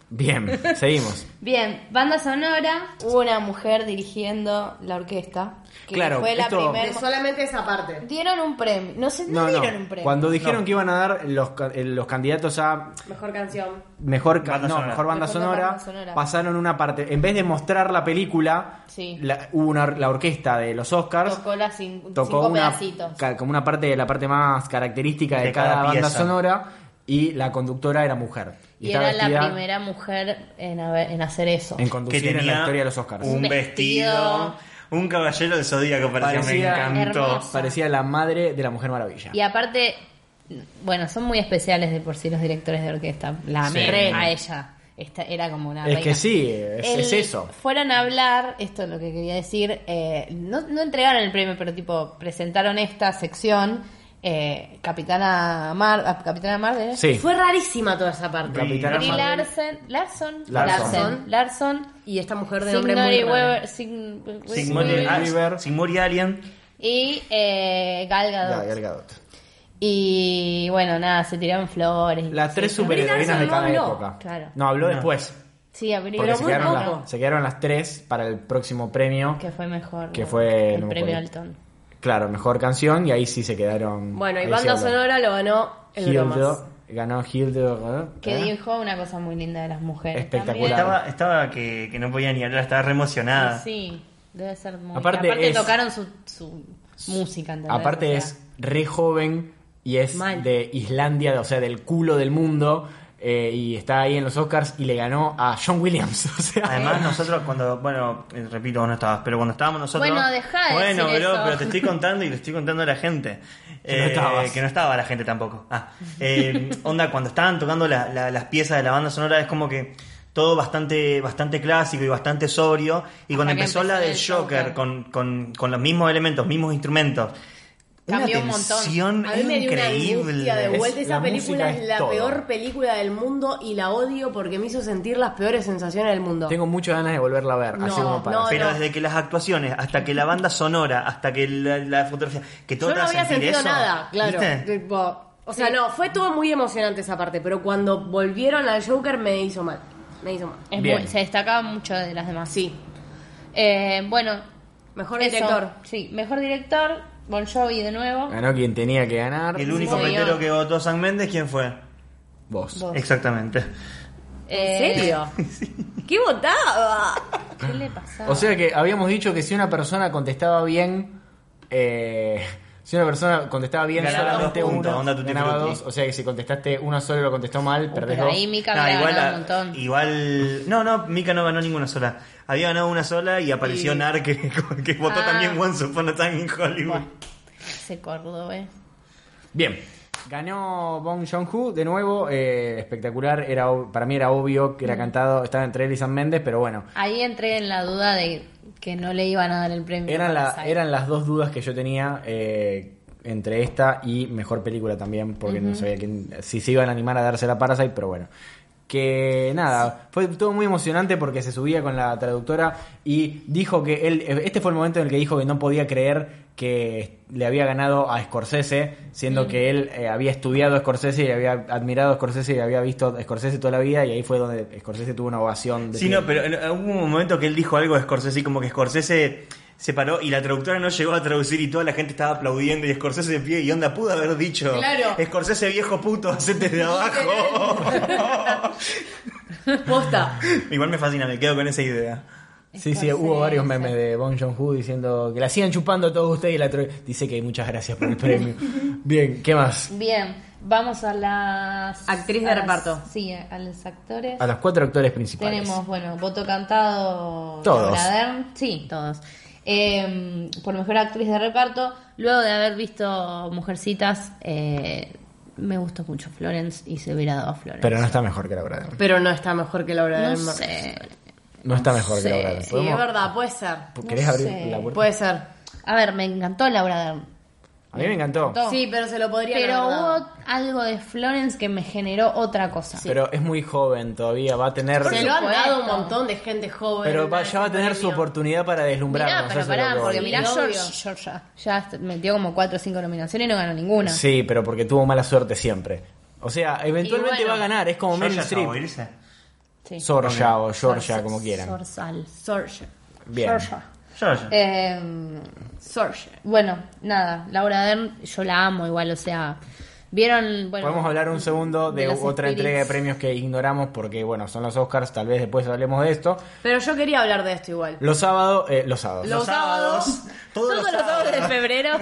Speaker 5: Bien, seguimos.
Speaker 7: Bien, banda sonora, hubo una mujer dirigiendo la orquesta. Que
Speaker 5: Claro,
Speaker 7: fue la
Speaker 5: esto-
Speaker 7: primera.
Speaker 6: Eh, Solamente esa parte.
Speaker 7: Dieron un premio. No sé, no,
Speaker 5: No, no.
Speaker 7: dieron un premio.
Speaker 5: Cuando dijeron que iban a dar los, ca- eh, los candidatos a
Speaker 6: Mejor canción.
Speaker 5: mejor, ca-
Speaker 4: Banda
Speaker 5: no,
Speaker 4: sonora.
Speaker 5: mejor banda
Speaker 7: Mejor
Speaker 5: sonora,
Speaker 7: banda sonora.
Speaker 5: pasaron una parte. En vez de mostrar la película,
Speaker 7: Sí.
Speaker 5: la- hubo una, or- la orquesta de los Oscars.
Speaker 7: Tocó las cin-
Speaker 5: tocó
Speaker 7: cinco
Speaker 5: una,
Speaker 7: pedacitos.
Speaker 5: ca- como una parte de la parte más característica de,
Speaker 4: De
Speaker 5: cada,
Speaker 4: cada
Speaker 5: banda
Speaker 4: pieza.
Speaker 5: sonora y la conductora era mujer.
Speaker 7: Y
Speaker 5: estaba
Speaker 7: era la
Speaker 5: vestida
Speaker 7: primera mujer en, haber- en hacer eso.
Speaker 5: en
Speaker 4: Que
Speaker 5: conducir
Speaker 4: tenía
Speaker 5: en la historia de los Oscars.
Speaker 4: un
Speaker 7: Un
Speaker 4: vestido,
Speaker 7: vestido.
Speaker 4: un caballero del zodíaco parecía,
Speaker 5: Parecía-
Speaker 4: me encantó.
Speaker 7: Hermoso.
Speaker 5: Parecía la madre de la Mujer Maravilla.
Speaker 7: Y aparte, bueno, son muy especiales de por sí los directores de orquesta. La amé
Speaker 5: Re.
Speaker 7: a ella. Esta era como una
Speaker 5: es
Speaker 7: reina.
Speaker 5: que sí, es, es
Speaker 7: El-
Speaker 5: eso.
Speaker 7: Fueron a hablar, esto es lo que quería decir, eh, no, no entregaron el premio, pero tipo presentaron esta sección, eh, Capitana Mar, ah, Capitana Mar, ¿eh?
Speaker 5: Sí.
Speaker 6: Fue rarísima toda esa parte.
Speaker 5: Capitana
Speaker 7: Brie
Speaker 5: Marvel.
Speaker 7: Larsen, Larson,
Speaker 5: Larson.
Speaker 7: Larson, Larson,
Speaker 6: Y esta mujer de nombre muy
Speaker 7: Signori
Speaker 6: raro.
Speaker 7: Weaver, Sign-
Speaker 4: Sigmund
Speaker 5: Sigourney
Speaker 4: ah,
Speaker 5: Weaver.
Speaker 4: Sigourney Alien.
Speaker 7: y eh, Gal Gadot.
Speaker 5: La Gal Gadot.
Speaker 7: Y bueno, nada, se tiraron flores.
Speaker 5: Las tres
Speaker 7: Sí,
Speaker 5: superheroínas de
Speaker 6: Larson no
Speaker 5: cada
Speaker 6: habló.
Speaker 5: época.
Speaker 7: Claro.
Speaker 5: No, habló
Speaker 4: No.
Speaker 5: después.
Speaker 7: Sí, a Brie
Speaker 5: Porque se
Speaker 7: Larson,
Speaker 5: quedaron,
Speaker 6: muy
Speaker 5: las,
Speaker 6: poco.
Speaker 5: se quedaron las tres para el próximo premio.
Speaker 7: que fue mejor.
Speaker 5: Que
Speaker 7: ¿no?
Speaker 5: fue-
Speaker 7: el
Speaker 5: no me
Speaker 7: premio
Speaker 5: acuerdo.
Speaker 7: Alton.
Speaker 5: Claro, mejor canción y ahí sí se quedaron.
Speaker 6: Bueno, y
Speaker 5: ahí
Speaker 6: banda
Speaker 5: se habló.
Speaker 6: sonora lo ganó el
Speaker 5: Hildo,
Speaker 6: bromas.
Speaker 5: ganó Hildo. ¿eh?
Speaker 7: Que dijo una cosa muy linda de las mujeres.
Speaker 5: Espectacular.
Speaker 4: Estaba, estaba que, que no podía ni hablar, estaba re emocionada.
Speaker 7: también. Sí, debe ser muy.
Speaker 5: Aparte
Speaker 7: Aparte,
Speaker 5: es-
Speaker 7: tocaron su, su música. ¿entendés? O
Speaker 5: Aparte
Speaker 7: sea,
Speaker 5: es re joven y es
Speaker 7: Mal.
Speaker 5: de Islandia, o sea, del culo del mundo. eh, y está ahí en los Oscars y le ganó a John Williams. [LAUGHS] O sea,
Speaker 7: [LAUGHS]
Speaker 4: Además, nosotros cuando, bueno, eh, repito, vos no estabas, pero cuando estábamos nosotros.
Speaker 7: Bueno, dejá de
Speaker 4: Bueno,
Speaker 7: decir
Speaker 4: bro,
Speaker 7: eso.
Speaker 4: pero te
Speaker 7: [LAUGHS]
Speaker 4: estoy contando y le estoy contando a la gente. Eh,
Speaker 5: Que no estabas.
Speaker 4: que no estaba la gente tampoco. Ah, eh, onda, cuando estaban tocando la- la- las piezas de la banda sonora, es como que todo bastante bastante clásico y bastante sobrio. Y cuando
Speaker 7: que
Speaker 4: empezó
Speaker 7: empezó
Speaker 4: la del
Speaker 7: el
Speaker 4: Joker
Speaker 7: Joker.
Speaker 4: con, con, con los mismos elementos, mismos instrumentos.
Speaker 7: Cambió un
Speaker 4: una
Speaker 7: montón.
Speaker 4: tensión
Speaker 6: A mí me dio una
Speaker 4: increíble.
Speaker 6: angustia de vuelta.
Speaker 5: Es-
Speaker 6: Esa
Speaker 5: la
Speaker 6: película
Speaker 5: música
Speaker 6: es
Speaker 5: es
Speaker 6: la
Speaker 5: todo.
Speaker 6: peor película del mundo y la odio porque me hizo sentir las peores sensaciones del mundo.
Speaker 5: tengo muchas ganas de volverla a ver. así
Speaker 6: No,
Speaker 5: como para.
Speaker 6: no,
Speaker 4: Pero
Speaker 6: no.
Speaker 4: desde que las actuaciones, hasta que la banda sonora, hasta que la, la fotografía, que todo
Speaker 6: Yo
Speaker 4: te
Speaker 6: no
Speaker 4: hace
Speaker 6: había
Speaker 4: sentir
Speaker 6: sentido
Speaker 4: eso,
Speaker 6: nada, claro.
Speaker 4: ¿viste?
Speaker 6: Tipo, o sea, no, fue todo muy emocionante esa parte, pero cuando volvieron al Joker me hizo mal. Me hizo mal.
Speaker 7: es
Speaker 5: Bien.
Speaker 7: muy- se destacaba mucho de las demás.
Speaker 6: Sí.
Speaker 7: Eh, bueno,
Speaker 6: Mejor
Speaker 7: eso.
Speaker 6: director.
Speaker 7: Sí, mejor director. Bon Jovi de nuevo.
Speaker 5: Ganó quien tenía que ganar.
Speaker 4: Y el único
Speaker 7: Sí,
Speaker 4: petero
Speaker 7: señor.
Speaker 4: que votó San Méndez, ¿quién fue?
Speaker 5: Vos.
Speaker 7: Vos.
Speaker 4: Exactamente.
Speaker 7: Eh,
Speaker 6: ¿En [LAUGHS] serio? ¿Qué votaba?
Speaker 7: ¿Qué le pasaba?
Speaker 5: O sea que habíamos dicho que si una persona contestaba bien. eh, si una persona contestaba bien
Speaker 4: Ganaba
Speaker 5: solamente
Speaker 4: dos puntos,
Speaker 5: uno,
Speaker 4: onda Tutti
Speaker 5: ganaba
Speaker 4: Frutti.
Speaker 5: dos. O sea que si contestaste uno solo y lo contestó mal,
Speaker 7: Uh,
Speaker 5: perdés
Speaker 7: pero
Speaker 5: dos.
Speaker 7: ahí Mika
Speaker 4: No,
Speaker 7: había
Speaker 4: igual,
Speaker 7: ganado
Speaker 4: la-
Speaker 7: un montón.
Speaker 4: igual- No, no, Mika no ganó ninguna sola. Había ganado una sola y apareció Nar que, [LAUGHS] que votó
Speaker 7: Ah.
Speaker 4: también Once Upon a Time in Hollywood.
Speaker 7: Bueno, ese cordobés.
Speaker 5: Bien. Ganó Bong Joon-ho de nuevo, eh, espectacular, era ob- para mí era obvio que era cantado, estaba entre él y San Méndez, pero bueno,
Speaker 7: Ahí entré en la duda de que no le iban a dar el premio.
Speaker 5: eran,
Speaker 7: a
Speaker 5: la-
Speaker 7: Parasite.
Speaker 5: eran las dos dudas que yo tenía eh, entre esta y mejor película también, porque no sabía quién- si se iban a animar a dársela a Parasite, pero bueno. Que nada, fue todo muy emocionante porque se subía con la traductora y dijo que él, este fue el momento en el que dijo que no podía creer que le había ganado a Scorsese, siendo que él eh, había estudiado a Scorsese y había admirado a Scorsese y había visto a Scorsese toda la vida y ahí fue donde Scorsese tuvo una ovación. de
Speaker 4: Sí,
Speaker 5: pie.
Speaker 4: no, pero en- hubo un momento que él dijo algo de Scorsese y como que Scorsese se paró y la traductora no llegó a traducir y toda la gente estaba aplaudiendo y Scorsese de pie y onda pudo haber dicho
Speaker 6: Claro.
Speaker 4: Scorsese viejo puto, hacete de abajo.
Speaker 6: Posta.
Speaker 4: [LAUGHS] Igual me fascina, me quedo con esa idea.
Speaker 5: Sí, sí, hubo varios memes de Bong Joon-ho diciendo que la sigan chupando a todos ustedes y la tro- dice que muchas gracias por el premio.
Speaker 7: [LAUGHS]
Speaker 5: Bien, ¿qué más?
Speaker 7: Bien, vamos a las.
Speaker 6: Actriz de
Speaker 7: a las-
Speaker 6: reparto.
Speaker 7: Sí, a los actores.
Speaker 5: A los cuatro actores principales.
Speaker 7: Tenemos, bueno, voto cantado.
Speaker 5: Todos.
Speaker 7: Laura Dern. Sí, todos. Eh, por mejor actriz de reparto, luego de haber visto Mujercitas, eh, me gustó mucho Florence y se hubiera dado a Florence.
Speaker 5: Pero no está mejor que la verdad.
Speaker 6: Pero no está mejor que Laura
Speaker 7: no
Speaker 6: Dern.
Speaker 7: sé.
Speaker 5: No está mejor que
Speaker 7: sé.
Speaker 5: Laura Dern.
Speaker 6: Sí,
Speaker 5: ¿Podemos-
Speaker 6: es verdad, puede ser.
Speaker 5: ¿Querés
Speaker 7: No
Speaker 5: abrir
Speaker 7: sé.
Speaker 5: la puerta?
Speaker 6: Puede ser.
Speaker 7: A ver, me encantó Laura Dern.
Speaker 5: A mí me encantó.
Speaker 7: encantó.
Speaker 6: Sí, pero se lo podría
Speaker 7: Pero
Speaker 6: haber dado.
Speaker 7: hubo algo de Florence que me generó otra cosa.
Speaker 5: Pero es muy joven todavía, va a tener.
Speaker 7: Por
Speaker 6: Se lo han
Speaker 7: supuesto.
Speaker 6: dado un montón de gente joven. este
Speaker 5: Pero va-
Speaker 6: una
Speaker 5: ya va a tener su
Speaker 6: premio.
Speaker 5: oportunidad para deslumbrarnos.
Speaker 7: Mirá,
Speaker 5: eso
Speaker 7: pero
Speaker 5: es lo
Speaker 7: pará,
Speaker 5: que voy.
Speaker 7: porque mirá
Speaker 6: Sí,
Speaker 7: George,
Speaker 6: obvio.
Speaker 7: Georgia. Ya metió como 4 o 5 nominaciones y no ganó ninguna.
Speaker 5: Sí, pero porque tuvo mala suerte siempre. O sea, eventualmente
Speaker 7: Y
Speaker 5: va
Speaker 7: bueno.
Speaker 5: a ganar, es como Meryl
Speaker 4: ¿Georgia
Speaker 5: Streep.
Speaker 4: Saboirse?
Speaker 7: Sí.
Speaker 5: Sorja o Georgia,
Speaker 7: Sor-
Speaker 5: como quieran.
Speaker 7: Sorsal.
Speaker 6: Sorge.
Speaker 5: Bien.
Speaker 7: Georgia.
Speaker 4: Georgia.
Speaker 7: Eh,
Speaker 6: Sorge.
Speaker 7: bueno, nada, Laura Dern, yo la amo igual, o sea, vieron, bueno,
Speaker 5: Podemos hablar un segundo de,
Speaker 7: las
Speaker 5: otra entrega de
Speaker 7: spirits.
Speaker 5: premios que ignoramos porque, bueno, son los Oscars, tal vez después hablemos de esto.
Speaker 6: Pero yo quería hablar de esto igual.
Speaker 5: Los sábados, eh, los sábados.
Speaker 6: Los sábados.
Speaker 4: Todos los sábados.
Speaker 7: de [LAUGHS] febrero.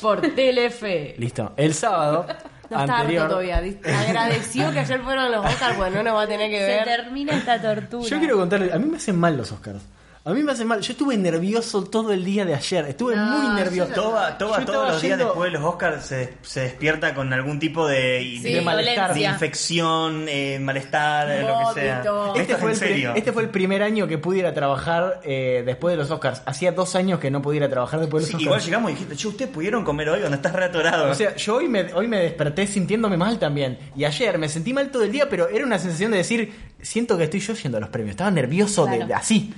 Speaker 6: Por Telefe.
Speaker 5: Listo. El
Speaker 6: [LAUGHS]
Speaker 5: sábado
Speaker 6: No está harto
Speaker 5: anterior.
Speaker 6: todavía. ¿viste? Agradeció que ayer fueron los Oscars, pues no nos va a tener que
Speaker 7: Se
Speaker 6: ver.
Speaker 7: termina esta tortura.
Speaker 5: Yo quiero contarle, a mí me hacen mal los Oscars. A mí me hacen mal. Yo estuve nervioso todo el día de ayer. Estuve muy nervioso.
Speaker 4: Toba, Toba
Speaker 5: Yo
Speaker 4: todos
Speaker 5: estaba
Speaker 4: los días
Speaker 5: yendo-
Speaker 4: después de los Oscars se, se despierta con algún tipo de,
Speaker 7: Sí,
Speaker 5: de
Speaker 4: de,
Speaker 5: malestar.
Speaker 4: de
Speaker 7: dolencia.
Speaker 4: infección, eh, malestar, eh, lo que sea.
Speaker 6: Vómito.
Speaker 4: Esto
Speaker 5: Este
Speaker 4: es
Speaker 5: fue,
Speaker 4: en
Speaker 5: el, pri-
Speaker 4: serio.
Speaker 5: este fue el primer año que pudiera trabajar eh, después de los Oscars. Hacía dos años que no pudiera trabajar después de
Speaker 4: Sí,
Speaker 5: los
Speaker 4: igual
Speaker 5: Oscars.
Speaker 4: llegamos y dijiste, che, ustedes pudieron comer hoy cuando estás reatorado.
Speaker 5: O sea, yo hoy me, hoy me desperté sintiéndome mal también. Y ayer me sentí mal todo el día, pero era una sensación de decir, siento que estoy yo yendo a los premios. Estaba nervioso de-
Speaker 7: Claro.
Speaker 5: de, así.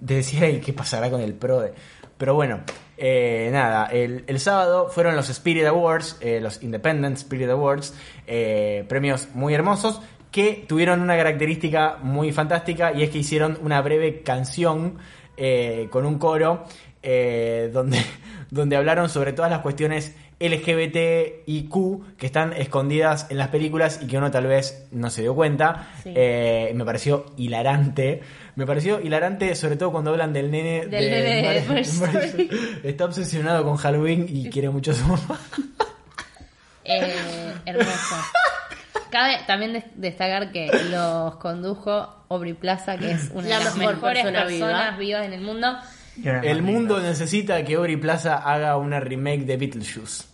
Speaker 5: De decir, ay, ¿qué pasará con el PRODE? Pero bueno, eh, nada, el, el sábado fueron los Spirit Awards, eh, los Independent Spirit Awards, eh, premios muy hermosos, que tuvieron una característica muy fantástica y es que hicieron una breve canción eh, con un coro eh, donde, [LAUGHS] donde hablaron sobre todas las cuestiones LGBTIQ que están escondidas en las películas y que uno tal vez no se dio cuenta.
Speaker 7: Sí.
Speaker 5: Eh, me pareció hilarante. Me pareció hilarante, sobre todo cuando hablan del nene.
Speaker 7: Del nene
Speaker 5: [LAUGHS]
Speaker 7: de Toy Story.
Speaker 5: Está obsesionado con Halloween y quiere mucho a su mamá.
Speaker 7: Eh, hermoso. Cabe también des- destacar que los condujo Aubrey Plaza, que es una
Speaker 6: La
Speaker 7: de las
Speaker 6: mejor
Speaker 7: mejores
Speaker 6: persona viva.
Speaker 7: personas vivas en el mundo.
Speaker 4: Y ahora es
Speaker 5: El
Speaker 4: más lindo.
Speaker 5: mundo necesita que Ori Plaza haga una remake de Beetlejuice.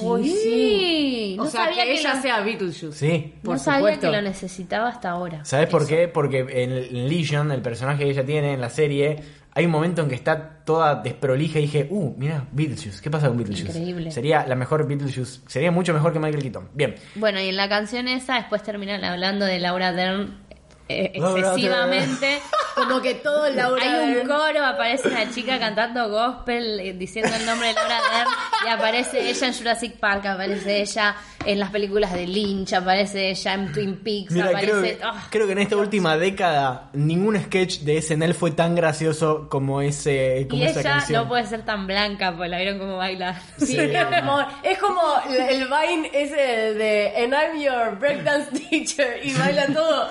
Speaker 6: Uy,
Speaker 7: sí.
Speaker 6: O
Speaker 7: No
Speaker 6: sea,
Speaker 7: sabía
Speaker 6: que
Speaker 7: que
Speaker 6: ella
Speaker 7: lo-
Speaker 6: sea Beetlejuice.
Speaker 5: Sí.
Speaker 6: por
Speaker 7: no sabía
Speaker 6: supuesto.
Speaker 7: que lo necesitaba hasta ahora.
Speaker 5: ¿Sabes por
Speaker 7: Eso.
Speaker 5: qué? Porque en en Legion, el personaje que ella tiene en la serie, hay un momento en que está toda desprolija y dije, uh, mira, Beetlejuice, ¿qué pasa con Beetlejuice?
Speaker 7: Increíble.
Speaker 5: Sería la mejor Beetlejuice, sería mucho mejor que Michael Keaton. Bien.
Speaker 7: Bueno, y en la canción esa después terminan hablando de Laura Dern eh,
Speaker 5: Laura Dern.
Speaker 7: excesivamente.
Speaker 6: Como que todo Laura
Speaker 7: Hay un
Speaker 6: Dern.
Speaker 7: coro, aparece una chica cantando gospel, eh, diciendo el nombre de Laura Dern, y aparece ella en Jurassic Park, aparece ella en las películas de Lynch, aparece ella en Twin Peaks,
Speaker 5: Mira,
Speaker 7: aparece...
Speaker 5: creo, que,
Speaker 7: ¡Ah!
Speaker 5: creo que en esta última década ningún sketch de SNL fue tan gracioso como ese como
Speaker 7: Y
Speaker 5: esa
Speaker 7: ella
Speaker 5: canción.
Speaker 7: no puede ser tan blanca, pues la vieron como bailar. [LAUGHS]
Speaker 6: Sí, es como, es como el- el Vine ese de And I'm your breakdance teacher y baila todo.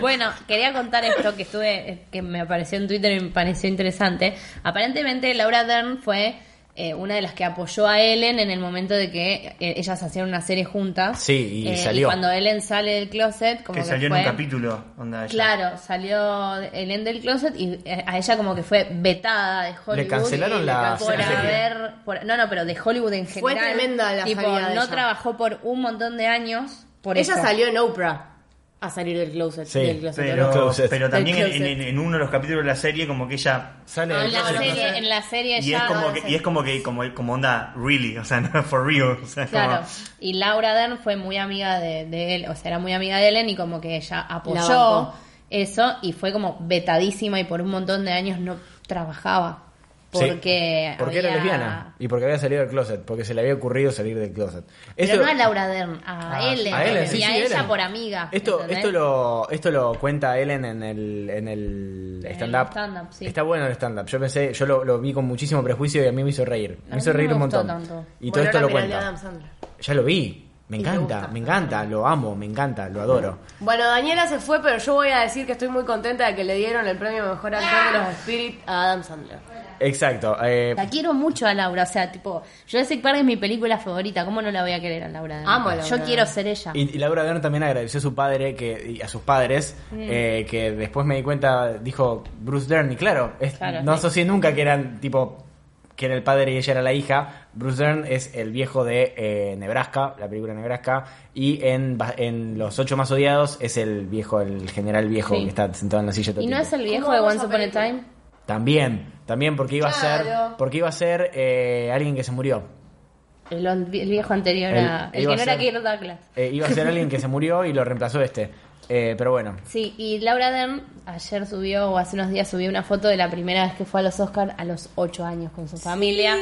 Speaker 7: Bueno, quería contar esto que estuve, que me apareció en Twitter y me pareció interesante. Aparentemente Laura Dern fue eh, una de las que apoyó a Ellen en el momento de que eh, ellas hacían una serie juntas.
Speaker 5: Sí, y
Speaker 7: Eh,
Speaker 5: salió.
Speaker 7: cuando Ellen sale del closet, como
Speaker 4: Que
Speaker 7: que,
Speaker 4: salió en
Speaker 7: fue-
Speaker 4: un capítulo. Onda, ella.
Speaker 7: Claro, salió Ellen del closet y eh, a ella como que fue vetada de Hollywood.
Speaker 5: Le cancelaron
Speaker 7: y-
Speaker 5: la-
Speaker 7: por
Speaker 5: la serie.
Speaker 7: haber, por- no, no, pero de Hollywood en
Speaker 6: Fue
Speaker 7: general.
Speaker 6: tremenda la
Speaker 7: tipo,
Speaker 6: salida de
Speaker 7: no
Speaker 6: ella.
Speaker 7: trabajó por un montón de años. Por
Speaker 6: ella
Speaker 7: eso.
Speaker 6: salió en Oprah a salir del closet.
Speaker 5: Sí,
Speaker 6: del closet
Speaker 4: Pero,
Speaker 5: Del closet.
Speaker 4: pero también
Speaker 6: Del
Speaker 4: en,
Speaker 6: closet.
Speaker 4: en- en uno de los capítulos de la serie, como que ella.
Speaker 5: Sale
Speaker 7: Ah,
Speaker 5: del
Speaker 7: en, la
Speaker 5: closet.
Speaker 7: serie, en la serie
Speaker 4: Y
Speaker 7: ya-
Speaker 4: es como que, y es como que, como, como onda, really, o sea, [LAUGHS] no, for real. O sea, como-
Speaker 7: Claro, y Laura Dern fue muy amiga de, de él, o sea, era muy amiga de Ellen y como que ella
Speaker 6: La
Speaker 7: apoyó
Speaker 6: bancó.
Speaker 7: eso y fue como vetadísima y por un montón de años no trabajaba.
Speaker 5: Sí,
Speaker 7: Porque,
Speaker 5: porque era
Speaker 7: había-
Speaker 5: lesbiana y porque había salido del closet, porque se le había ocurrido salir del closet.
Speaker 7: Pero
Speaker 5: Esto-
Speaker 7: no a Laura Dern, a
Speaker 5: Ah,
Speaker 7: Ellen.
Speaker 5: a Ellen, sí,
Speaker 7: y
Speaker 5: sí,
Speaker 7: a
Speaker 5: Ellen.
Speaker 7: ella por amiga.
Speaker 5: Esto,
Speaker 7: ¿entendés?
Speaker 5: esto, lo, esto lo cuenta Ellen en el, en el stand-up.
Speaker 7: stand-up, sí.
Speaker 5: Está bueno el stand-up. Yo pensé, yo lo, lo vi con muchísimo prejuicio y a mí me hizo reír.
Speaker 7: A
Speaker 5: Me
Speaker 7: mí
Speaker 5: hizo
Speaker 7: no
Speaker 5: reír
Speaker 7: me
Speaker 5: un
Speaker 7: gustó
Speaker 5: montón.
Speaker 7: tanto.
Speaker 5: Y todo
Speaker 6: Bueno,
Speaker 5: esto
Speaker 6: la
Speaker 5: lo
Speaker 6: Melanie Adam
Speaker 5: cuenta.
Speaker 6: Sandler.
Speaker 5: Ya lo vi. Me
Speaker 6: te
Speaker 5: encanta,
Speaker 6: gusta.
Speaker 5: me encanta, lo amo, me encanta, lo adoro.
Speaker 6: Bueno, Daniela se fue, pero yo voy a decir que estoy muy contenta de que le dieron el premio Mejor Actor de los Spirit a Adam Sandler.
Speaker 5: Exacto. eh,
Speaker 7: La quiero mucho a Laura, o sea, tipo, Jurassic Park es mi película favorita, ¿cómo no la voy a querer a Laura Dern?
Speaker 6: Amo a Laura
Speaker 7: Yo
Speaker 6: Dern.
Speaker 7: quiero ser ella.
Speaker 5: Y, y Laura Dern también agradeció a su padre que, y a sus padres, eh, que después me di cuenta, dijo Bruce Dern, y claro, es-
Speaker 7: Claro,
Speaker 5: no
Speaker 7: sí.
Speaker 5: asocié nunca que eran tipo que era el padre y ella era la hija. Bruce Dern es el viejo de eh, Nebraska, la película Nebraska. Y en, Ba- en Los Ocho Más Odiados es el viejo, el general viejo
Speaker 7: Sí.
Speaker 5: que está sentado en la silla todo
Speaker 7: ¿Y
Speaker 5: el
Speaker 7: no
Speaker 5: tiempo.
Speaker 7: es el viejo
Speaker 6: ¿Cómo
Speaker 7: de
Speaker 6: vamos
Speaker 7: Once
Speaker 6: a
Speaker 7: Upon a
Speaker 6: película?
Speaker 7: Time?
Speaker 5: También, también porque iba a
Speaker 6: Claro.
Speaker 5: ser, porque iba a ser eh, alguien que se murió.
Speaker 7: El, on- el viejo anterior
Speaker 5: El-
Speaker 7: a. El
Speaker 5: iba
Speaker 7: que
Speaker 5: a
Speaker 7: no era
Speaker 5: ser-
Speaker 7: Kirk Douglas.
Speaker 5: Eh, iba a ser alguien que se murió y lo reemplazó este. Eh, pero bueno,
Speaker 7: Sí, y Laura Dern ayer subió, o hace unos días subió una foto de la primera vez que fue a los Oscars a los 8 años con su familia.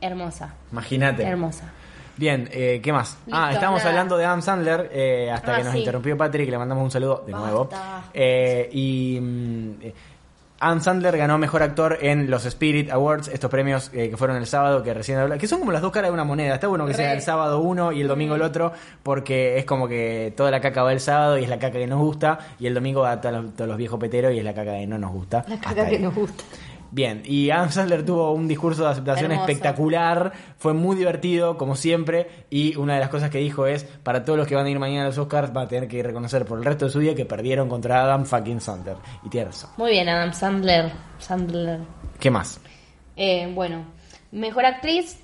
Speaker 7: Hermosa, [LAUGHS]
Speaker 5: imagínate.
Speaker 7: hermosa.
Speaker 5: Bien, eh, ¿qué más? ah,
Speaker 7: Listo,
Speaker 5: estábamos
Speaker 7: nada.
Speaker 5: hablando de Adam Sandler eh, hasta
Speaker 7: Ah,
Speaker 5: que nos
Speaker 7: sí.
Speaker 5: interrumpió Patrick, le mandamos un saludo de nuevo. Eh, y mm, eh, Adam Sandler ganó Mejor Actor en los Spirit Awards, estos premios eh, que fueron el sábado, que recién hablaba, que son como las dos caras de una moneda. Está bueno que sea
Speaker 7: Re.
Speaker 5: el sábado uno y el domingo el otro, porque es como que toda la caca va el sábado y es la caca que nos gusta, y el domingo va a todos los, todos los viejos peteros y es la caca que no nos gusta.
Speaker 6: La
Speaker 5: Hasta
Speaker 6: caca que
Speaker 5: ahí.
Speaker 6: nos gusta.
Speaker 5: Bien, y Adam Sandler tuvo un discurso de aceptación
Speaker 7: Hermoso.
Speaker 5: espectacular, fue muy divertido, como siempre, y una de las cosas que dijo es, para todos los que van a ir mañana a los Oscars, van a tener que reconocer por el resto de su vida que perdieron contra Adam fucking Sandler. Y tiene razón.
Speaker 7: Muy bien, Adam Sandler. Sandler.
Speaker 5: ¿Qué
Speaker 7: [LAUGHS]
Speaker 5: más?
Speaker 7: Eh, bueno, mejor actriz.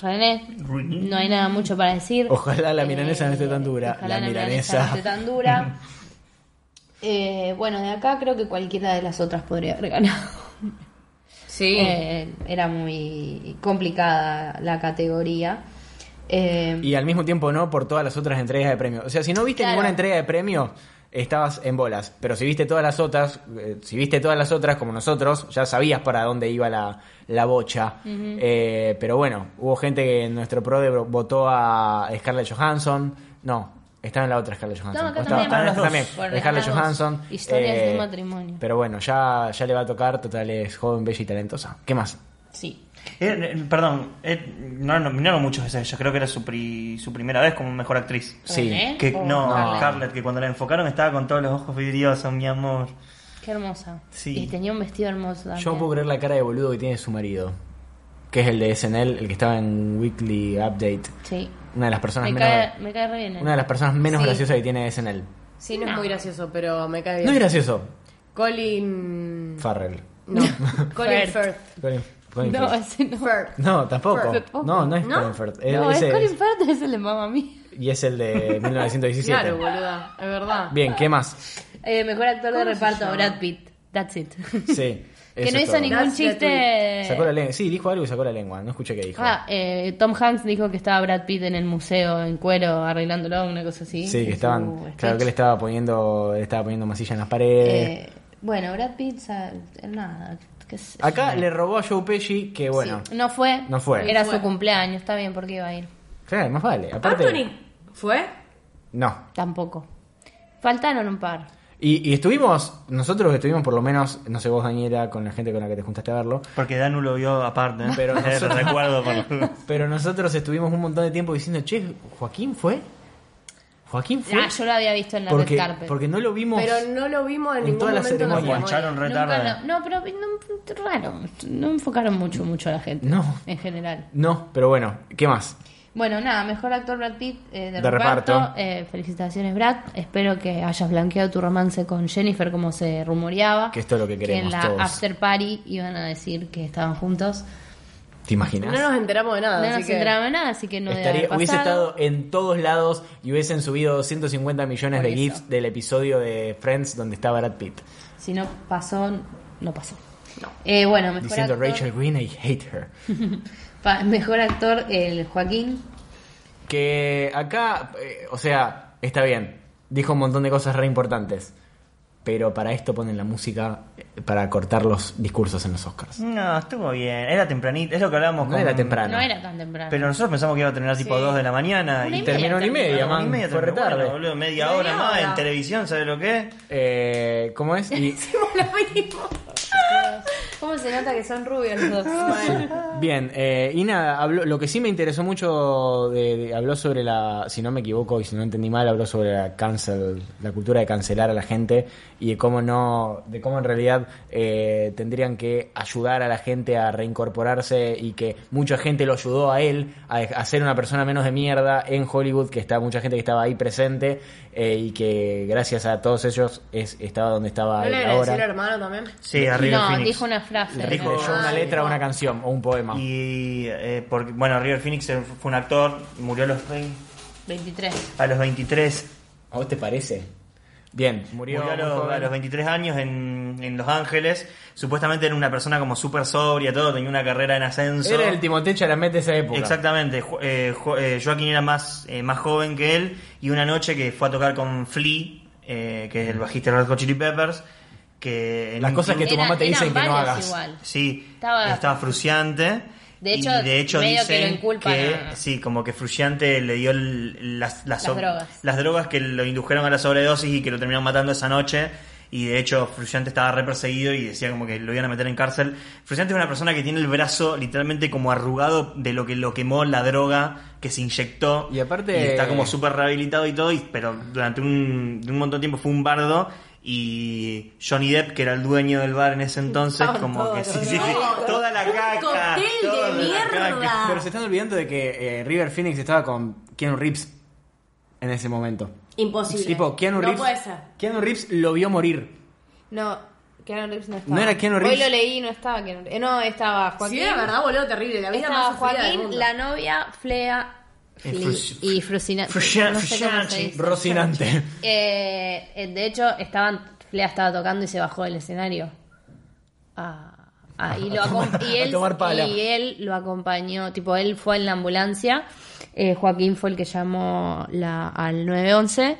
Speaker 7: René, no hay nada mucho para decir.
Speaker 5: Ojalá la milanesa no esté tan dura.
Speaker 7: Eh, ojalá
Speaker 5: La
Speaker 7: no
Speaker 5: milanesa.
Speaker 7: esté
Speaker 5: [LAUGHS]
Speaker 7: tan dura. Eh, bueno, de acá creo que cualquiera de las otras podría haber ganado.
Speaker 6: Sí.
Speaker 7: Eh, era muy complicada la categoría. Eh,
Speaker 5: Y al mismo tiempo no por todas las otras entregas de premios. O sea, si no viste
Speaker 7: Claro.
Speaker 5: ninguna entrega de premio, estabas en bolas. Pero si viste todas las otras, eh, si viste todas las otras como nosotros, ya sabías para dónde iba la, la bocha. Eh, pero bueno, hubo gente que en nuestro pro de votó a Scarlett Johansson. No, estaba en la otra Scarlett Johansson.
Speaker 7: No, acá
Speaker 5: O estaba-
Speaker 7: también.
Speaker 5: estaba en
Speaker 4: Las
Speaker 5: esta
Speaker 4: dos.
Speaker 5: también.
Speaker 7: Bueno,
Speaker 5: Scarlett
Speaker 7: las dos.
Speaker 5: Johansson. eh,
Speaker 7: Historias de un matrimonio.
Speaker 5: Pero bueno, ya, ya le va a tocar. Total, es joven, bella y talentosa. ¿Qué más?
Speaker 7: sí.
Speaker 4: Eh, eh, perdón, eh, no la nominaron muchas veces. Yo creo que era su, pri- su primera vez como mejor actriz.
Speaker 5: Sí.
Speaker 7: René,
Speaker 4: Que,
Speaker 7: o
Speaker 4: no,
Speaker 7: Scarlett.
Speaker 4: Scarlett, que cuando la enfocaron estaba con todos los ojos vidriosos, mi amor.
Speaker 7: Qué hermosa.
Speaker 4: Sí.
Speaker 7: Y tenía un vestido hermoso también.
Speaker 5: Yo no puedo creer la cara de boludo que tiene su marido. Que es el de SNL, el que estaba en Weekly Update.
Speaker 7: Sí.
Speaker 5: Una de las personas
Speaker 7: Me
Speaker 5: Ah, menos,
Speaker 7: cae, me cae re bien. ¿eh? él.
Speaker 5: una de las personas menos
Speaker 6: Sí.
Speaker 5: graciosas que tiene SNL.
Speaker 6: Sí, no es muy gracioso, pero me cae bien.
Speaker 5: No es gracioso.
Speaker 6: Colin.
Speaker 5: [LAUGHS] Farrell.
Speaker 6: No. Colin
Speaker 7: Firth.
Speaker 6: Firth.
Speaker 5: Colin- Colin
Speaker 7: No,
Speaker 5: Firth.
Speaker 7: ese no. Eh,
Speaker 5: No, tampoco.
Speaker 6: Firth.
Speaker 5: No, no es
Speaker 6: ¿No?
Speaker 5: Colin Firth. Es-
Speaker 7: No, es,
Speaker 5: ese es-
Speaker 7: Colin Firth, es el de Mamma Mía.
Speaker 5: Y es el
Speaker 7: [LAUGHS]
Speaker 5: de 1917.
Speaker 6: Claro, boluda. Es verdad.
Speaker 5: Bien, ¿qué más?
Speaker 7: Eh, mejor actor de reparto, Brad Pitt. That's [LAUGHS] it.
Speaker 5: Sí.
Speaker 7: que
Speaker 5: eso
Speaker 7: no
Speaker 5: es
Speaker 7: hizo
Speaker 5: todo.
Speaker 7: ningún
Speaker 6: That's the
Speaker 7: chiste.
Speaker 5: Sacó la lengua. Sí, dijo algo y sacó la lengua. No escuché qué dijo.
Speaker 7: Ah, eh, Tom Hanks dijo que estaba Brad Pitt en el museo en cuero arreglándolo, una cosa así.
Speaker 5: sí,
Speaker 7: en
Speaker 5: que
Speaker 7: su
Speaker 5: estaban. Claro
Speaker 7: sketch.
Speaker 5: que él estaba poniendo. Él estaba poniendo masilla en las paredes.
Speaker 7: Eh, bueno, Brad Pitt, sa- nada. qué sé yo.
Speaker 5: Acá le robó a Joe Pesci, que bueno.
Speaker 7: No fue.
Speaker 5: No fue.
Speaker 7: Era
Speaker 6: No fue.
Speaker 7: su cumpleaños, está bien, porque iba a ir.
Speaker 5: Claro, más vale. Aparte.
Speaker 6: Anthony. ¿Fue?
Speaker 5: No.
Speaker 7: Tampoco. Faltaron un par.
Speaker 5: Y, y estuvimos, nosotros estuvimos por lo menos, no sé vos Daniela, con la gente con la que te juntaste a verlo,
Speaker 4: Porque Danu lo vio
Speaker 7: [LAUGHS]
Speaker 4: aparte, ¿eh?
Speaker 5: Pero
Speaker 4: Eh,
Speaker 5: nosotros-
Speaker 4: recuerdo. por-
Speaker 5: pero nosotros estuvimos un montón de tiempo diciendo, che, ¿Joaquín fue? ¿Joaquín fue?
Speaker 7: Ah, yo lo había visto en la
Speaker 5: porque,
Speaker 7: red carpet.
Speaker 5: porque no lo vimos.
Speaker 6: Pero no lo vimos en,
Speaker 5: En
Speaker 6: ningún
Speaker 5: toda la
Speaker 6: momento. en
Speaker 5: ceremonia.
Speaker 4: Guancharon re
Speaker 7: Nunca
Speaker 4: tarde.
Speaker 7: lo- no, pero no, raro. No enfocaron mucho, mucho a la gente.
Speaker 5: No.
Speaker 7: En general.
Speaker 5: No, pero bueno, ¿qué más?
Speaker 7: Bueno, nada, mejor actor Brad Pitt eh, de,
Speaker 5: De
Speaker 7: reparto.
Speaker 5: reparto.
Speaker 7: Eh, felicitaciones, Brad. Espero que hayas blanqueado tu romance con Jennifer como se rumoreaba.
Speaker 5: Que esto es lo que queremos
Speaker 7: en la
Speaker 5: todos.
Speaker 7: after party iban a decir que estaban juntos.
Speaker 5: ¿Te imaginas?
Speaker 6: eh. No nos enteramos de nada.
Speaker 7: No
Speaker 6: así
Speaker 7: nos
Speaker 6: que-
Speaker 7: entraba nada, así que no debe
Speaker 5: Estaría-
Speaker 7: haber pasado.
Speaker 5: hubiese estado en todos lados y hubiesen subido 250 millones
Speaker 7: Por
Speaker 5: de
Speaker 7: eso.
Speaker 5: GIFs del episodio de Friends donde está Brad Pitt
Speaker 7: Si no pasó, no pasó. Eh, bueno, mejor
Speaker 5: diciendo
Speaker 7: actor,
Speaker 5: Rachel Green, I hate her.
Speaker 7: pa- mejor actor el Joaquín.
Speaker 5: Que acá, eh, o sea, está bien. Dijo un montón de cosas re importantes. Pero para esto ponen la música eh, para cortar los discursos en los Oscars.
Speaker 4: No, estuvo bien. Era tempranito, es lo que hablábamos
Speaker 5: No
Speaker 4: con-
Speaker 5: era temprano.
Speaker 7: No era tan temprano.
Speaker 4: Pero nosotros pensamos que iba a terminar tipo 2 de la mañana
Speaker 7: Una
Speaker 4: y
Speaker 7: y
Speaker 5: Terminó
Speaker 4: terminó
Speaker 5: una y media,
Speaker 4: a la una
Speaker 5: man.
Speaker 4: y media,
Speaker 5: Fue re
Speaker 4: terminó.
Speaker 5: tarde.
Speaker 4: Bueno, boludo, media,
Speaker 6: Media
Speaker 4: hora más
Speaker 6: hora.
Speaker 4: en televisión, ¿sabes lo que es?
Speaker 5: Eh, ¿Cómo es? Y-
Speaker 7: ¿Cómo se nota que son rubios los dos?
Speaker 5: bien, eh, y nada, habló- lo que sí me interesó mucho, de- de- habló sobre la, si no me equivoco y si no entendí mal, habló sobre la cancel, la cultura de cancelar a la gente y de cómo no, de cómo en realidad eh, tendrían que ayudar a la gente a reincorporarse y que mucha gente lo ayudó a él a, a ser una persona menos de mierda en Hollywood, que está mucha gente que estaba ahí presente eh, y que gracias a todos ellos es, estaba donde estaba
Speaker 6: ¿No
Speaker 5: él
Speaker 6: le agradeció
Speaker 5: ahora.
Speaker 6: al hermano también?
Speaker 4: Sí, arriba
Speaker 7: No,
Speaker 4: Phoenix.
Speaker 7: dijo una frase.
Speaker 5: Rick
Speaker 7: ¿no?
Speaker 5: leyó una
Speaker 7: Ah,
Speaker 5: letra o
Speaker 7: no.
Speaker 5: una canción o un poema.
Speaker 4: Y eh, porque, bueno, River Phoenix fue un actor, murió a los, vein-
Speaker 7: 23.
Speaker 4: a los 23.
Speaker 5: ¿A vos te parece? Bien, murió,
Speaker 4: Murió
Speaker 5: muy
Speaker 4: a los,
Speaker 5: joven.
Speaker 4: a los 23 años en, en Los Ángeles. Supuestamente era una persona como súper sobria, todo, tenía una carrera en ascenso.
Speaker 5: Era el Timothée Chalamet de esa época.
Speaker 4: Exactamente. Jo- eh, Jo- eh, Joaquín era más, eh, más joven que él y una noche que fue a tocar con Flea, eh, que es el bajista de Red Hot Chili Peppers, que... en
Speaker 5: Las
Speaker 4: un
Speaker 5: cosas que
Speaker 4: club-
Speaker 5: tu mamá te
Speaker 7: Eran-
Speaker 5: dice
Speaker 7: eran
Speaker 5: que no
Speaker 7: varios
Speaker 5: hagas.
Speaker 7: igual.
Speaker 4: Sí, estaba,
Speaker 7: Estaba-
Speaker 4: frustrante.
Speaker 7: De hecho,
Speaker 4: y de hecho
Speaker 7: medio
Speaker 4: dicen
Speaker 7: que lo inculpan
Speaker 4: que-
Speaker 7: a-
Speaker 4: sí, como que Fruciante le dio el- las, las,
Speaker 7: Las drogas.
Speaker 4: las drogas que lo indujeron a la sobredosis y que lo terminaron matando esa noche. Y de hecho, Fruciante estaba re perseguido y decía como que lo iban a meter en cárcel. Fruciante es una persona que tiene el brazo literalmente como arrugado de lo que lo quemó la droga que se inyectó.
Speaker 5: Y aparte-
Speaker 4: está como súper rehabilitado y todo, y- pero durante un, un montón de tiempo fue un bardo. Y Johnny Depp, que era el dueño del bar en ese entonces,
Speaker 6: Estaban
Speaker 4: como que
Speaker 6: todos
Speaker 4: sí,
Speaker 6: los
Speaker 4: sí, sí,
Speaker 6: drogados.
Speaker 4: toda la
Speaker 6: Un
Speaker 4: caca.
Speaker 6: cóctel de
Speaker 4: toda la
Speaker 6: mierda.
Speaker 4: caca.
Speaker 5: Pero se están olvidando de que eh, River Phoenix estaba con Keanu Reeves en ese momento.
Speaker 6: Imposible.
Speaker 5: Tipo, Keanu
Speaker 6: no
Speaker 5: Reeves.
Speaker 6: puede ser.
Speaker 5: Keanu Reeves lo vio morir.
Speaker 9: No, Keanu Reeves no estaba.
Speaker 5: ¿No era Keanu Reeves?
Speaker 9: Hoy lo leí y no estaba Keanu Reeves. Eh, no, estaba Joaquín.
Speaker 6: Sí, era verdad, boludo, terrible. La vida
Speaker 9: Estaba
Speaker 6: más sufrida del
Speaker 9: Joaquín,
Speaker 6: mundo.
Speaker 9: la novia, Flea
Speaker 4: Y
Speaker 9: Flea
Speaker 4: Frus-
Speaker 9: y Frusina.
Speaker 4: Frusciante,
Speaker 9: no sé cómo se
Speaker 4: Frusciante,
Speaker 9: dice.
Speaker 5: Rocinante.
Speaker 7: Eh, eh, de hecho, estaban, Flea estaba tocando y se bajó del escenario. Ah, ah, y, lo
Speaker 5: A tomar-
Speaker 7: acom-
Speaker 5: [LAUGHS]
Speaker 7: y
Speaker 5: a
Speaker 7: él,
Speaker 5: tomar pala.
Speaker 7: y él lo acompañó, tipo, él fue en la ambulancia, eh, Joaquín fue el que llamó la, al 911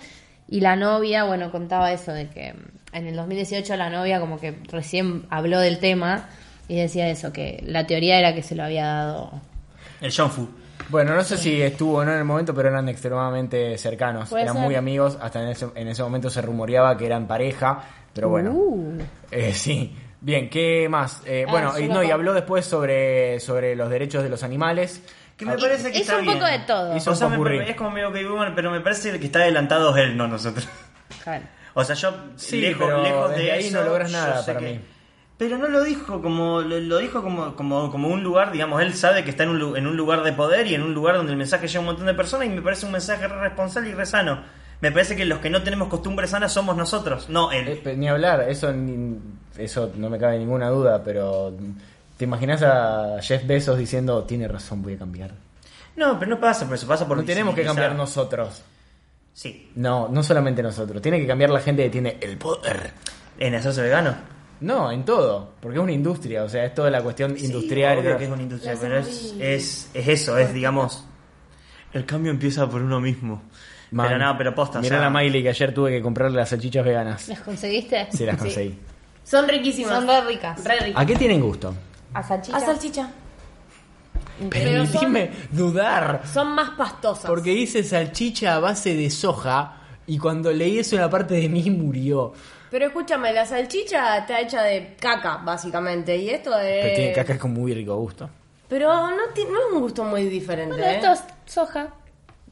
Speaker 7: y la novia, bueno, contaba eso de que mm, en el 2018 la novia como que recién habló del tema y decía eso, que la teoría era que se lo había dado.
Speaker 4: El John Fu.
Speaker 5: Bueno, no sé si estuvo o no en el momento, pero eran extremadamente cercanos.
Speaker 7: Puede
Speaker 5: Eran
Speaker 7: ser.
Speaker 5: muy amigos. Hasta en ese, en ese momento se rumoreaba que eran pareja. Pero bueno.
Speaker 7: Uh.
Speaker 5: Eh, sí. Bien, ¿qué más? Eh,
Speaker 7: Ah,
Speaker 5: bueno,
Speaker 7: yo
Speaker 5: y,
Speaker 7: lo
Speaker 5: no, y
Speaker 7: con-
Speaker 5: habló después sobre, sobre los derechos de los animales.
Speaker 4: Que me parece que está
Speaker 7: Hizo un poco de
Speaker 4: bien.
Speaker 7: todo.
Speaker 5: Hizo
Speaker 4: O sea,
Speaker 5: un
Speaker 4: me-
Speaker 5: popurrí.
Speaker 4: es como medio que bueno, pero me parece que está adelantado él, no nosotros.
Speaker 7: Claro.
Speaker 4: O sea, yo
Speaker 5: Sí,
Speaker 4: lejos,
Speaker 5: pero
Speaker 4: lejos de
Speaker 5: desde ahí
Speaker 4: eso,
Speaker 5: no logras
Speaker 4: yo
Speaker 5: nada
Speaker 4: sé
Speaker 5: para
Speaker 4: que-
Speaker 5: mí.
Speaker 4: Pero no lo dijo como lo, lo dijo como, como como un lugar, digamos, él sabe que está en un, lu- en un lugar de poder y en un lugar donde el mensaje llega a un montón de personas y me parece un mensaje re responsable y re sano. Me parece que los que no tenemos costumbres sanas somos nosotros, no él.
Speaker 5: Eh, pe- ni hablar, eso, ni- eso no me cabe ninguna duda, pero ¿te imaginas a Jeff Bezos diciendo, tiene razón, voy a cambiar?
Speaker 4: No, pero no pasa por eso, pasa por
Speaker 5: No tenemos que
Speaker 4: visibilizar.
Speaker 5: cambiar nosotros.
Speaker 4: Sí,
Speaker 5: No, no solamente nosotros, tiene que cambiar la gente que tiene el poder.
Speaker 4: en hacerse vegano.
Speaker 5: No, en todo, porque es una industria, o sea, es toda la cuestión industrial.
Speaker 4: Sí, obvio que es una industria, pero es, es, es eso, es digamos. El cambio empieza por uno mismo.
Speaker 5: Man,
Speaker 4: pero no, pero posta. o
Speaker 5: Mirá la
Speaker 4: sea,
Speaker 5: Miley que ayer tuve que comprarle las salchichas veganas.
Speaker 7: ¿Las conseguiste?
Speaker 5: Sí, las conseguí.
Speaker 6: Son riquísimas.
Speaker 9: Son re ricas.
Speaker 6: Re ricas.
Speaker 5: ¿A qué tienen gusto?
Speaker 9: A salchicha.
Speaker 6: A salchicha. Pero son-
Speaker 5: Permitime dudar.
Speaker 6: Son más pastosas.
Speaker 5: Porque dice salchicha a base de soja y cuando leí eso una parte de mí murió.
Speaker 6: Pero escúchame, la salchicha está hecha de caca, básicamente. Y esto es.
Speaker 5: Pero tiene cacas con muy rico gusto.
Speaker 6: Pero no, ti- no es un gusto muy diferente.
Speaker 7: Bueno,
Speaker 6: ¿eh?
Speaker 7: esto es soja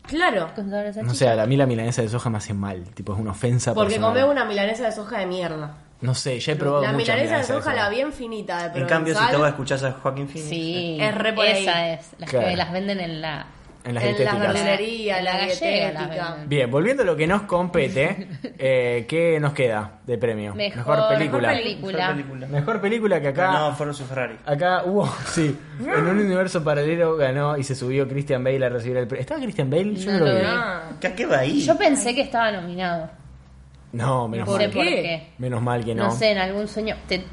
Speaker 6: Claro.
Speaker 7: con sabor a
Speaker 5: No
Speaker 7: salchicha.
Speaker 5: sé, a mí la milanesa de soja me hace mal. Tipo, es una ofensa
Speaker 6: Porque
Speaker 5: personal.
Speaker 6: comés una milanesa de soja de mierda.
Speaker 5: No sé, ya he probado
Speaker 6: la
Speaker 5: muchas
Speaker 6: milanesa de
Speaker 5: milanesas
Speaker 6: soja, la bien finita de
Speaker 4: En cambio, si
Speaker 6: Provenzal.
Speaker 4: te vas a escuchar a Joaquín Phoenix.
Speaker 7: Sí,
Speaker 6: Es re por ahí.
Speaker 7: esa es. Las
Speaker 5: Claro.
Speaker 7: que las venden en la.
Speaker 5: En las
Speaker 6: en las
Speaker 5: dietéticas.
Speaker 6: verduras. verdulería,
Speaker 7: en
Speaker 6: la
Speaker 7: gallega las
Speaker 6: dietética.
Speaker 7: venden.
Speaker 5: Bien, volviendo a lo que nos compete, eh, ¿qué nos queda de premio?
Speaker 7: Mejor,
Speaker 5: película.
Speaker 7: mejor película.
Speaker 4: Mejor película.
Speaker 5: Mejor película que acá.
Speaker 4: No, fueron su Ferrari.
Speaker 5: Acá hubo, [LAUGHS] sí, en un universo paralelo ganó y se subió Christian Bale a recibir el premio. ¿Estaba Christian Bale? Yo no,
Speaker 7: No
Speaker 5: lo
Speaker 7: lo
Speaker 5: vi.
Speaker 7: vi.
Speaker 6: Ah.
Speaker 4: ¿Qué, qué va ahí?
Speaker 7: Yo pensé que estaba nominado.
Speaker 5: No, menos
Speaker 7: No sé
Speaker 5: mal.
Speaker 7: por
Speaker 6: qué?
Speaker 7: qué.
Speaker 5: Menos mal que no.
Speaker 7: No. sé, en algún sueño. Te,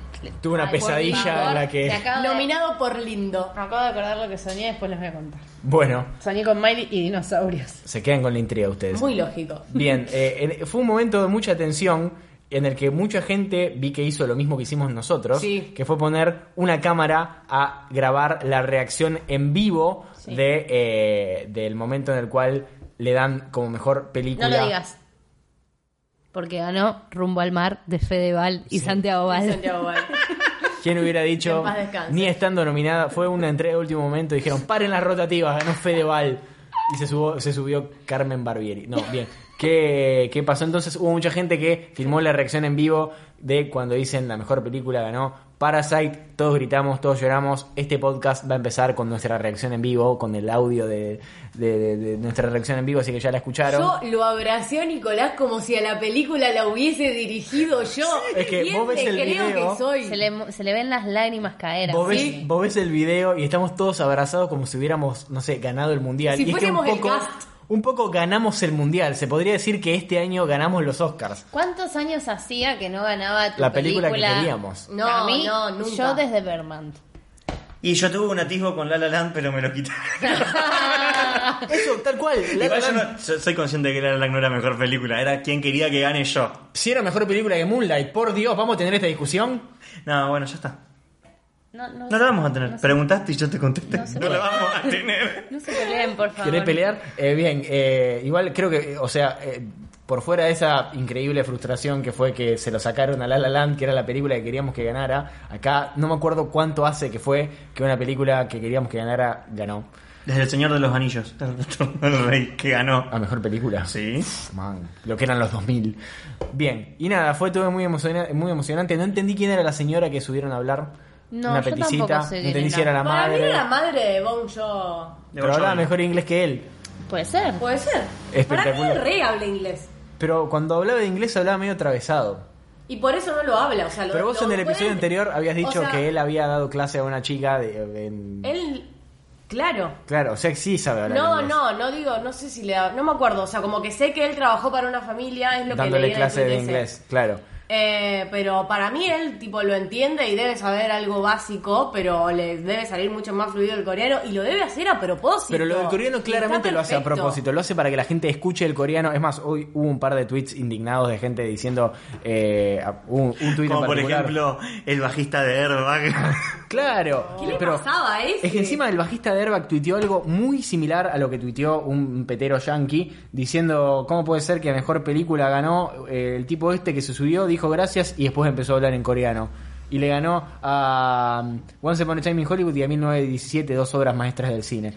Speaker 5: Tuve una
Speaker 7: Ay,
Speaker 5: pesadilla
Speaker 7: por favor,
Speaker 5: en la que-
Speaker 7: te acabo de-
Speaker 6: Nominado por lindo.
Speaker 7: Me acabo de acordar lo que soñé, después les voy a contar.
Speaker 5: Bueno,
Speaker 7: Soñé con Miley y dinosaurios.
Speaker 5: se quedan con la intriga ustedes.
Speaker 6: Muy lógico.
Speaker 5: Bien, eh, en- fue un momento de mucha tensión en el que mucha gente vi que hizo lo mismo que hicimos nosotros,
Speaker 6: Sí.
Speaker 5: que fue poner una cámara a grabar la reacción en vivo de eh, del momento en el cual le dan como mejor película.
Speaker 7: No lo digas. Porque ganó Rumbo al Mar de Fedeval y Santiago Val. [LAUGHS]
Speaker 6: Santiago Val.
Speaker 5: ¿Quién hubiera dicho?
Speaker 6: En paz descanse.
Speaker 5: Ni estando nominada, fue una entrega de último momento. Dijeron, paren las rotativas, ganó Fedeval. Y se, subió, se subió Carmen Barbieri. No, bien. ¿Qué, qué pasó entonces? Hubo mucha gente que filmó la reacción en vivo de cuando dicen la mejor película ganó Parasite, todos gritamos, todos lloramos. Este podcast va a empezar con nuestra reacción en vivo, con el audio de, de- de- de nuestra reacción en vivo, así que ya la escucharon.
Speaker 6: [LAUGHS] Yo lo abracé a Nicolás como si a la película la hubiese dirigido yo.
Speaker 5: Es que
Speaker 6: ¿Quién
Speaker 5: vos ves
Speaker 6: me
Speaker 5: el
Speaker 6: creo
Speaker 5: video,
Speaker 6: que soy?
Speaker 7: Se le, mo- se le ven las lágrimas caer.
Speaker 5: Vos
Speaker 7: así.
Speaker 5: ves, vos ves el video y estamos todos abrazados como si hubiéramos, no sé, ganado el mundial.
Speaker 6: Si
Speaker 5: y es que un
Speaker 6: fuésemos el
Speaker 5: poco,
Speaker 6: cast.
Speaker 5: un poco ganamos el mundial. Se podría decir que este año ganamos los Oscars.
Speaker 7: ¿Cuántos años hacía que no ganaba tu
Speaker 5: La película que queríamos.
Speaker 6: No,
Speaker 7: a mí,
Speaker 6: no, nunca.
Speaker 7: Yo desde Vermont.
Speaker 4: Y yo tuve un atisbo con La La Land, pero me lo quitaron.
Speaker 6: Ah.
Speaker 5: Eso, tal
Speaker 4: [LAUGHS]
Speaker 5: cual. La
Speaker 4: Igual
Speaker 5: La
Speaker 4: yo
Speaker 5: Land-
Speaker 4: no- yo soy consciente que La La Land no era la mejor película, era quien quería que gane yo.
Speaker 5: Si era mejor película que Moonlight, por Dios, vamos a tener esta discusión.
Speaker 4: No, bueno, ya está.
Speaker 7: No, no,
Speaker 4: No la vamos a tener.
Speaker 7: No se,
Speaker 4: Preguntaste y yo te contesté.
Speaker 7: No se
Speaker 4: no la vamos a tener.
Speaker 7: no se peleen, por
Speaker 6: Ah,
Speaker 7: favor.
Speaker 5: ¿Querés pelear? Eh, bien, eh, igual creo que, eh, o sea, eh, por fuera de esa increíble frustración que fue que se lo sacaron a La La Land, que era la película que queríamos que ganara, acá no me acuerdo cuánto hace que fue que una película que queríamos que ganara ganó.
Speaker 4: Desde El Señor de los Anillos, [LAUGHS] el retorno del rey que ganó.
Speaker 5: A mejor película.
Speaker 4: Sí.
Speaker 5: Man, lo que eran los 2000. Bien, y nada, fue todo muy, emociona- muy emocionante. No entendí quién era la señora que subieron a hablar.
Speaker 7: No,
Speaker 5: una
Speaker 7: yo
Speaker 5: peticita.
Speaker 7: tampoco sé
Speaker 5: no
Speaker 7: quién
Speaker 5: entendí si
Speaker 7: era.
Speaker 5: era la
Speaker 6: Para mí
Speaker 5: madre.
Speaker 6: era la madre de Bon Jo.
Speaker 5: Pero hablaba mejor inglés que él.
Speaker 7: Puede ser.
Speaker 6: Puede ser. Para mí
Speaker 5: Espectacular.
Speaker 6: el rey habla inglés.
Speaker 5: Pero cuando hablaba de inglés hablaba medio atravesado.
Speaker 6: Y por eso no lo habla. O sea, lo-
Speaker 5: Pero vos
Speaker 6: lo
Speaker 5: en el episodio
Speaker 6: pueden-
Speaker 5: anterior habías
Speaker 6: o
Speaker 5: dicho
Speaker 6: sea,
Speaker 5: que él había dado clase a una chica de, de- en-
Speaker 6: Él. Claro.
Speaker 5: Claro, o sea, que sí sabe hablar
Speaker 6: No,
Speaker 5: inglés.
Speaker 6: no, no digo, no sé si le da- No me acuerdo. O sea, como que sé que él trabajó para una familia, es lo que
Speaker 5: Dándole
Speaker 6: leí en el
Speaker 5: clase de
Speaker 6: tweet ese.
Speaker 5: inglés, claro.
Speaker 6: Eh, pero para mí él tipo lo entiende y debe saber algo básico, pero le debe salir mucho más fluido el coreano y lo debe hacer a propósito.
Speaker 5: Pero lo del coreano
Speaker 6: Y
Speaker 5: claramente
Speaker 6: está
Speaker 5: lo hace a
Speaker 6: perfecto.
Speaker 5: propósito, lo hace para que la gente escuche el coreano. Es más, hoy hubo un par de tweets indignados de gente diciendo eh, un, un tweet en
Speaker 4: Como por
Speaker 5: particular.
Speaker 4: ejemplo, el bajista de Airbag.
Speaker 5: Claro.
Speaker 6: ¿Qué le
Speaker 5: pero
Speaker 6: pasaba a ese?
Speaker 5: Es que encima el bajista de Airbag tuiteó algo muy similar a lo que tuiteó un petero yankee, diciendo cómo puede ser que mejor película ganó eh, el tipo este que se subió, dijo gracias y después empezó a hablar en coreano. Y le ganó a um, Once Upon a Time in Hollywood y a 1917, dos obras maestras del cine.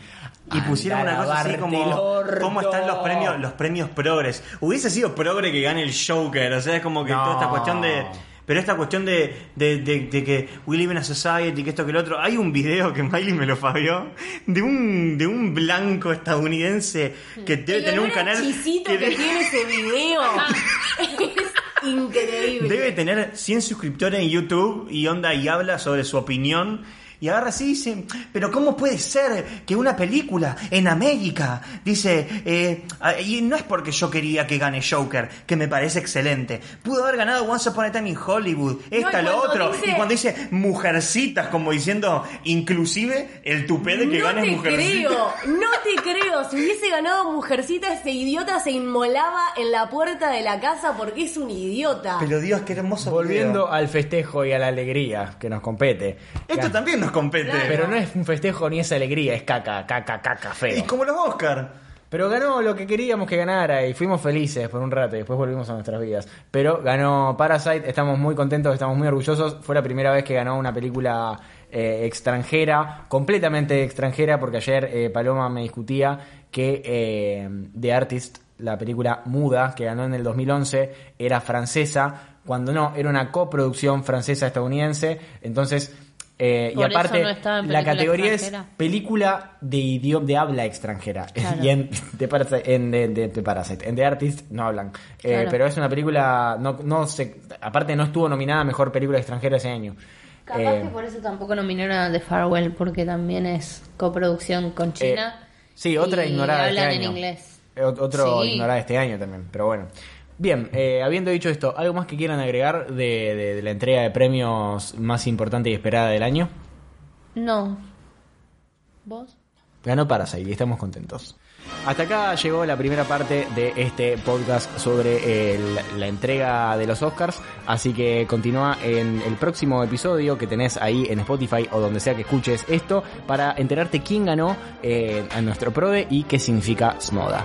Speaker 4: Y pusieron
Speaker 5: Andá
Speaker 4: una
Speaker 5: a
Speaker 4: cosa así
Speaker 5: lavarte
Speaker 4: como
Speaker 5: el orto.
Speaker 4: cómo están los premios, los premios progres. Hubiese sido progre que gane el Joker, o sea, es como que
Speaker 5: No.
Speaker 4: toda esta cuestión de pero esta cuestión de, de, de- de que we live in a society, que esto que el otro, hay un video que Miley me lo fabió de un de un blanco estadounidense que debe
Speaker 6: El
Speaker 4: tener un
Speaker 6: olor a
Speaker 4: canal
Speaker 6: chisito
Speaker 4: que
Speaker 6: que,
Speaker 4: de-
Speaker 6: tiene ese
Speaker 4: [LAUGHS]
Speaker 6: video [LAUGHS] es increíble.
Speaker 4: Debe tener 100 suscriptores en YouTube y onda y habla sobre su opinión. Y agarra así y dice, pero ¿cómo puede ser que una película en América dice, eh, ah, y no es porque yo quería que gane Joker, que me parece excelente, pudo haber ganado Once Upon a Time in Hollywood, esta,
Speaker 6: y
Speaker 4: lo
Speaker 6: cuando
Speaker 4: otro,
Speaker 6: dice-
Speaker 4: y cuando dice mujercitas, como diciendo, inclusive el tupé de que
Speaker 6: no
Speaker 4: ganes
Speaker 6: te
Speaker 4: mujercitas.
Speaker 6: creo, no te creo. Si hubiese ganado Mujercita, ese idiota se inmolaba en la puerta de la casa porque es un idiota.
Speaker 4: Pero Dios, qué hermoso.
Speaker 5: Volviendo
Speaker 4: video.
Speaker 5: al festejo y a la alegría que nos compete.
Speaker 4: Esto
Speaker 5: Gan-
Speaker 4: también nos compete.
Speaker 5: Pero no es un festejo ni es alegría, es caca, caca, caca,
Speaker 4: Y
Speaker 5: feo.
Speaker 4: como los Oscar.
Speaker 5: Pero ganó lo que queríamos que ganara y fuimos felices por un rato y después volvimos a nuestras vidas. Pero ganó Parasite, estamos muy contentos, estamos muy orgullosos. Fue la primera vez que ganó una película eh, extranjera, completamente extranjera, porque ayer eh, Paloma me discutía que eh, The Artist, la película muda que ganó en el 2011, era francesa, cuando no, era una coproducción francesa-estadounidense. Entonces, eh, y
Speaker 7: Por eso
Speaker 5: aparte,
Speaker 7: no estaba en
Speaker 5: la
Speaker 7: película
Speaker 5: categoría es
Speaker 7: extranjera.
Speaker 5: película de idioma de habla extranjera [LAUGHS]
Speaker 7: Claro.
Speaker 5: y en The Parasite, en, de- de- de Parasite. En The Artist no hablan Eh,
Speaker 7: Claro.
Speaker 5: pero es una película no, no se, aparte no estuvo nominada a mejor película extranjera ese año
Speaker 7: Capaz
Speaker 5: Eh,
Speaker 7: que por eso tampoco nominaron a The Farewell, porque también es coproducción con China.
Speaker 5: Eh, sí, otra
Speaker 7: y
Speaker 5: ignorada de este
Speaker 7: hablan en
Speaker 5: año.
Speaker 7: inglés.
Speaker 5: Eh, ot- Otro
Speaker 7: Sí.
Speaker 5: ignorada de este año también, pero bueno. Bien, eh, habiendo dicho esto, ¿algo más que quieran agregar de, de- de la entrega de premios más importante y esperada del año?
Speaker 7: No. ¿Vos?
Speaker 5: Ganó Parasite y estamos contentos. Hasta acá llegó la primera parte de este podcast sobre el- la entrega de los Oscars, así que continúa en el próximo episodio que tenés ahí en Spotify o donde sea que escuches esto para enterarte quién ganó eh, a nuestro PRODE y qué significa SMODA.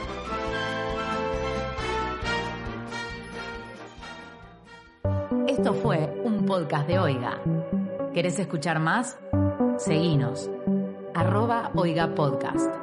Speaker 1: Esto fue un podcast de Oiga. ¿Querés escuchar más? Seguinos. Arroba Oiga Podcast.